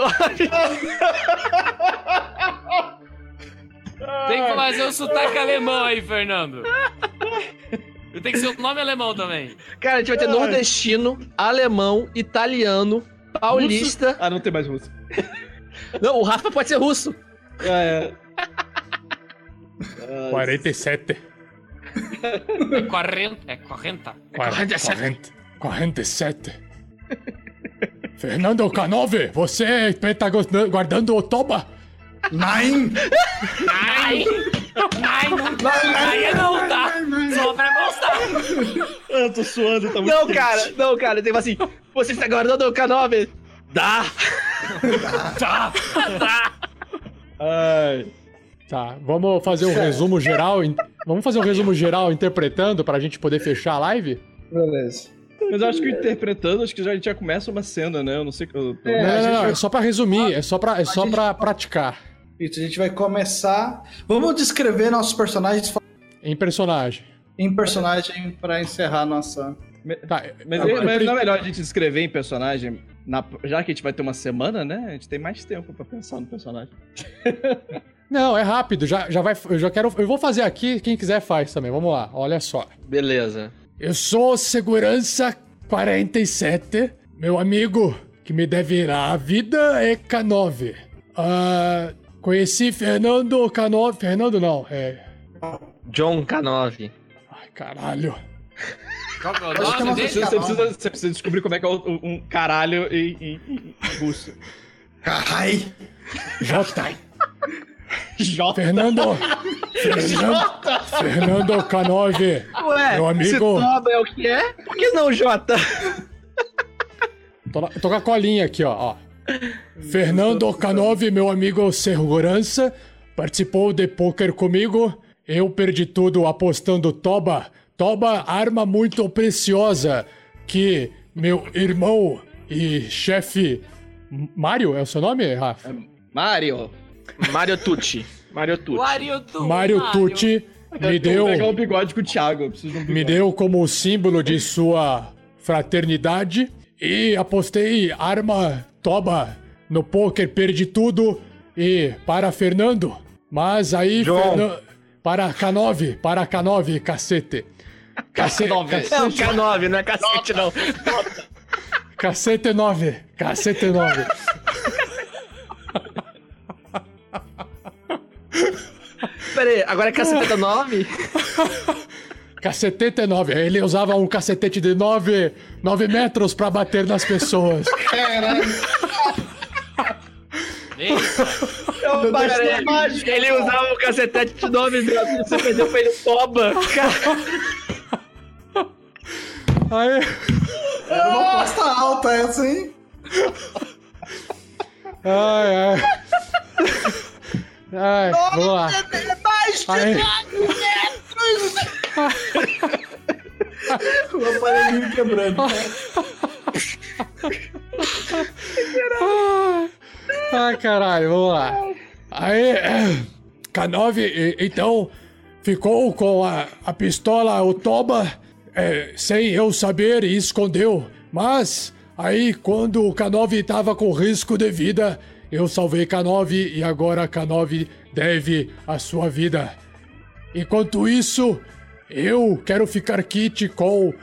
I: Tem que fazer o sotaque alemão aí, Fernando. E tem que ser o nome alemão também.
H: Cara, a gente vai ter nordestino, alemão, italiano, paulista.
F: Ah, não tem mais russo.
H: Não, o Rafa pode ser russo.
F: É,
A: 47.
I: É 40. É 40.
A: 47. 47. Fernando Canove, você está guardando o toba?
E: Nine!
I: Ai! Ai, não dá. Ai, não dá. Só pra mostrar.
F: eu tô suando, tá muito
H: Não,
F: triste.
H: cara, não, cara. Tem assim, você está guardando o K9? Dá!
F: Ai.
A: Tá, vamos fazer um resumo geral. in- Vamos fazer um resumo geral interpretando para a gente poder fechar a live?
E: Beleza.
F: Mas eu acho que interpretando, acho que já, a gente já começa uma cena, né? Eu não sei. Eu, tô-
A: não,
E: É, a
A: não,
E: gente
A: não,
E: vai- Ah,
A: é só para resumir, é só para é só
E: gente-
A: para praticar
E: Isso, a gente vai começar. Vamos descrever nossos personagens
A: em personagem.
E: em personagem pra encerrar nossa.
A: Tá,
F: Mas,
A: tá bom.
F: mas não é melhor a gente escrever em personagem, na- já que a gente vai ter uma semana, né? A gente tem mais tempo pra pensar no personagem.
A: Não, é rápido, já, já vai. Eu já quero. Eu vou fazer aqui, quem quiser faz também. Vamos lá, olha só.
H: Beleza.
A: Eu sou segurança 47. Meu amigo que me deve a vida é K9. Ah, conheci Fernando K9. Fernando não, é.
H: John K9.
A: Ai, caralho.
I: Qual que é o
E: Acho que é
I: nome
E: uma
I: dele?
E: pessoa-
F: Você precisa, você precisa descobrir como é que é o- um caralho em, em- em russo.
E: Carrai!
A: *laughs* J.
F: Jota.
A: Fernando. Fernando, Fernando K9.
H: Ué,
A: Meu amigo.
H: se toba é o que é? Por que não, Jota?
A: Tô, lá- tô com a colinha aqui, ó. ó. Fernando Canove, meu amigo segurança, participou de poker comigo. Eu perdi tudo apostando toba. Toba, arma muito preciosa que meu irmão e chefe M- Mário, é o seu nome, Rafa?
F: Mario.
H: Mario Tucci.
F: Mario Tucci.
G: Mario Tu.
A: Mário Tucci me
F: Eu
A: deu
F: vou pegar um bigode com o Thiago. Eu preciso de um bigode.
A: me deu como símbolo de sua fraternidade e apostei arma toba no poker, perdi tudo e para Fernando, mas aí Fernan- para K9, para K9, cacete. Cace- ca-
H: É o K9, não é cacete, não.
A: Cacete 9, cacete 9.
H: Pera aí, agora é cacete 9?
A: Cacetete 9. Ele usava um cacetete de 9, 9 metros para bater nas pessoas.
F: Eu baixei a mágica.
H: Ele usava o cacetete de 9 metros, você perdeu pra ele toba.
A: Aí,
E: Aposta alta essa, hein?
A: Ai, ai. Ai, vamos lá. Ai,
E: O
A: *laughs*
E: aparelhinho quebrando.
A: ai, caralho, vamos lá. Aí, K9, e- então, ficou com a, a pistola, o Toba, é, sem eu saber e escondeu. Mas, aí, quando o K9 tava com risco de vida, eu salvei K9 e agora K9 deve a sua vida. Enquanto isso, eu quero ficar kit com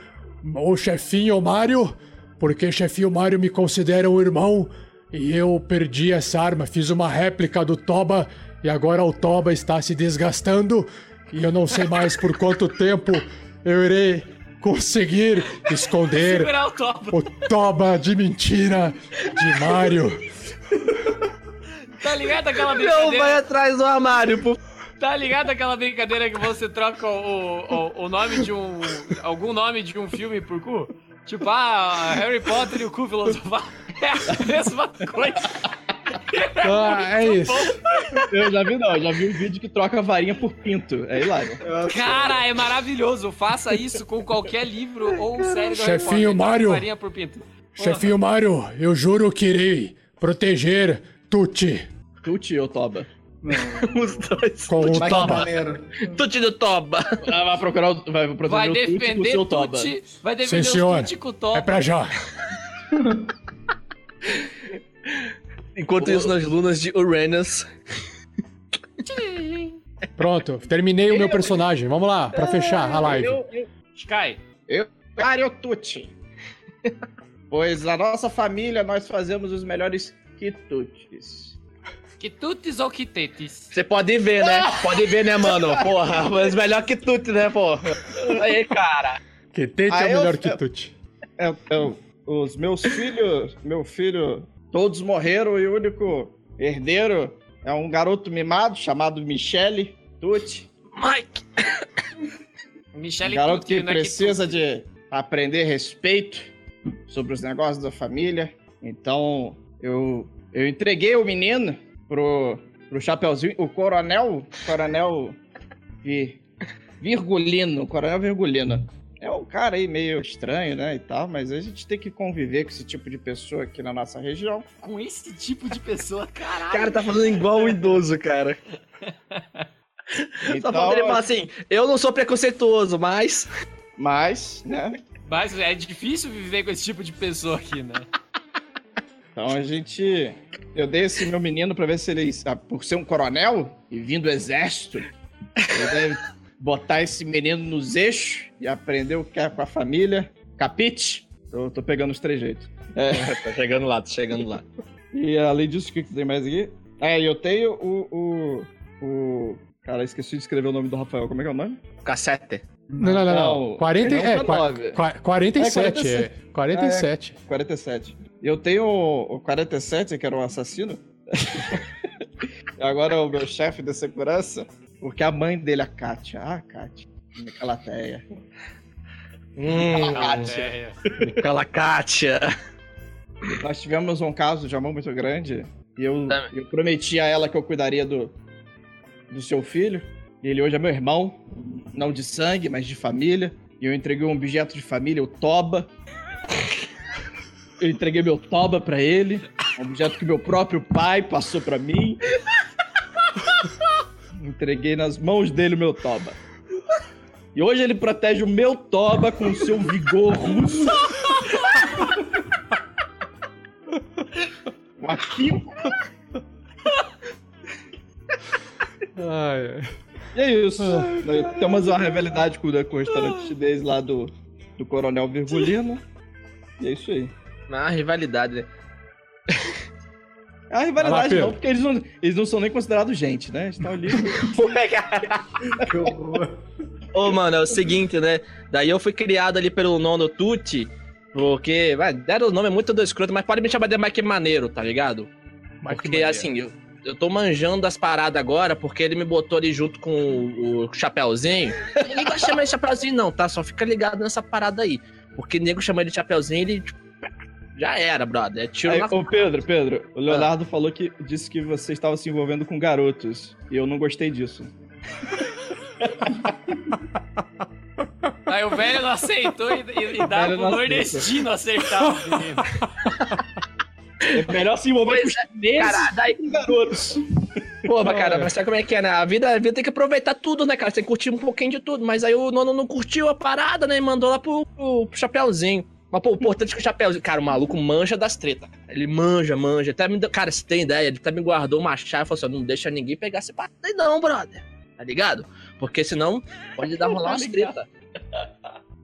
A: o chefinho Mario, porque chefinho Mario me considera um irmão e eu perdi essa arma, fiz uma réplica do Toba e agora o Toba está se desgastando e eu não sei mais por quanto tempo eu irei conseguir esconder
G: Segurar o topo.
A: o Toba de mentira de
G: *laughs*
A: Mario.
G: Tá ligado aquela
H: Não
G: brincadeira?
H: vai atrás do armário, por
G: Tá ligado aquela brincadeira que você troca o, o, o nome de um. algum nome de um filme por cu? Tipo, ah, Harry Potter e o cu filosofal. É a mesma coisa.
A: Ah, é isso.
F: Eu já vi, não. Eu já vi um vídeo que troca a varinha por pinto. É hilário.
G: Cara, é maravilhoso. Faça isso com qualquer livro ou série do Harry
A: Chefinho
G: Potter.
A: Mario.
G: Farinha por pinto.
A: Chefinho Mario, eu juro que irei proteger Tuti.
F: Tucci ou Toba? Os dois.
A: Com o
E: Vai
A: Taba.
E: maneiro.
H: Tuti do Toba.
F: Ela vai procurar o. Vai, proteger
G: Vai
F: o Tuti com o
G: defender
F: seu
G: o
F: Toba.
G: Tuti, vai
A: Sim,
G: defender o
A: senhor.
G: Tuti com o
A: É
G: Toba.
A: pra já.
H: Enquanto isso nas lunas de Uranus.
A: Pronto, terminei o meu personagem. Vamos lá, pra fechar a live.
G: É
I: Sky,
F: Cariotuti. pois na nossa família nós fazemos os melhores quitutes.
G: que tutes ou que tetes?
H: Você pode ver, né?
F: Ah!
H: Pode ver, né, mano?
F: *laughs*
H: Porra, mas melhor que Tuti, né, porra? Aí, cara.
A: Que tente
F: Ah,
A: é
F: eu-
A: melhor que tute.
F: Eu, eu- É, os meus filhos, meu filho, todos morreram e o único herdeiro é um garoto mimado chamado Michele Tuti.
G: Mike! Michele
F: garoto
G: Tutti,
F: que
G: não é
F: precisa de aprender respeito sobre os negócios da família. Então, eu, eu entreguei o menino pro, pro Chapeuzinho, o coronel, coronel Vi- Virgulino, coronel Virgulino. É um cara aí meio estranho, né, e tal, mas a gente tem que conviver com esse tipo de pessoa aqui na nossa região.
G: que- Com esse tipo de pessoa,
H: O
G: caralho.
H: cara tá falando igual um idoso, cara. *laughs* Só
F: Então,
H: falta ele falar assim, eu não sou preconceituoso, mas...
F: mas, né,
G: Mas é difícil viver com esse tipo de pessoa aqui, né?
F: Então a gente. Eu dei esse meu menino pra ver se ele. ah, Por ser um coronel e vindo do exército, eu deve botar esse menino nos eixos e aprender o que é com a família. Capite? Eu tô pegando os três jeitos.
H: Tá chegando lá, tá chegando lá.
F: E além disso, o que que tem mais aqui? É, eu tenho o. o, o... Cara, esqueci de escrever o nome do Rafael. Como é que é o nome?
H: Cassete.
A: Não, não, não.
F: Não,
A: não. 40,
F: não
A: é,
F: pra
A: qua-
F: nove.
A: qua- 47,
F: É,
A: é. 47.
F: 47. Eu tenho o o 47, que era um assassino. *laughs* e agora é o meu chefe de segurança. Porque a mãe dele, a Kátia. Ah, Kátia. Calateia.
I: é,
H: Aquela Kátia.
F: Nós tivemos um caso de amor muito grande. E eu, eu prometi a ela que eu cuidaria do, do seu filho. E ele hoje é meu irmão. Não de sangue, mas de família. E eu entreguei um objeto de família, o Toba. Eu entreguei meu Toba pra ele. Um objeto que meu próprio pai passou pra mim. Entreguei nas mãos dele o meu Toba. E hoje ele protege o meu Toba com o seu vigor russo. Com a pipa.
A: Ai,
F: E é isso. Temos uma rivalidade com o com o restaurante chinês lá do, do Coronel Virgulino. E é isso aí.
H: Na rivalidade, né?
F: É uma rivalidade
A: Pedro.
F: não, porque eles não, eles não são nem considerados gente, né? Eles estão ali.
E: Que horror.
H: Ô, mano, é o seguinte, né? Daí eu fui criado ali pelo nono Tuti, porque, vai, deram o nome é muito do escroto, mas pode me chamar de Mike Maneiro, tá ligado?
A: mas que
H: Porque,
A: maneiro.
H: assim, eu, eu tô manjando as paradas agora, porque ele me botou ali junto com o, o Chapeuzinho. Ninguém gosta de chamar ele de Chapeuzinho, não, tá? Só fica ligado nessa parada aí. Porque nego chama ele de Chapeuzinho, ele... tipo, Já era, brother. É tiro
F: Aí,
H: na...
F: ô Pedro, Pedro, o Leonardo falou que disse que você estava se envolvendo com garotos. E eu não gostei disso.
G: Aí o velho não aceitou e,
F: *laughs*
G: e, e dá
F: velho
G: pro
F: não
G: nordestino aceitar o menino.
F: É melhor se envolver
H: Pois
F: com chineses
H: Cara, daí...
F: que com garotos.
H: Pô, mas cara, mas sabe como é que é, né? A vida, a vida tem que aproveitar tudo, né, cara? Você tem que curtir um pouquinho de tudo. Mas aí o nono não curtiu a parada, né? E mandou lá pro, pro, pro Chapeuzinho. Mas, pô, o importante é que o Chapeuzinho... Cara, o maluco manja das tretas. cara. Ele manja, manja. Até me deu... Cara, você tem ideia? Ele até me guardou uma chave e falou assim, "Ó, não deixa ninguém pegar esse pato aí não, brother. Tá ligado? Porque senão pode dar rolar umas tretas.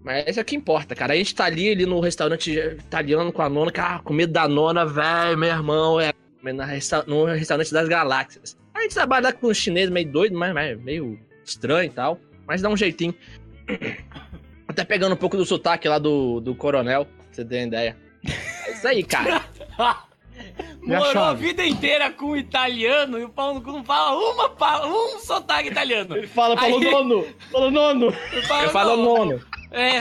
H: Mas isso é o que importa, cara. A gente tá ali, ali no restaurante italiano com a nona, cara, comida da nona, velho, meu irmão, é mas na resta- no restaurante das galáxias. A gente trabalha com um chinês meio doido, mas, mas meio estranho e tal. Mas dá um jeitinho. *coughs* Até pegando um pouco do sotaque lá do, do coronel, pra você ter uma ideia. É isso aí,
G: *laughs*
H: cara.
A: E a
G: Morou a
A: chave?
G: vida inteira com o italiano e o Paulo Cu não fala uma, pa- um sotaque italiano.
F: Ele fala, falou
G: Aí-
F: nono! Falou nono!
H: Eu falo nono.
G: É,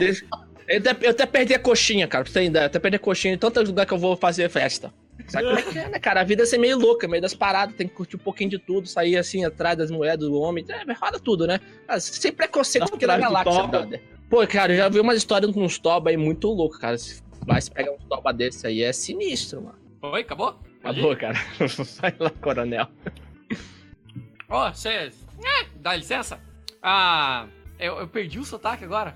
H: Eu até, eu até perdi a coxinha, cara, pra você ter ideia. Eu até perdi a coxinha em tantos lugares que eu vou fazer festa. Sabe como é que é, né, cara? A vida é ser meio louca, meio das paradas, tem que curtir um pouquinho de tudo, sair assim atrás das mulheres, do homem, é, roda tudo, né? Mas Sem preconceito porque na
F: Atrás do
H: galáxia,
F: toba.
H: brother. Pô, cara, eu já vi umas histórias com uns toba aí muito louco, cara. Se vai se pegar uns toba desse aí, é sinistro, mano. Tá *laughs*
G: Oi, acabou?
H: Acabou, cara. Vai lá, coronel.
G: Ó, você. É, dá licença? Ah. Eu, eu perdi o sotaque agora.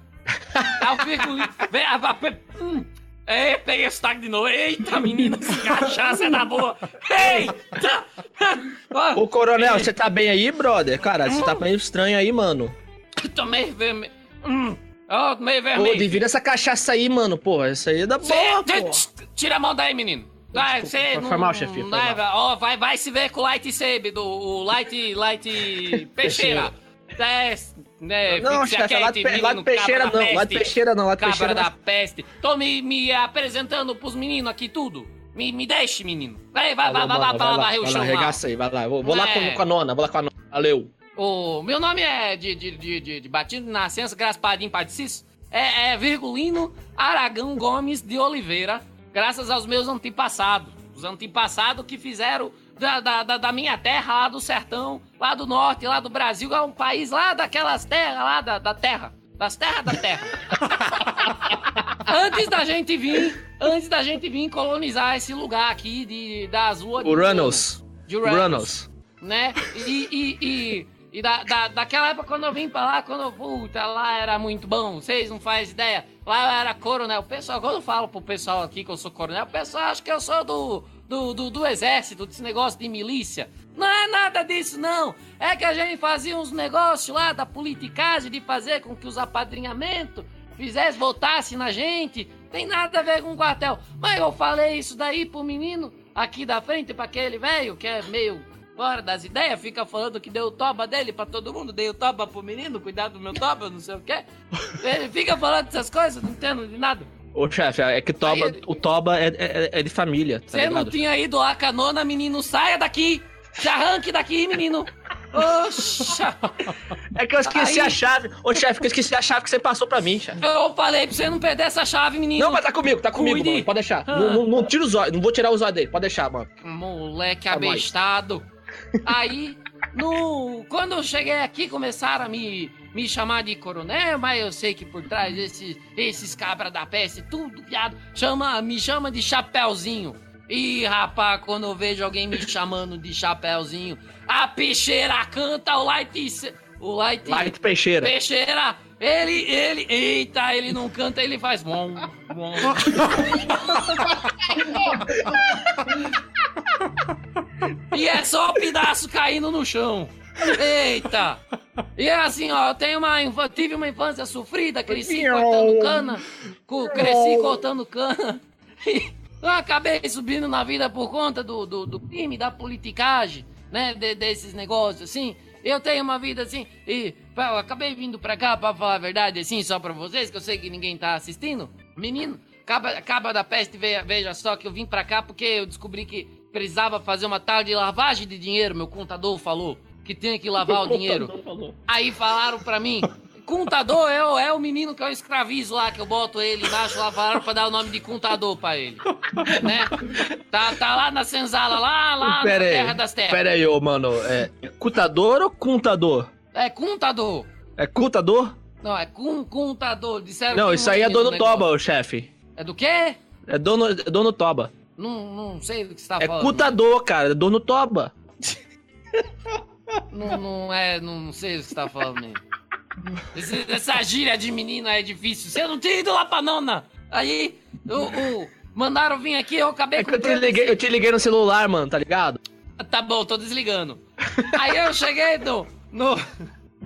G: Ah, eu perco. Vem, a, a, pe- hum. É, peguei o sotaque de novo. Eita, menina, se cachaça é na boa. Eita! *laughs* Ó,
H: Ô, coronel, você tá bem aí, brother? Cara, você tá meio estranho aí, mano.
G: Tomei vermelho. Hum. Ó, tomei
H: Ô,
G: vermelho.
H: devida essa cachaça aí, mano, porra. Isso aí é da
G: Cê-
H: boa,
G: tê-
H: porra.
G: tch, Tira a mão daí, menino. Vai, você
H: foi-
G: não-
H: foi mal, chefe, foi
G: Vai, vai, ó, vai, vai se ver com o Light Sabe, do o Light,
H: *laughs*
G: Light Peixeira. É, né,
H: Não,
G: fixa
H: chefe, é lá de,
G: quente,
H: pe- lá de
G: menino,
H: peixeira
G: cabra da
H: não, lá de
G: peste,
H: peixeira não, lá de
G: Cabra
H: peixeira
G: da
H: não.
G: peste. Tô me, me apresentando pros meninos aqui tudo. Me, me deixe, menino. Vai, vai, vai,
H: Valeu,
G: vai lá
H: mano,
G: pra lá barrer o
H: vai
G: chão
H: lá,
G: lá.
H: arregaça aí, vai lá. Vou, vou lá
G: É.
H: com, com a nona, vou lá com a nona. Valeu.
G: O meu nome é de, de, de, de, de batido de nascença, Graspadinho Padicício. É, é Virgulino Aragão Gomes de Oliveira, graças aos meus antepassados. Os antepassados que fizeram da, da, da, da minha terra, lá do sertão, lá do norte, lá do Brasil, é um país lá daquelas terras, lá da, da terra. Das terras da terra. *laughs* antes da gente vir, antes da gente vir colonizar esse lugar aqui de, das ruas de
H: Uranus.
G: De Uranus
H: Uranus.
G: né? E, e, e, e da, da, daquela época, quando eu vim pra lá, quando eu puta, lá era muito bom, vocês não fazem ideia. Lá eu era coronel. Pessoal, quando eu falo pro pessoal aqui que eu sou coronel, o pessoal acha que eu sou do, do, do, do exército, desse negócio de milícia. Não é nada disso, não. É que a gente fazia uns negócios lá da politicagem de fazer com que os apadrinhamentos fizesse, voltasse na gente. Tem nada a ver com o quartel. Mas eu falei isso daí pro menino aqui da frente, pra aquele velho que é meio fora das ideias, fica falando que deu toba dele pra todo mundo, dei o toba pro menino, cuidado do meu toba, não sei o quê. Ele fica falando essas coisas, não entendo de nada.
H: Ô, chefe, é que toba,
G: Aí-
H: o toba é, é- é de família, tá
G: Você não
H: ligado?
G: tinha ido lá com a nona, menino, saia daqui! Se arranque daqui, menino! Oxa!
H: É que eu esqueci
G: Aí-
H: a chave. Ô, chefe, que eu esqueci a chave que você passou pra mim, chefe.
G: Eu falei pra você não perder essa chave, menino!
H: Não, mas tá comigo, tá comigo,
G: Cuide.
H: mano. Pode deixar.
G: Ah.
H: Não, não, não tira os olhos, não vou tirar os olhos dele. Pode deixar, mano.
G: Moleque
H: Tá mais.
G: abestado. Aí, no, quando eu cheguei aqui, começaram a me, me chamar de coronel, mas eu sei que por trás desses esses cabra da peste, tudo viado, chama, me chama de chapéuzinho. Ih, rapaz, quando eu vejo alguém me chamando de chapéuzinho, a peixeira canta o light... se- O light...
H: Light Peixeira.
G: Peixeira, ele, ele, eita, ele não canta, ele faz bom, bom. e é só o pedaço caindo no chão. Eita! E é assim, ó, eu tenho uma, infa- tive uma infância sofrida, cresci cortando cana, co- cresci cortando cana. *laughs* E eu acabei subindo na vida por conta do, do, do crime, da politicagem, né? de- desses negócios, assim. Eu tenho uma vida assim, e pá, eu acabei vindo pra cá pra falar a verdade, assim, só pra vocês, que eu sei que ninguém tá assistindo. Menino, Caba, Caba da Peste, veja, veja só que eu vim pra cá porque eu descobri que precisava fazer uma tal de lavagem de dinheiro, meu contador falou. Que tinha que lavar o dinheiro. Aí falaram pra mim, contador é, o- é o menino que eu escravizo lá, que eu boto ele embaixo lá, falaram pra dar o nome de contador pra
H: *laughs*
G: ele. Né? Tá, tá lá na senzala, lá, lá na
H: Pera aí,
G: terra das terras.
H: Pera aí, ô, mano. É cutador ou contador?
G: É contador.
H: É cutador?
G: Não, é cum, contador. Disseram
H: Não,
G: que
H: isso aí é
G: tinha no
H: dono
G: negócio.
H: toba, ô, chefe.
G: É do quê?
H: É dono, é dono toba.
G: Não, não sei do que você tá
H: É
G: falando.
H: cutador, cara. É dono toba.
G: Não, não é, não, não sei o que você tá falando mesmo. Esse- essa gíria de menina é difícil. Você não tinha ido lá pra nona. Aí, o, o- mandaram vir aqui, eu acabei
H: É que eu te
G: comprando
H: liguei, eu te liguei no celular, mano, tá ligado?
G: Tá bom, tô desligando. Aí eu cheguei no, no.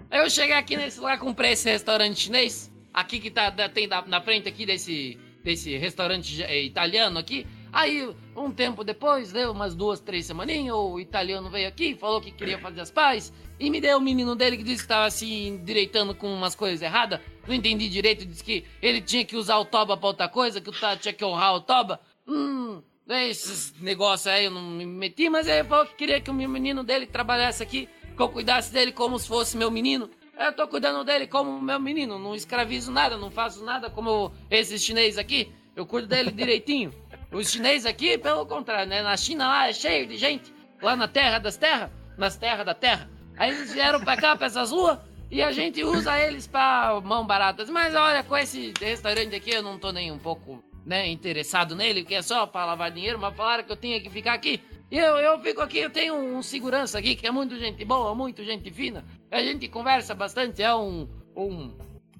G: Eu cheguei aqui nesse lugar, comprei esse restaurante chinês. Aqui que tá, da- tem da- na frente aqui desse, desse restaurante ja- eh, italiano aqui. Aí, um tempo depois, deu umas duas, três semaninhas, o italiano veio aqui, falou que queria fazer as pazes. E me deu o menino dele que disse que tava se endireitando com umas coisas erradas. Não entendi direito, disse que ele tinha que usar o toba pra outra coisa, que o ta- tinha que honrar o toba. Hum, esses negócios aí eu não me meti, mas ele falou que queria que o meu menino dele trabalhasse aqui, que eu cuidasse dele como se fosse meu menino. É, Eu tô cuidando dele como meu menino, não escravizo nada, não faço nada como esses chineses aqui. Eu cuido dele direitinho. Os chineses aqui, pelo contrário, né? Na China lá é cheio de gente. Lá na terra das terras, nas terras da terra. Aí eles vieram pra cá, pra essas ruas, e a gente usa eles pra mão baratas. Mas olha, com esse restaurante aqui eu não tô nem um pouco, né, interessado nele, porque é só pra lavar dinheiro, mas falaram que eu tinha que ficar aqui. E eu, eu fico aqui, eu tenho um segurança aqui que é muito gente boa, muito gente fina. A gente conversa bastante, é um. um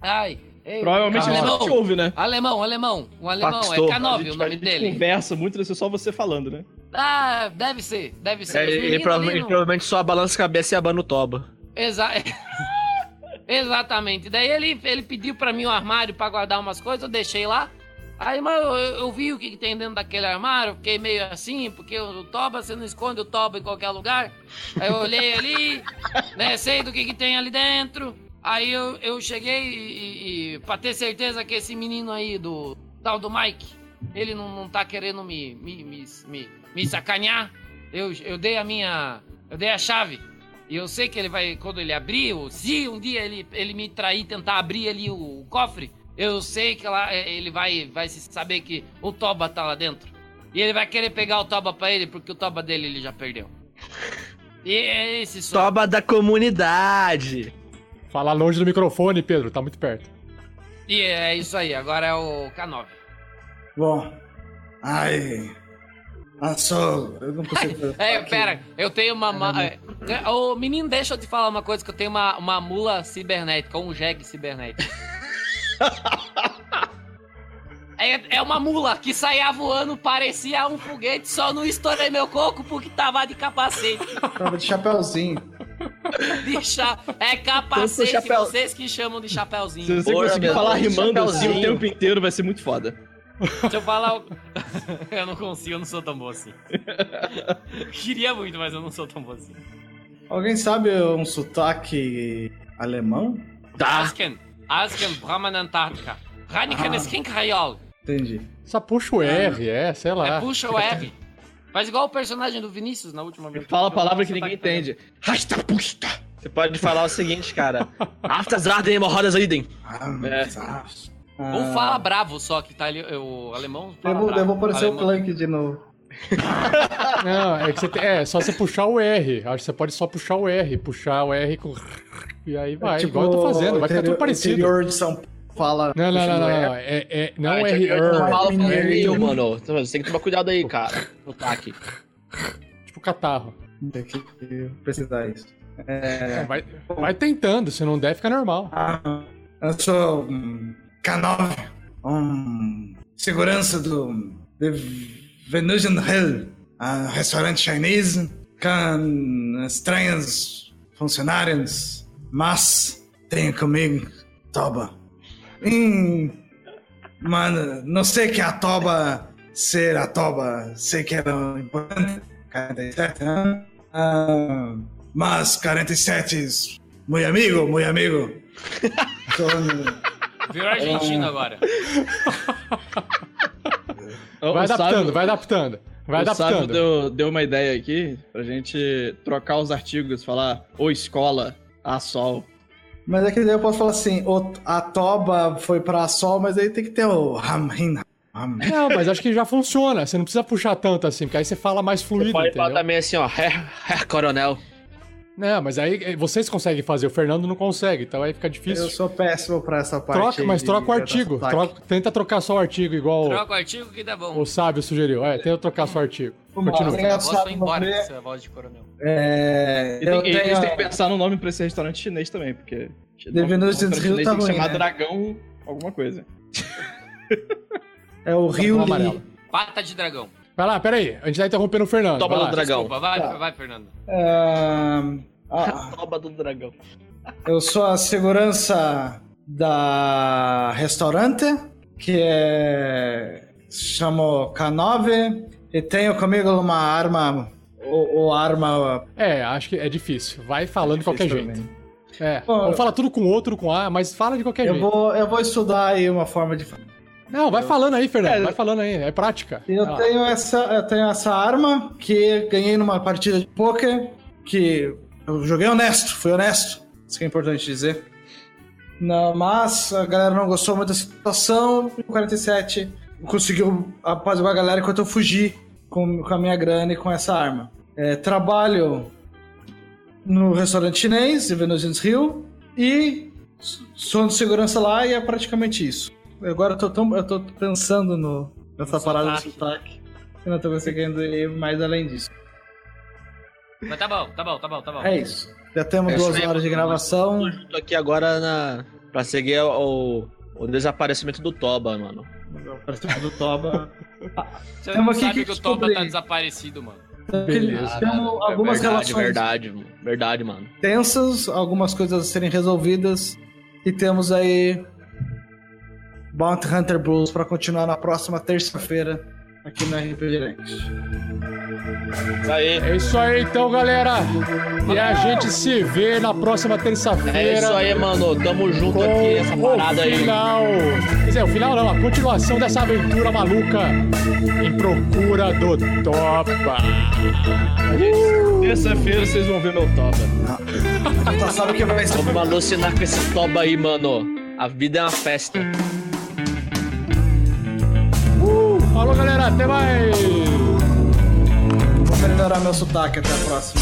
G: ai. é
F: Provavelmente
G: um
F: ele
G: alemão,
F: te ouve, né?
G: alemão, alemão. Um alemão,
F: Pastor.
G: é
F: A gente-
G: K9 o
F: a
G: nome
F: gente
G: dele.
F: conversa muito, deve ser só você falando, né?
G: Ah, deve ser, deve ser.
H: É,
G: Os
H: ele,
G: meninos
H: prova-
G: ali
H: ele
G: não-
H: provavelmente só balança a cabeça e abana o toba.
G: Exa *laughs* Exatamente. Daí ele, ele pediu pra mim um armário pra guardar umas coisas, eu deixei lá. Aí, mano, eu, eu vi o que, que tem dentro daquele armário, eu fiquei meio assim, porque o, o toba, você não esconde o toba em qualquer lugar. Aí eu olhei ali, né, sei do que, que tem ali dentro. Aí eu, eu cheguei e, e, e pra ter certeza que esse menino aí do tal do Mike, ele não, não tá querendo me, me, me, me, me sacanear, eu, eu dei a minha. Eu dei a chave. E eu sei que ele vai, quando ele abrir, ou se um dia ele, ele me trair, tentar abrir ali o, o cofre, eu sei que lá eh, ele vai, vai se saber que o Toba tá lá dentro. E ele vai querer pegar o Toba pra ele, porque o Toba dele ele já perdeu. E é esse só.
H: Toba da comunidade!
A: Fala longe do microfone, Pedro, tá muito perto.
G: E é isso aí, agora é o K9.
E: Bom. Ai. Ah, só. Eu não consigo.
G: É, pera, eu tenho uma. ma- é, Ô, menino, deixa eu te falar uma coisa: que eu tenho uma, uma mula cibernética, ou um jegue cibernético. É, é uma mula que saía voando, parecia um foguete, só não estourei meu coco porque tava de capacete.
E: Tava de chapéuzinho.
G: De cha... É
H: Tanto
G: capacete,
H: chapéu-
G: vocês que chamam de
F: Se
G: chapéuzinho.
F: você
H: Porra,
F: conseguir
H: meu,
F: falar
H: um
F: rimando assim o
H: chapéuzinho.
F: tempo inteiro, vai ser muito foda.
G: Deixa eu falar. o- *laughs* eu não consigo, eu não sou tão bom assim. Queria muito, mas eu não sou tão bom assim.
E: Alguém sabe um sotaque alemão?
H: Tá.
G: Asken, Asken, Brahman Antártica. Heineken
E: Ah.
G: Skinkayol.
E: Entendi.
A: Só puxa o R, é, sei lá.
E: Ah.
G: É puxa o R. Faz igual o personagem do Vinícius na última vez.
F: Fala a palavra que
G: tá
F: ninguém entende. Rastapusta!
H: Você pode falar o
F: *laughs*
H: seguinte, cara. Aftas Arden Hemorrodas Idem.
E: Ah, meu
F: É.
E: Deus.
G: Ou
E: Ah,
G: fala bravo só, que tá ali. O alemão fala
E: eu vou,
G: bravo.
E: eu vou aparecer o
G: Alemão-
E: Clank de novo.
A: Não, é que você tem- é, só você puxar o R. Acho que você pode só puxar o R, puxar o R com. E aí vai, Ah, igual eu tô fazendo, vai ficar
E: É interior-
A: tudo parecido.
E: interior de São Paulo fala.
A: Não, não,
E: puxa
A: não,
E: no
A: não.
E: R.
A: não. É, é, não
H: Ah,
A: é
H: interior
A: R,
H: de São Paulo.
E: Fala
H: Fala
E: mineiro.
H: Eu, mano. Então, Você tem que tomar cuidado aí, cara. No taque.
A: tipo catarro.
E: Tem que- que precisar isso.
A: É, vai, vai tentando, se não der, fica normal.
E: Ah, eu sou um K9, um segurança do The Venusian Hill, ah, restaurante chinês, com estranhos funcionários, mas tenho comigo Toba. Hum, mano, não sei que a Toba ser a Toba, sei que era importante, 47 anos, né? ah, mas 47, muito amigo, muito amigo. Sou
G: Virou
E: Ah.
G: argentino agora.
A: Vai adaptando, vai adaptando. Vai
F: o Sábio
A: adaptando.
F: deu, deu uma ideia aqui pra gente trocar os artigos, falar ô escola, a sol.
E: Mas é que daí eu posso falar assim, o- a toba foi pra sol, mas aí tem que ter o ham, hin, ham.
A: Não, mas acho que já funciona. Você não precisa puxar tanto assim, porque aí você fala mais fluido,
H: Você pode falar
A: entendeu?
H: também assim, ó. *laughs* Her, her coronel.
A: Não, mas aí eh, vocês conseguem fazer, o Fernando não consegue, então aí fica difícil.
E: Eu sou péssimo pra essa parte.
A: Troca,
E: aí
A: mas
E: de-
A: troca o
E: de
A: artigo.
E: ataque.
A: Troca- tenta trocar só o artigo,
E: Oh.
A: igual
G: Troca um. o artigo que dá
A: o,
G: bom.
A: o sábio sugeriu. É, tenta trocar só o artigo.
E: Vamos lá,
A: Continua.
G: A
E: obrigado,
G: voz foi
E: Sábio,
G: embora
E: você.
G: essa voz de coronel.
E: É,
F: E,
E: eu
F: tem, e eles têm
E: tenho...
F: que pensar no nome pra esse restaurante chinês também, porque.
E: Devendo
F: o
E: esse
F: um restaurante
E: Rio
F: chinês
E: tá
F: tem que
E: ruim,
F: chamar
E: né?
F: dragão alguma coisa.
E: É o Rio
A: Tá bom,
E: Li.
A: amarelo.
G: Pata de dragão.
A: Vai lá, peraí. A gente tá interrompendo o Fernando.
H: Toba
A: vai
H: do
A: lá.
H: dragão.
G: Opa, vai,
E: Tá.
G: vai, Fernando.
E: Ah, ah,
H: Toba do dragão.
E: eu sou a segurança da restaurante, que é... Chamo K9 e tenho comigo uma arma... Ou, ou arma...
A: É, acho que é difícil. Vai falando de qualquer
E: também.
A: jeito. É,
E: Ó,
A: ou fala tudo com outro, com A, mas fala de qualquer
E: Eu
A: jeito.
E: vou, eu vou estudar aí uma forma de.
A: Não, vai falando aí, Fernando.
F: É,
A: vai falando aí. É prática.
E: Eu
A: Vai lá.
E: tenho essa, eu tenho essa arma que ganhei numa partida de poker que eu joguei honesto, fui honesto. Isso que é importante dizer. Não, mas a galera não gostou muito da situação. e O 47 conseguiu apaziguar a galera enquanto eu fugi com, com a minha grana e com essa arma. É, trabalho no restaurante chinês, em Venusians Hill, e sou de segurança lá e é praticamente isso. Agora eu tô, tão, eu tô pensando no, nessa parada do sotaque. Eu não tô conseguindo ir mais além disso.
G: Mas tá bom, tá bom, tá bom, tá bom.
E: É isso. é Já temos duas horas de gravação.
H: Tô aqui agora na... pra seguir o... o desaparecimento do Toba, mano.
F: do Toba.
G: Você
E: Tamo
G: não
E: aqui
G: sabe
E: que
G: que o Toba
E: descobri.
G: tá desaparecido, mano.
E: então, Temos algumas
H: É verdade,
E: relações
H: Verdade, mano. verdade, mano.
E: tensas, algumas coisas a serem resolvidas. E temos aí Bounty Hunter Blues pra continuar na próxima terça-feira aqui no RPG Next.
A: É isso aí então, galera. E a gente se vê na próxima terça-feira.
H: É isso aí, mano. Tamo junto aqui, essa
A: com
H: parada
A: o
H: aí.
A: final. Quer dizer, o final não, a continuação dessa aventura maluca em procura do Topa.
F: Terça-feira vocês vão ver meu Toba.
E: Só sabe que vai ser
H: Vamos alucinar com esse Toba aí, mano. A vida é uma festa.
A: Falou, galera, até mais.
E: Vou melhorar meu sotaque. Até a próxima.